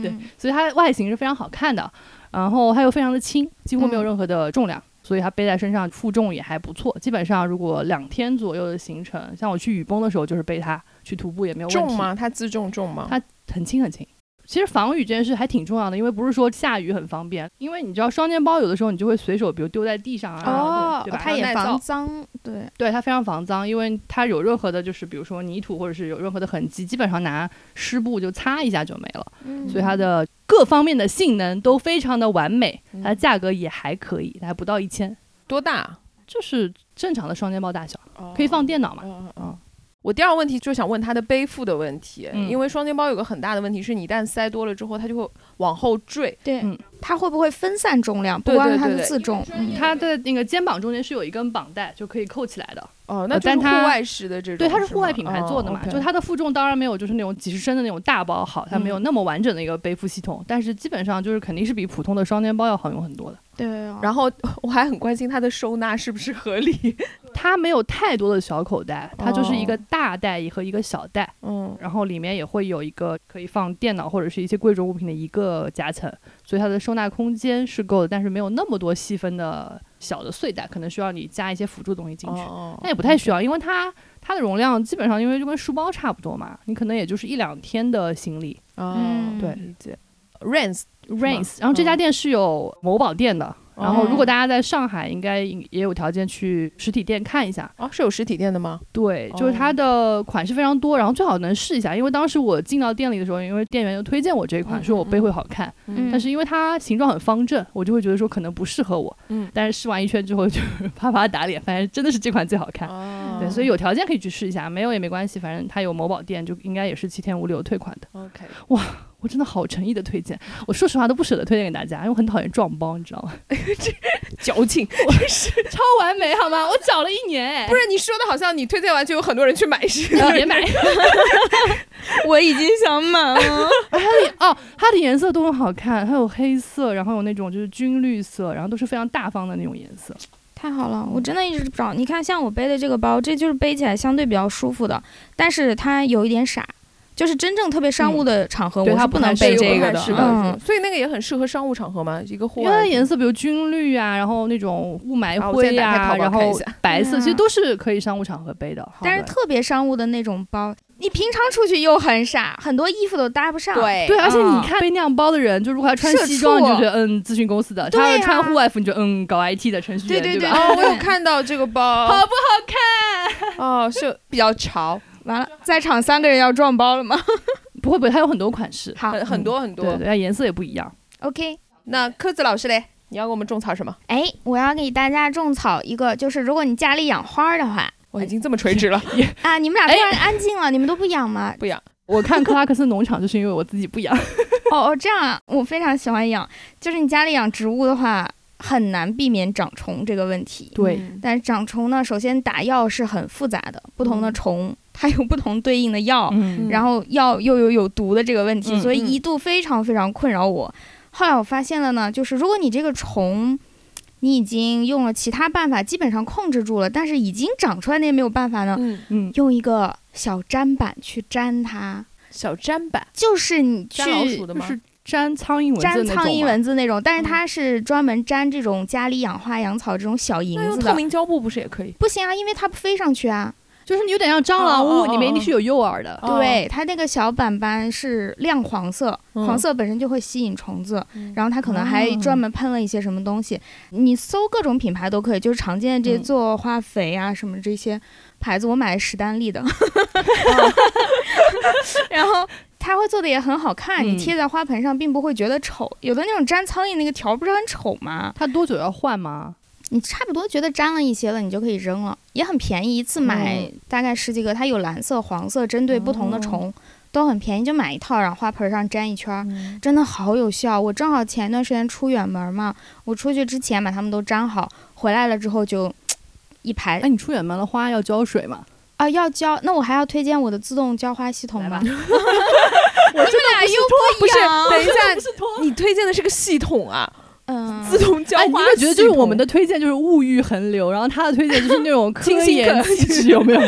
[LAUGHS] 对，所以它外形是非常好看的，然后它又非常的轻，几乎没有嗯任何的重量，所以它背在身上负重也还不错。基本上如果两天左右的行程，像我去雨崩的时候就是背它，去徒步也没有问题。嗯重吗？它自重重吗？它很轻很轻。其实防雨这件事还挺重要的，因为不是说下雨很方便，因为你知道双肩包有的时候你就会随手，比如丢在地上啊，哦对，吧？它要也耐防造脏，对，对它非常防脏，因为它有任何的就是比如说泥土或者是有任何的痕迹，基本上拿湿布就擦一下就没了，嗯所以它的各方面的性能都非常的完美，嗯它的价格也还可以，还不到一千，多大？就是正常的双肩包大小，可以放电脑嘛？嗯嗯嗯。我第二个问题就想问它的背负的问题，嗯因为双肩包有个很大的问题是你一旦塞多了之后，它就会往后坠。对嗯，它会不会分散重量？不对光对是它对的对自重，嗯它的那个肩膀中间是有一根绑带，就可以扣起来的。哦，那就是呃但户它外式的这种。对，它是是户外吗品牌做的嘛，哦，OK 就它的负重当然没有就是那种几十升的那种大包好，它没有嗯那么完整的一个背负系统，但是基本上就是肯定是比普通的双肩包要好用很多的。对，哦然后我还很关心它的收纳是不是合理。它没有太多的小口袋，它就是一个哦大袋和一个小袋，嗯，然后里面也会有一个可以放电脑或者是一些贵重物品的一个夹层，所以它的收纳空间是够的，但是没有那么多细分的小的碎袋，可能需要你加一些辅助东西进去。哦那也不太需要，因为它它的容量基本上因为就跟书包差不多嘛，你可能也就是一两天的行李。哦嗯对理解。Rains Rains，然后这家店是有某宝店的。然后，如果哦嗯大家在上海，应该也有条件去实体店看一下。哦是有实体店的吗？对，就是哦它的款式非常多，然后最好能试一下。因为当时我进到店里的时候，因为店员就推荐我这一款，嗯说我背嗯会好看。嗯但是因为它形状很方正，我就会觉得说可能不适合我。嗯但是试完一圈之后，就是 [LAUGHS] 啪啪打脸，反正真的是这款最好看。哦对，所以有条件可以去试一下，没有也没关系，反正它有某宝店，就应该也是七天无理由退款的。 OK 我真的好诚意的推荐，我说实话都不舍得推荐给大家，因为我很讨厌撞包，你知道吗？ [LAUGHS] 矫情，超完美好吗？我找了一年 [LAUGHS] 哎，不是你说的好像你推荐完就有很多人去买似呃 [LAUGHS] 的。别买我已经想买了，哦，它的颜色都很好看，它有黑色，然后有那种就是军绿色，然后都是非常大方的那种颜色。 [LAUGHS] 太好了，我真的一直找。你看，像我背的这个包，这就是背起来相对比较舒服的，但是它有一点傻，就是真正特别商务的场合，嗯对我它是不能太背适合这个不太的适。的，嗯，所以那个也很适合商务场合嘛，一个户因为它外的颜色，比如军绿啊，然后那种雾霾啊我灰现在打开呀、淘宝然看一后下白色，嗯其实都是可以商务场合背的。但是特别商务的那种包，你平常出去又很傻，很多衣服都搭不上。，对对，而且你嗯看背那样包的人，就如果他穿社西装，你畜就觉得嗯，咨询公司的；对他要呀穿户外服，你就嗯，搞 IT 的程序对员，对吧？对哦，我有看到这个包，好不好看？哦，是比较潮，完了，在场三个人要撞包了 [LAUGHS] 吗？不会不会，它有很多款式，好很很多很对多。对，它颜色也不一样。 ，OK。那柯子老师嘞，你要给我们种草什么？哎，我要给大家种草一个，就是如果你家里养花儿的话我已经这么垂直了， [LAUGHS] 啊，你们俩突然安静了，你们都不养吗？不养。我看克拉克斯农场就是因为我自己不养， [LAUGHS] 哦哦，这样啊，我非常喜欢养，就是你家里养植物的话，很难避免长虫这个问题。对，嗯但是长虫呢，首先打药是很复杂的，不同的嗯虫它有不同对应的药，嗯然后药又有有毒的这个问题，嗯所以嗯一度非常非常困扰我。后来我发现了呢，就是如果你这个虫，你已经用了其他办法基本上控制住了，但是已经长出来那也没有办法呢，嗯，嗯，用一个小砧板去粘它，小砧板，就是你去粘老鼠的就吗？是粘苍蝇蚊子粘那种苍蝇嘛，蚊子那种，但是嗯它是专门粘这种家里养花养草这种小蝇那用子透的。明胶布不是也可以？不行啊，因为它不飞上去啊。就是你有点像蟑螂哦哦屋，哦里面一定是有诱饵的。哦对，它那个小板板是亮黄色，嗯黄色本身就会吸引虫子，嗯哦然后它可能还专门喷了一些什么东西。你搜各种品牌都可以，就是常见的这些嗯做化肥啊、什么这 [LAUGHS] 哦些牌子，我买的史丹利的，然后。它会做的也很好看，你嗯贴在花盆上并不会觉得丑。有的那种粘苍蝇那个条不是很丑吗？它多久要换吗？你差不多觉得粘了一些了，你就可以扔了，也很便宜，一次买大概十几个，它有蓝色、黄色，针对不同的虫、都很便宜，就买一套，然后花盆上粘一圈儿，真的好有效。我正好前一段时间出远门嘛，我出去之前把它们都粘好，回来了之后就一排那、哎你出远门了，花要浇水吗？啊，要浇，那我还要推荐我的自动浇花系统来吧 [LAUGHS] 吧？你们俩又不是养，等一下，是拖。你推荐的是个系统啊，嗯，自动浇哎，花你系统。会觉得就是我们的推荐就是物欲横流，然后他的推荐就是那 [LAUGHS] 种科清新研可气质，有没 [LAUGHS] 有？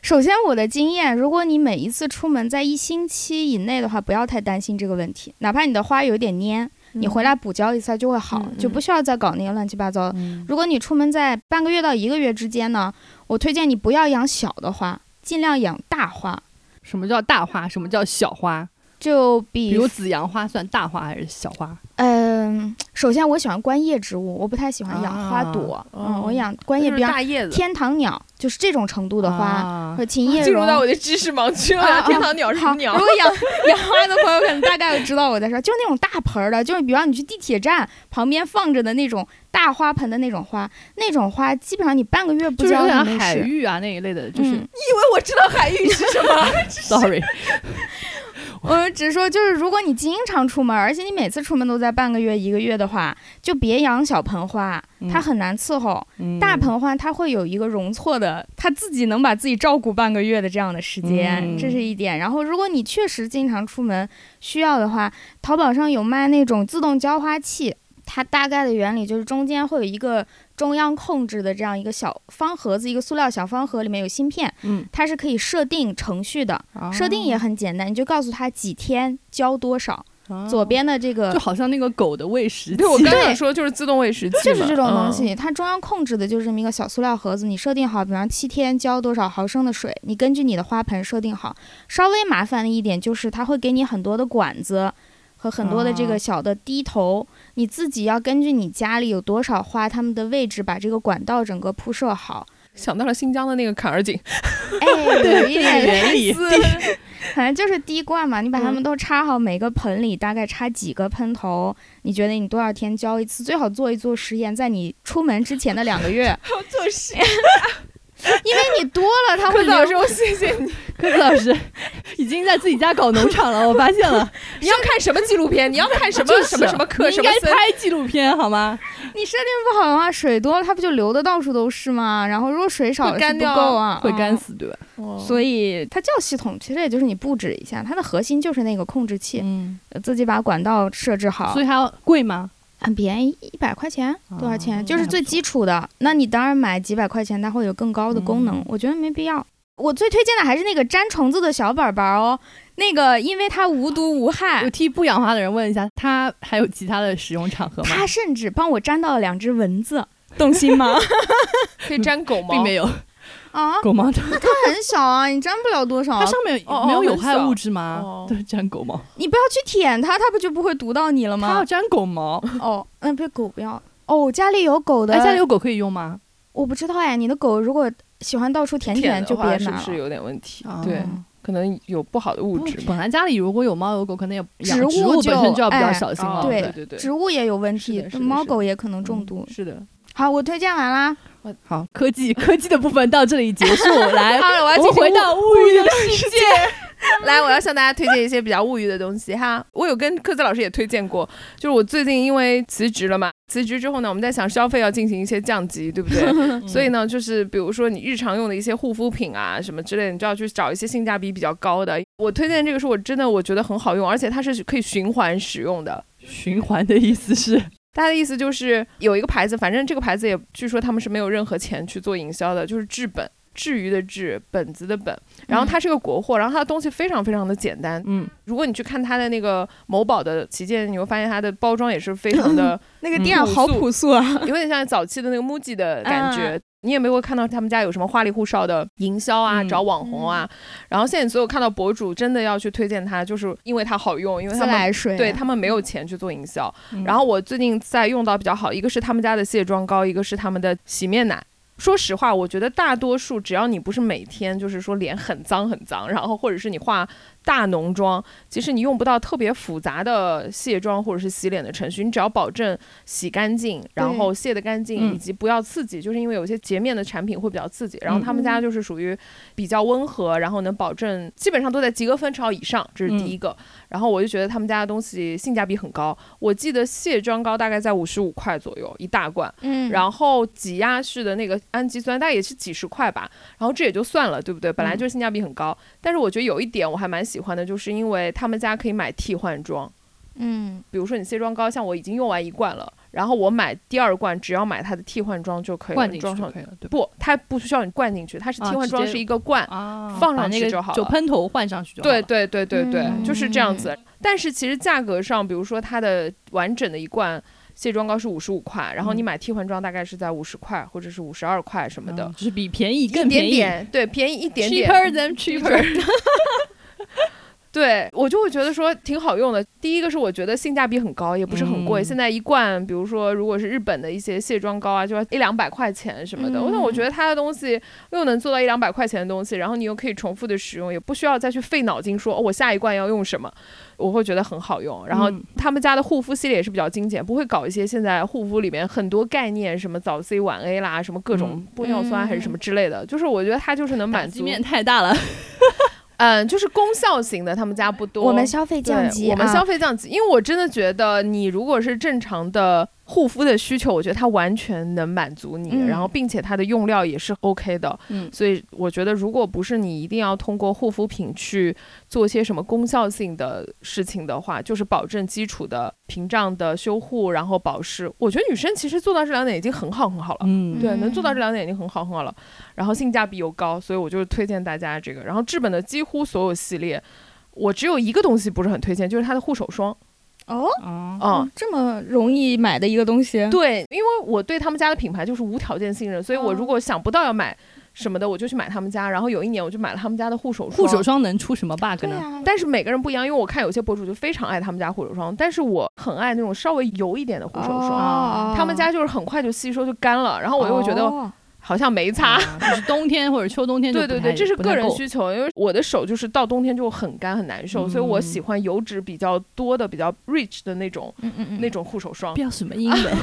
首先，我的经验，如果你每一次出门在一星期以内的话，不要太担心这个问题。哪怕你的花有点蔫，嗯你回来补浇一下就会好，嗯嗯就不需要再搞那些乱七八糟的。嗯如果你出门在半个月到一个月之间呢，我推荐你不要养小的花，尽量养大花。什么叫大花？什么叫小花？就比比如紫阳花算大花还是小花？嗯、首先我喜欢观叶植物，我不太喜欢养花朵。啊嗯，哦我养观叶就是比较大叶子。哦天堂鸟，就是这种程度的花，啊和琴叶进入榕到我的知识盲区了，啊啊天堂鸟是什好，么鸟如？果养养花的朋友可能大概会知道我在说，就那种大盆儿的，就是比方你去地铁站旁边放着的那种大花盆的那种花，那种花基本上你半个月不就是浇有点它没海事。芋啊那一类的，就是、嗯以为我知道海芋是什么？ sorry，我们只是说，就是如果你经常出门，而且你每次出门都在半个月、一个月的话，就别养小盆花，它嗯很难伺候。大盆花它会有一个容错的，它自己能把自己照顾半个月的这样的时间，嗯这是一点。然后，如果你确实经常出门需要的话，淘宝上有卖那种自动浇花器，它大概的原理就是中间会有一个中央控制的这样一个小方盒子，一个塑料小方盒，里面有芯片，嗯，它是可以设定程序的，啊设定也很简单，你就告诉它几天浇多少，啊左边的这个就好像那个狗的喂食器对，，我刚对想说就是自动喂食器嘛，就是这种东嗯。西，它中央控制的就是这么一个小塑料盒子，你设定好，比方七天浇多少毫升的水，你根据你的花盆设定好。稍微麻烦的一点就是它会给你很多的管子和很多的这个啊小的滴头，你自己要根据你家里有多少花，它们的位置把这个管道整个铺设好。想到了新疆的那个坎儿井， [LAUGHS] 哎，有一点原理嗯反正就是滴灌嘛，你把它们都插好，每个盆里大概插几个喷头，你觉得你多少天浇一次？最好做一做实验，在你出门之前的两个月，我做实因为你多了它 [LAUGHS] 会 [LAUGHS] 科子流老师，我谢谢你。科子老师已经在自己家搞农场了，我发现了，你要看什么纪录片？你要看 [LAUGHS] 什么就是什么什么课？你什应么该森拍纪录片好吗？你设定不好的话，水多了它不就流的到处都是吗？然后如果水少了会是干不掉够啊，会干嗯。死对吧？所以它叫系统，其实也就是你布置一下，它的核心就是那个控制器，嗯，呃自己把管道设置好所，以它要贵吗？很便宜，一百块钱啊多少钱？嗯就是最基础的。那你当然买几百块钱，它会有更高的功能，嗯我觉得没必要。我最推荐的还是那个粘虫子的小板板哦，那个因为它无毒无害啊我，替不养花的人问一下，它还有其他的使用场合吗？它甚至帮我粘到了两只蚊子，动心 [LAUGHS] 吗？可以粘狗毛，并没有啊，狗毛的，它很小啊，你粘不了多少啊它。上面哦哦哦没有有很害小物质吗哦？对，粘狗毛，你不要去舔它，它不就不会毒到你了它要吗？粘狗毛。哦，嗯，不是狗不要。哦，家里有狗的，哎，家里有狗可以用吗？我不知道哎，你的狗如果喜欢到处舔舔舔，的就别话拿哦是不了。嗯是有点问题？啊对，哦可能有不好的物质嘛。本来家里如果有猫有狗，可能也养植物物就本身就要比较哎小心了。哦对对对对，植物也有问是题的是，的猫是的狗也可能中毒。是的。好，我推荐完啦。好，科技科技的部分到这里结 [LAUGHS] 束，来，哎好了，我要我进们行回物到物欲的世界。来，我要向大家推荐一些比较物欲的东西哈。我有跟科子老师也推荐过，就是我最近因为辞职了嘛，辞职之后呢，我们在想消费要进行一些降级，对不对？嗯所以呢，就是比如说你日常用的一些护肤品啊什么之类的，你就要去找一些性价比比较高的。我推荐这个是我真的我觉得很好用，而且它是可以循环使用的。循环的意思是，它的意思就是有一个牌子，反正这个牌子也据说他们是没有任何钱去做营销的，就是治本。至于的治，本子的本，嗯然后它是个国货，然后它的东西非常非常的简单，嗯，如果你去看它的那个某宝的旗舰，你会发现它的包装也是非 [LAUGHS] 常的，那嗯店好朴素啊。 [LAUGHS] 有点像早期的那个 MUJI 的感觉。嗯你也没有看到他们家有什么花里胡哨的营销啊，嗯找网红啊。嗯然后现在你所有看到博主真的要去推荐它，就是因为它好用，因为自他们来水，啊对他们没有钱去做营销。嗯然后我最近在用到比较好，一个是他们家的卸妆膏，一个是他们的洗面奶。说实话，我觉得大多数只要你不是每天就是说脸很脏很脏，然后或者是你化大浓妆，其实你用不到特别复杂的卸妆或者是洗脸的程序，你只要保证洗干净，然后卸得干净，嗯以及不要刺激，就是因为有些洁面的产品会比较刺激。然后他们嗯家就是属于比较温和，然后能保证基本上都在及格分潮以上，这是嗯第一个。然后我就觉得他们家的东西性价比很高，我记得卸妆膏大概在五十五块左右一大罐，嗯，然后挤压式的那个氨基酸大概也是几十块吧，然后这也就算了，对不对？本来就是性价比很高，但是我觉得有一点我还蛮喜欢的，就是因为他们家可以买替换装，嗯比如说你卸妆膏，像我已经用完一罐了，然后我买第二罐，只要买它的替换装就可以了，灌进去装就上可以了，对吧？不，它不需要你灌进去，它是啊替换直装，接是一个罐。啊放把上那去个就好酒了喷头换上去就好对了对对对对，嗯就是这样子。但是其实价格上，比如说它的完整的一罐卸妆膏是五十五块，然后你嗯买替换装大概是在五十块或者是五十二块什么的嗯，就是比便宜一更点便宜点，对，便宜一点点。 ，cheaper than cheaper， [LAUGHS] 对我就会觉得说挺好用的。第一个是我觉得性价比很高，也不是很贵。嗯现在一罐，比如说如果是日本的一些卸妆膏啊，就要一两百块钱什么的。嗯那、我觉得它的东西又能做到一两百块钱的东西，然后你又可以重复的使用，也不需要再去费脑筋说哦我下一罐要用什么，我会觉得很好用。然后嗯他们家的护肤系列也是比较精简，不会搞一些现在护肤里面很多概念，什么早 C 晚 A 啦，什么各种嗯玻尿酸还是什么之类的。就是我觉得它就是能打满击足，面太大了，嗯，就是功效型的他们家不多。我们消费对降级、啊，我们消费降级，因为我真的觉得你如果是正常的护肤的需求，我觉得它完全能满足你，嗯然后并且它的用料也是 OK 的，嗯所以我觉得如果不是你一定要通过护肤品去做些什么功效性的事情的话，就是保证基础的屏障的修护，然后保湿，我觉得女生其实做到这两点已经很好很好了。嗯对，能做到这两点已经很好很好了，然后性价比又高，所以我就是推荐大家这个。然后至本的几乎所有系列，我只有一个东西不是很推荐，就是它的护手霜。哦，啊，嗯，这么容易买的一个东西，对，因为我对他们家的品牌就是无条件信任，所以我如果想不到要买什么的，我就去买他们家。然后有一年我就买了他们家的护手霜。护手霜能出什么 bug 对呢？啊，但是每个人不一样，因为我看有些博主就非常爱他们家护手霜，但是我很爱那种稍微油一点的护手霜，哦啊他们家就是很快就吸收就干了，然后我又觉得哦好像没擦，啊就是冬天或者秋冬天就对不对太对，这是不太个人够需求，因为我的手就是到冬天就很干很难受，所以我嗯喜欢油脂比较多的、比较 rich 的那种嗯嗯嗯，那种护手霜不。要什么英文，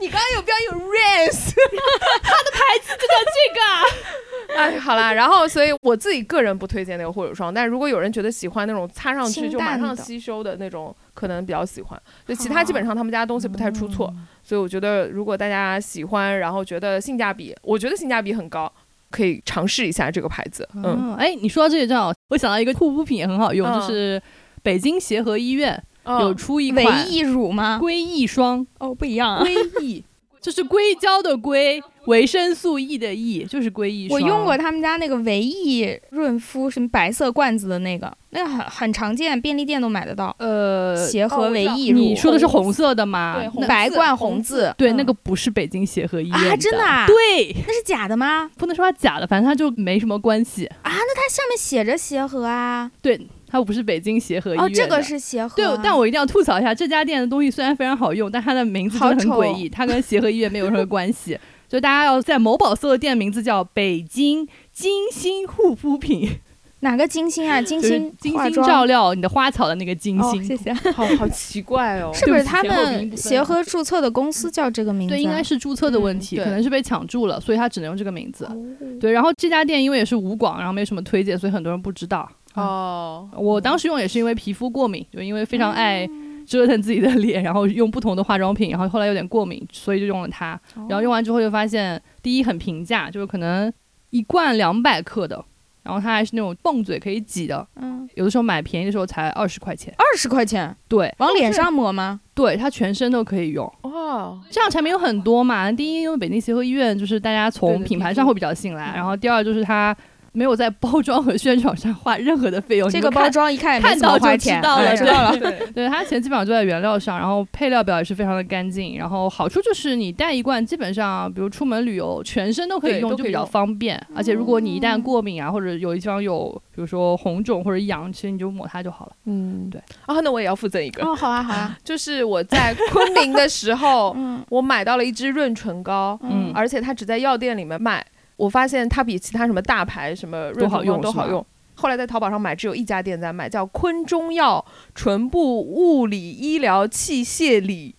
你刚刚有不要用 Rans？他的牌子就叫这个。哎，好啦，然后所以我自己个人不推荐那个护手霜，但如果有人觉得喜欢那种擦上去清就马淡上的吸收的那种，可能比较喜欢。所以其他基本上他们家的东西不太出错，嗯所以我觉得如果大家喜欢，然后觉得性价比，我觉得性价比很高，可以尝试一下这个牌子。嗯 [LAUGHS] 嗯，哎，你说到这个正好，我想到一个护肤品也很好用，嗯就是北京协和医院嗯有出一维款益乳吗？归益霜，哦，不一 [LAUGHS] 样啊，归益就是硅胶的硅，维生素 E 的 E，就是归益我霜。用过他们家那个维益润肤，什么白色罐子的那个，那个很很常见，便利店都买得到。呃，协和维益乳，你说的是红色的吗？对红那字白罐红字，对，嗯那个不是北京协和医院啊，真的啊，对，那是假的吗？不能说它假的，反正它就没什么关系。啊，那它上面写着协和啊，对，它不是北京协和医院哦，的这个。是协和，啊对，但我一定要吐槽一下这家店的东西，虽然非常好用，但它的名字真的很好丑哦诡异，它跟协和医院没有任何关 [LAUGHS] 系。就大家要在某宝搜的店名字叫北京金星护肤品，哪个金星 [LAUGHS] 啊？金就是星金化星妆照料你的花草的那个金哦星，，谢 [LAUGHS] 谢。好好奇怪哦是不对是不起他前后鼻音们不对协和注册的公司叫这个名字啊？对，应该是注册的问题，嗯对可能是被抢注了，所以他只能用这个名字。哦。对，然后这家店因为也是无广，然后没什么推荐，所以很多人不知道。哦，嗯我当时用也是因为皮肤过敏，就因为非常爱哦折腾自己的脸，然后用不同的化妆品，然后后来有点过敏，所以就用了它。哦然后用完之后就发现，第一很平价，就是可能一罐两百克的，然后它还是那种泵嘴可以挤的，嗯，有的时候买便宜的时候才二十块钱。二十块钱对往脸上抹吗？对，它全身都可以用。哦，这样产品有很多嘛。第一，因为北京协和医院就是大家对从对嗯品牌上会比较信赖，然后第二就是它没有在包装和宣传上花任何的费用，哦这你个们看包装一看也没看怎么到花就知钱，道了，哎对知 [LAUGHS] 道了。对对，它钱基本上就在原料上，然后配料表也是非常的干净，然后好处就是你带一罐，基本上比如出门旅游，全身都可以对用，都就可以比较用嗯方便。而且如果你一旦过敏啊，或者有一地方有，比如说红肿或者痒，其实你就抹它就好了。嗯对。啊，那我也要附赠一个，哦，好啊，好啊，就是我在昆明的 [LAUGHS] 时候，嗯我买到了一支润唇膏，嗯而且它只在药店里面卖。我发现它比其他什么大牌什么都润唇膏好用都好用，后来在淘宝上买，只有一家店在卖，叫昆中药唇部物理医疗器械礼。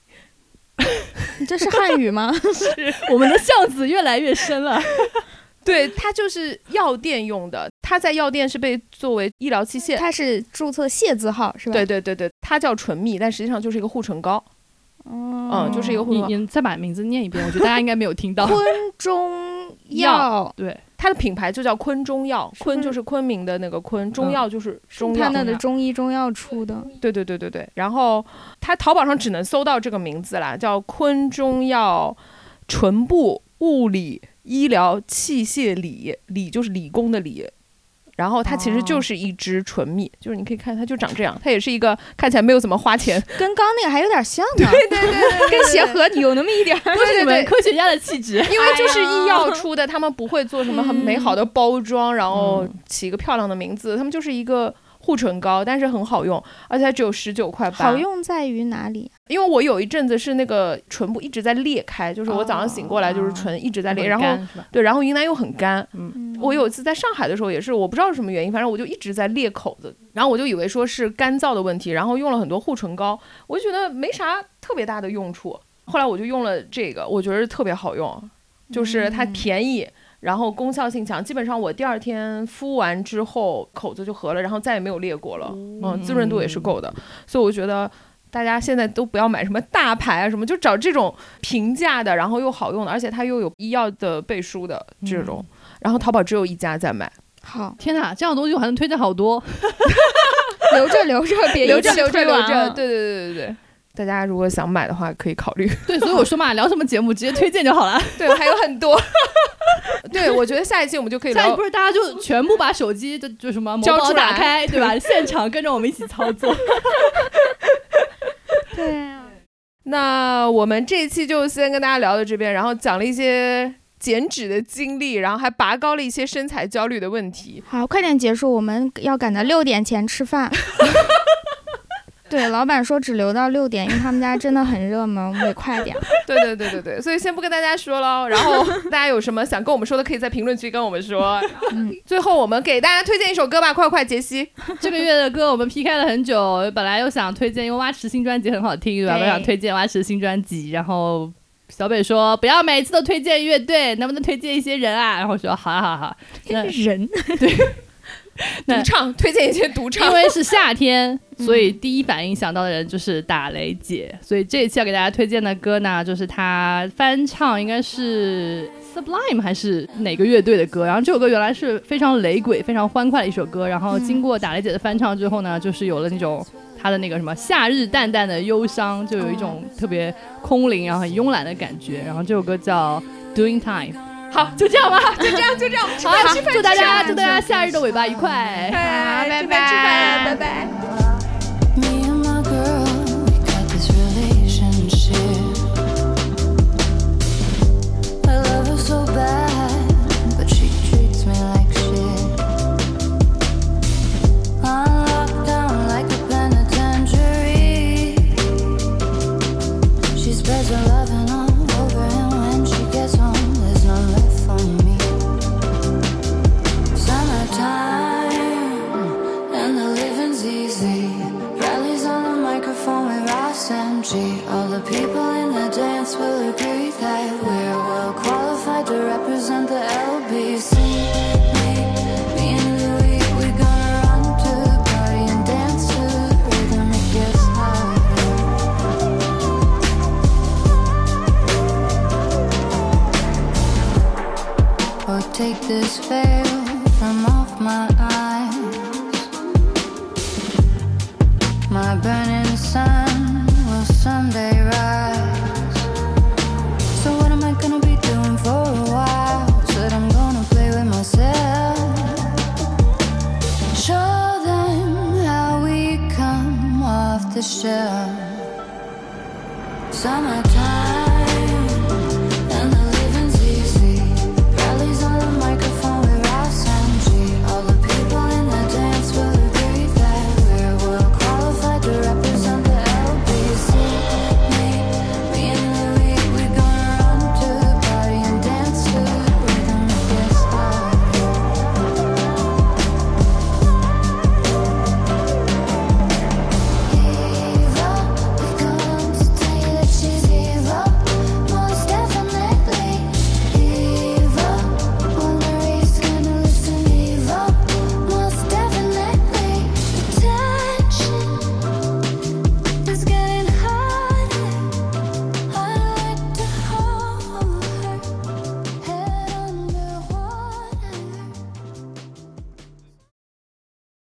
你这是汉语吗？我们的巷子越来越深了。对，它就是药店用的，它在药店是被作为医疗器械。 [LAUGHS] 它是注册谢字号是吧？对，对对对，它叫唇蜜，但实际上就是一个护唇膏。嗯哦就是一个你你再把名字念一遍，我觉得大家应该没有听 [LAUGHS] 到。昆中药，对，它的品牌就叫昆中药，昆就是昆明的那个昆，中药就是中他药。那的中医中药出的，对对对对对。然后它淘宝上只能搜到这个名字啦，叫昆中药唇部物理医疗器械理，理就是理工的理。然后它其实就是一支唇蜜，就是你可以看它就长这样，它哦也是一个看起来没有怎么花钱，跟刚那个还有点像呢， [LAUGHS] 对对对跟协和有那么一点 [LAUGHS] 儿。都是你们科学家的气质。 [LAUGHS] 因为就是医药出的，他们不会做什么很美好的包装，然后起一个漂亮的名字，他们就是一个护唇膏，但是很好用，而且它只有十九块八。好，用在于哪里？啊因为我有一阵子是那个唇部一直在裂开，就是我早上醒过来就是哦唇一直在裂，很然后干是吧对，然后云南又很干，嗯我有一次在上海的时候也是，我不知道是什么原因，反正我就一直在裂口子，然后我就以为说是干燥的问题，然后用了很多护唇膏，我就觉得没啥特别大的用处。后来我就用了这个，我觉得特别好用，就是它便宜，然后功效性强，基本上我第二天敷完之后口子就合了，然后再也没有裂过了，嗯，滋润度也是够的，所以我觉得。大家现在都不要买什么大牌啊，什么就找这种平价的，然后又好用的，而且它又有医药的背书的这种。然后淘宝只有一家在卖，好，天哪，这样的东西我还能推荐好多。留着留着，啊别 [LAUGHS] 留一着起留着推留完着，了。对对对对对。大家如果想买的话，可以考虑。对，所以我说嘛，聊什么节目直接推荐就好了。对，还有很多。 [LAUGHS] 对，我觉得下一期我们就可以下一聊步。是大家就全部把手机就就什么某交宝出来打开，对 [LAUGHS] 吧？现场跟着我们一起操作。对啊呀，那我们这一期就先跟大家聊到这边，然后讲了一些减脂的经历，然后还拔高了一些身材焦虑的问题。好，快点结束，我们要赶到六点前吃饭。 [LAUGHS] 对，老板说只留到六点，因为他们家真的很热门，我们得快 [LAUGHS] 点。对对对对对，所以先不跟大家说喽。然后大家有什么想跟我们说的，可以在评论区跟我们说。嗯，最后我们给大家推荐一首歌吧，快快，杰西。这个月的歌我们 PK 了很久，本来又想推荐，因为蛙池新专辑很好听，对吧？对我想推荐蛙池新专辑，然后小北说不要每次都推荐乐队，能不能推荐一些人啊？然后我说好啊好啊好啊，那人那独唱，推荐一些独唱因。为是夏天，嗯所以第一反应想到的人就是打雷姐。所以这一期要给大家推荐的歌呢，就是她翻唱，应该是 Sublime 还是哪个乐队的歌。然后这首歌原来是非常雷鬼、非常欢快的一首歌，然后经过打雷姐的翻唱之后呢，就是有了那种她的那个什么夏日淡淡的忧伤，就有一种特别空灵，然后很慵懒的感觉。然后这首歌叫 Doing Time。好，就这样吧，就这样，就这样。好，祝大家，祝大家夏日的尾巴愉快。好，拜拜拜，拜拜。 Me and my girl, we got this relationship. I love her so bad, but she treats me like shit. I'm locked down like a penitentiary. She spreads her loving all over, and when she gets home, there's no left for me. Summertime. And the living's easy. Rallies on the microphone with Ross and G. All the people in the dance will agree that we're well qualified to represent the LBC. Me, me and Louis, we gonna run to the party and dance to the rhythm. It gets louder. Or take this veil from off my eyes. My burning sun will someday rise. So what am I gonna be doing for a while? Said I'm gonna play with myself. Show them how we come off the shelf. Summertime.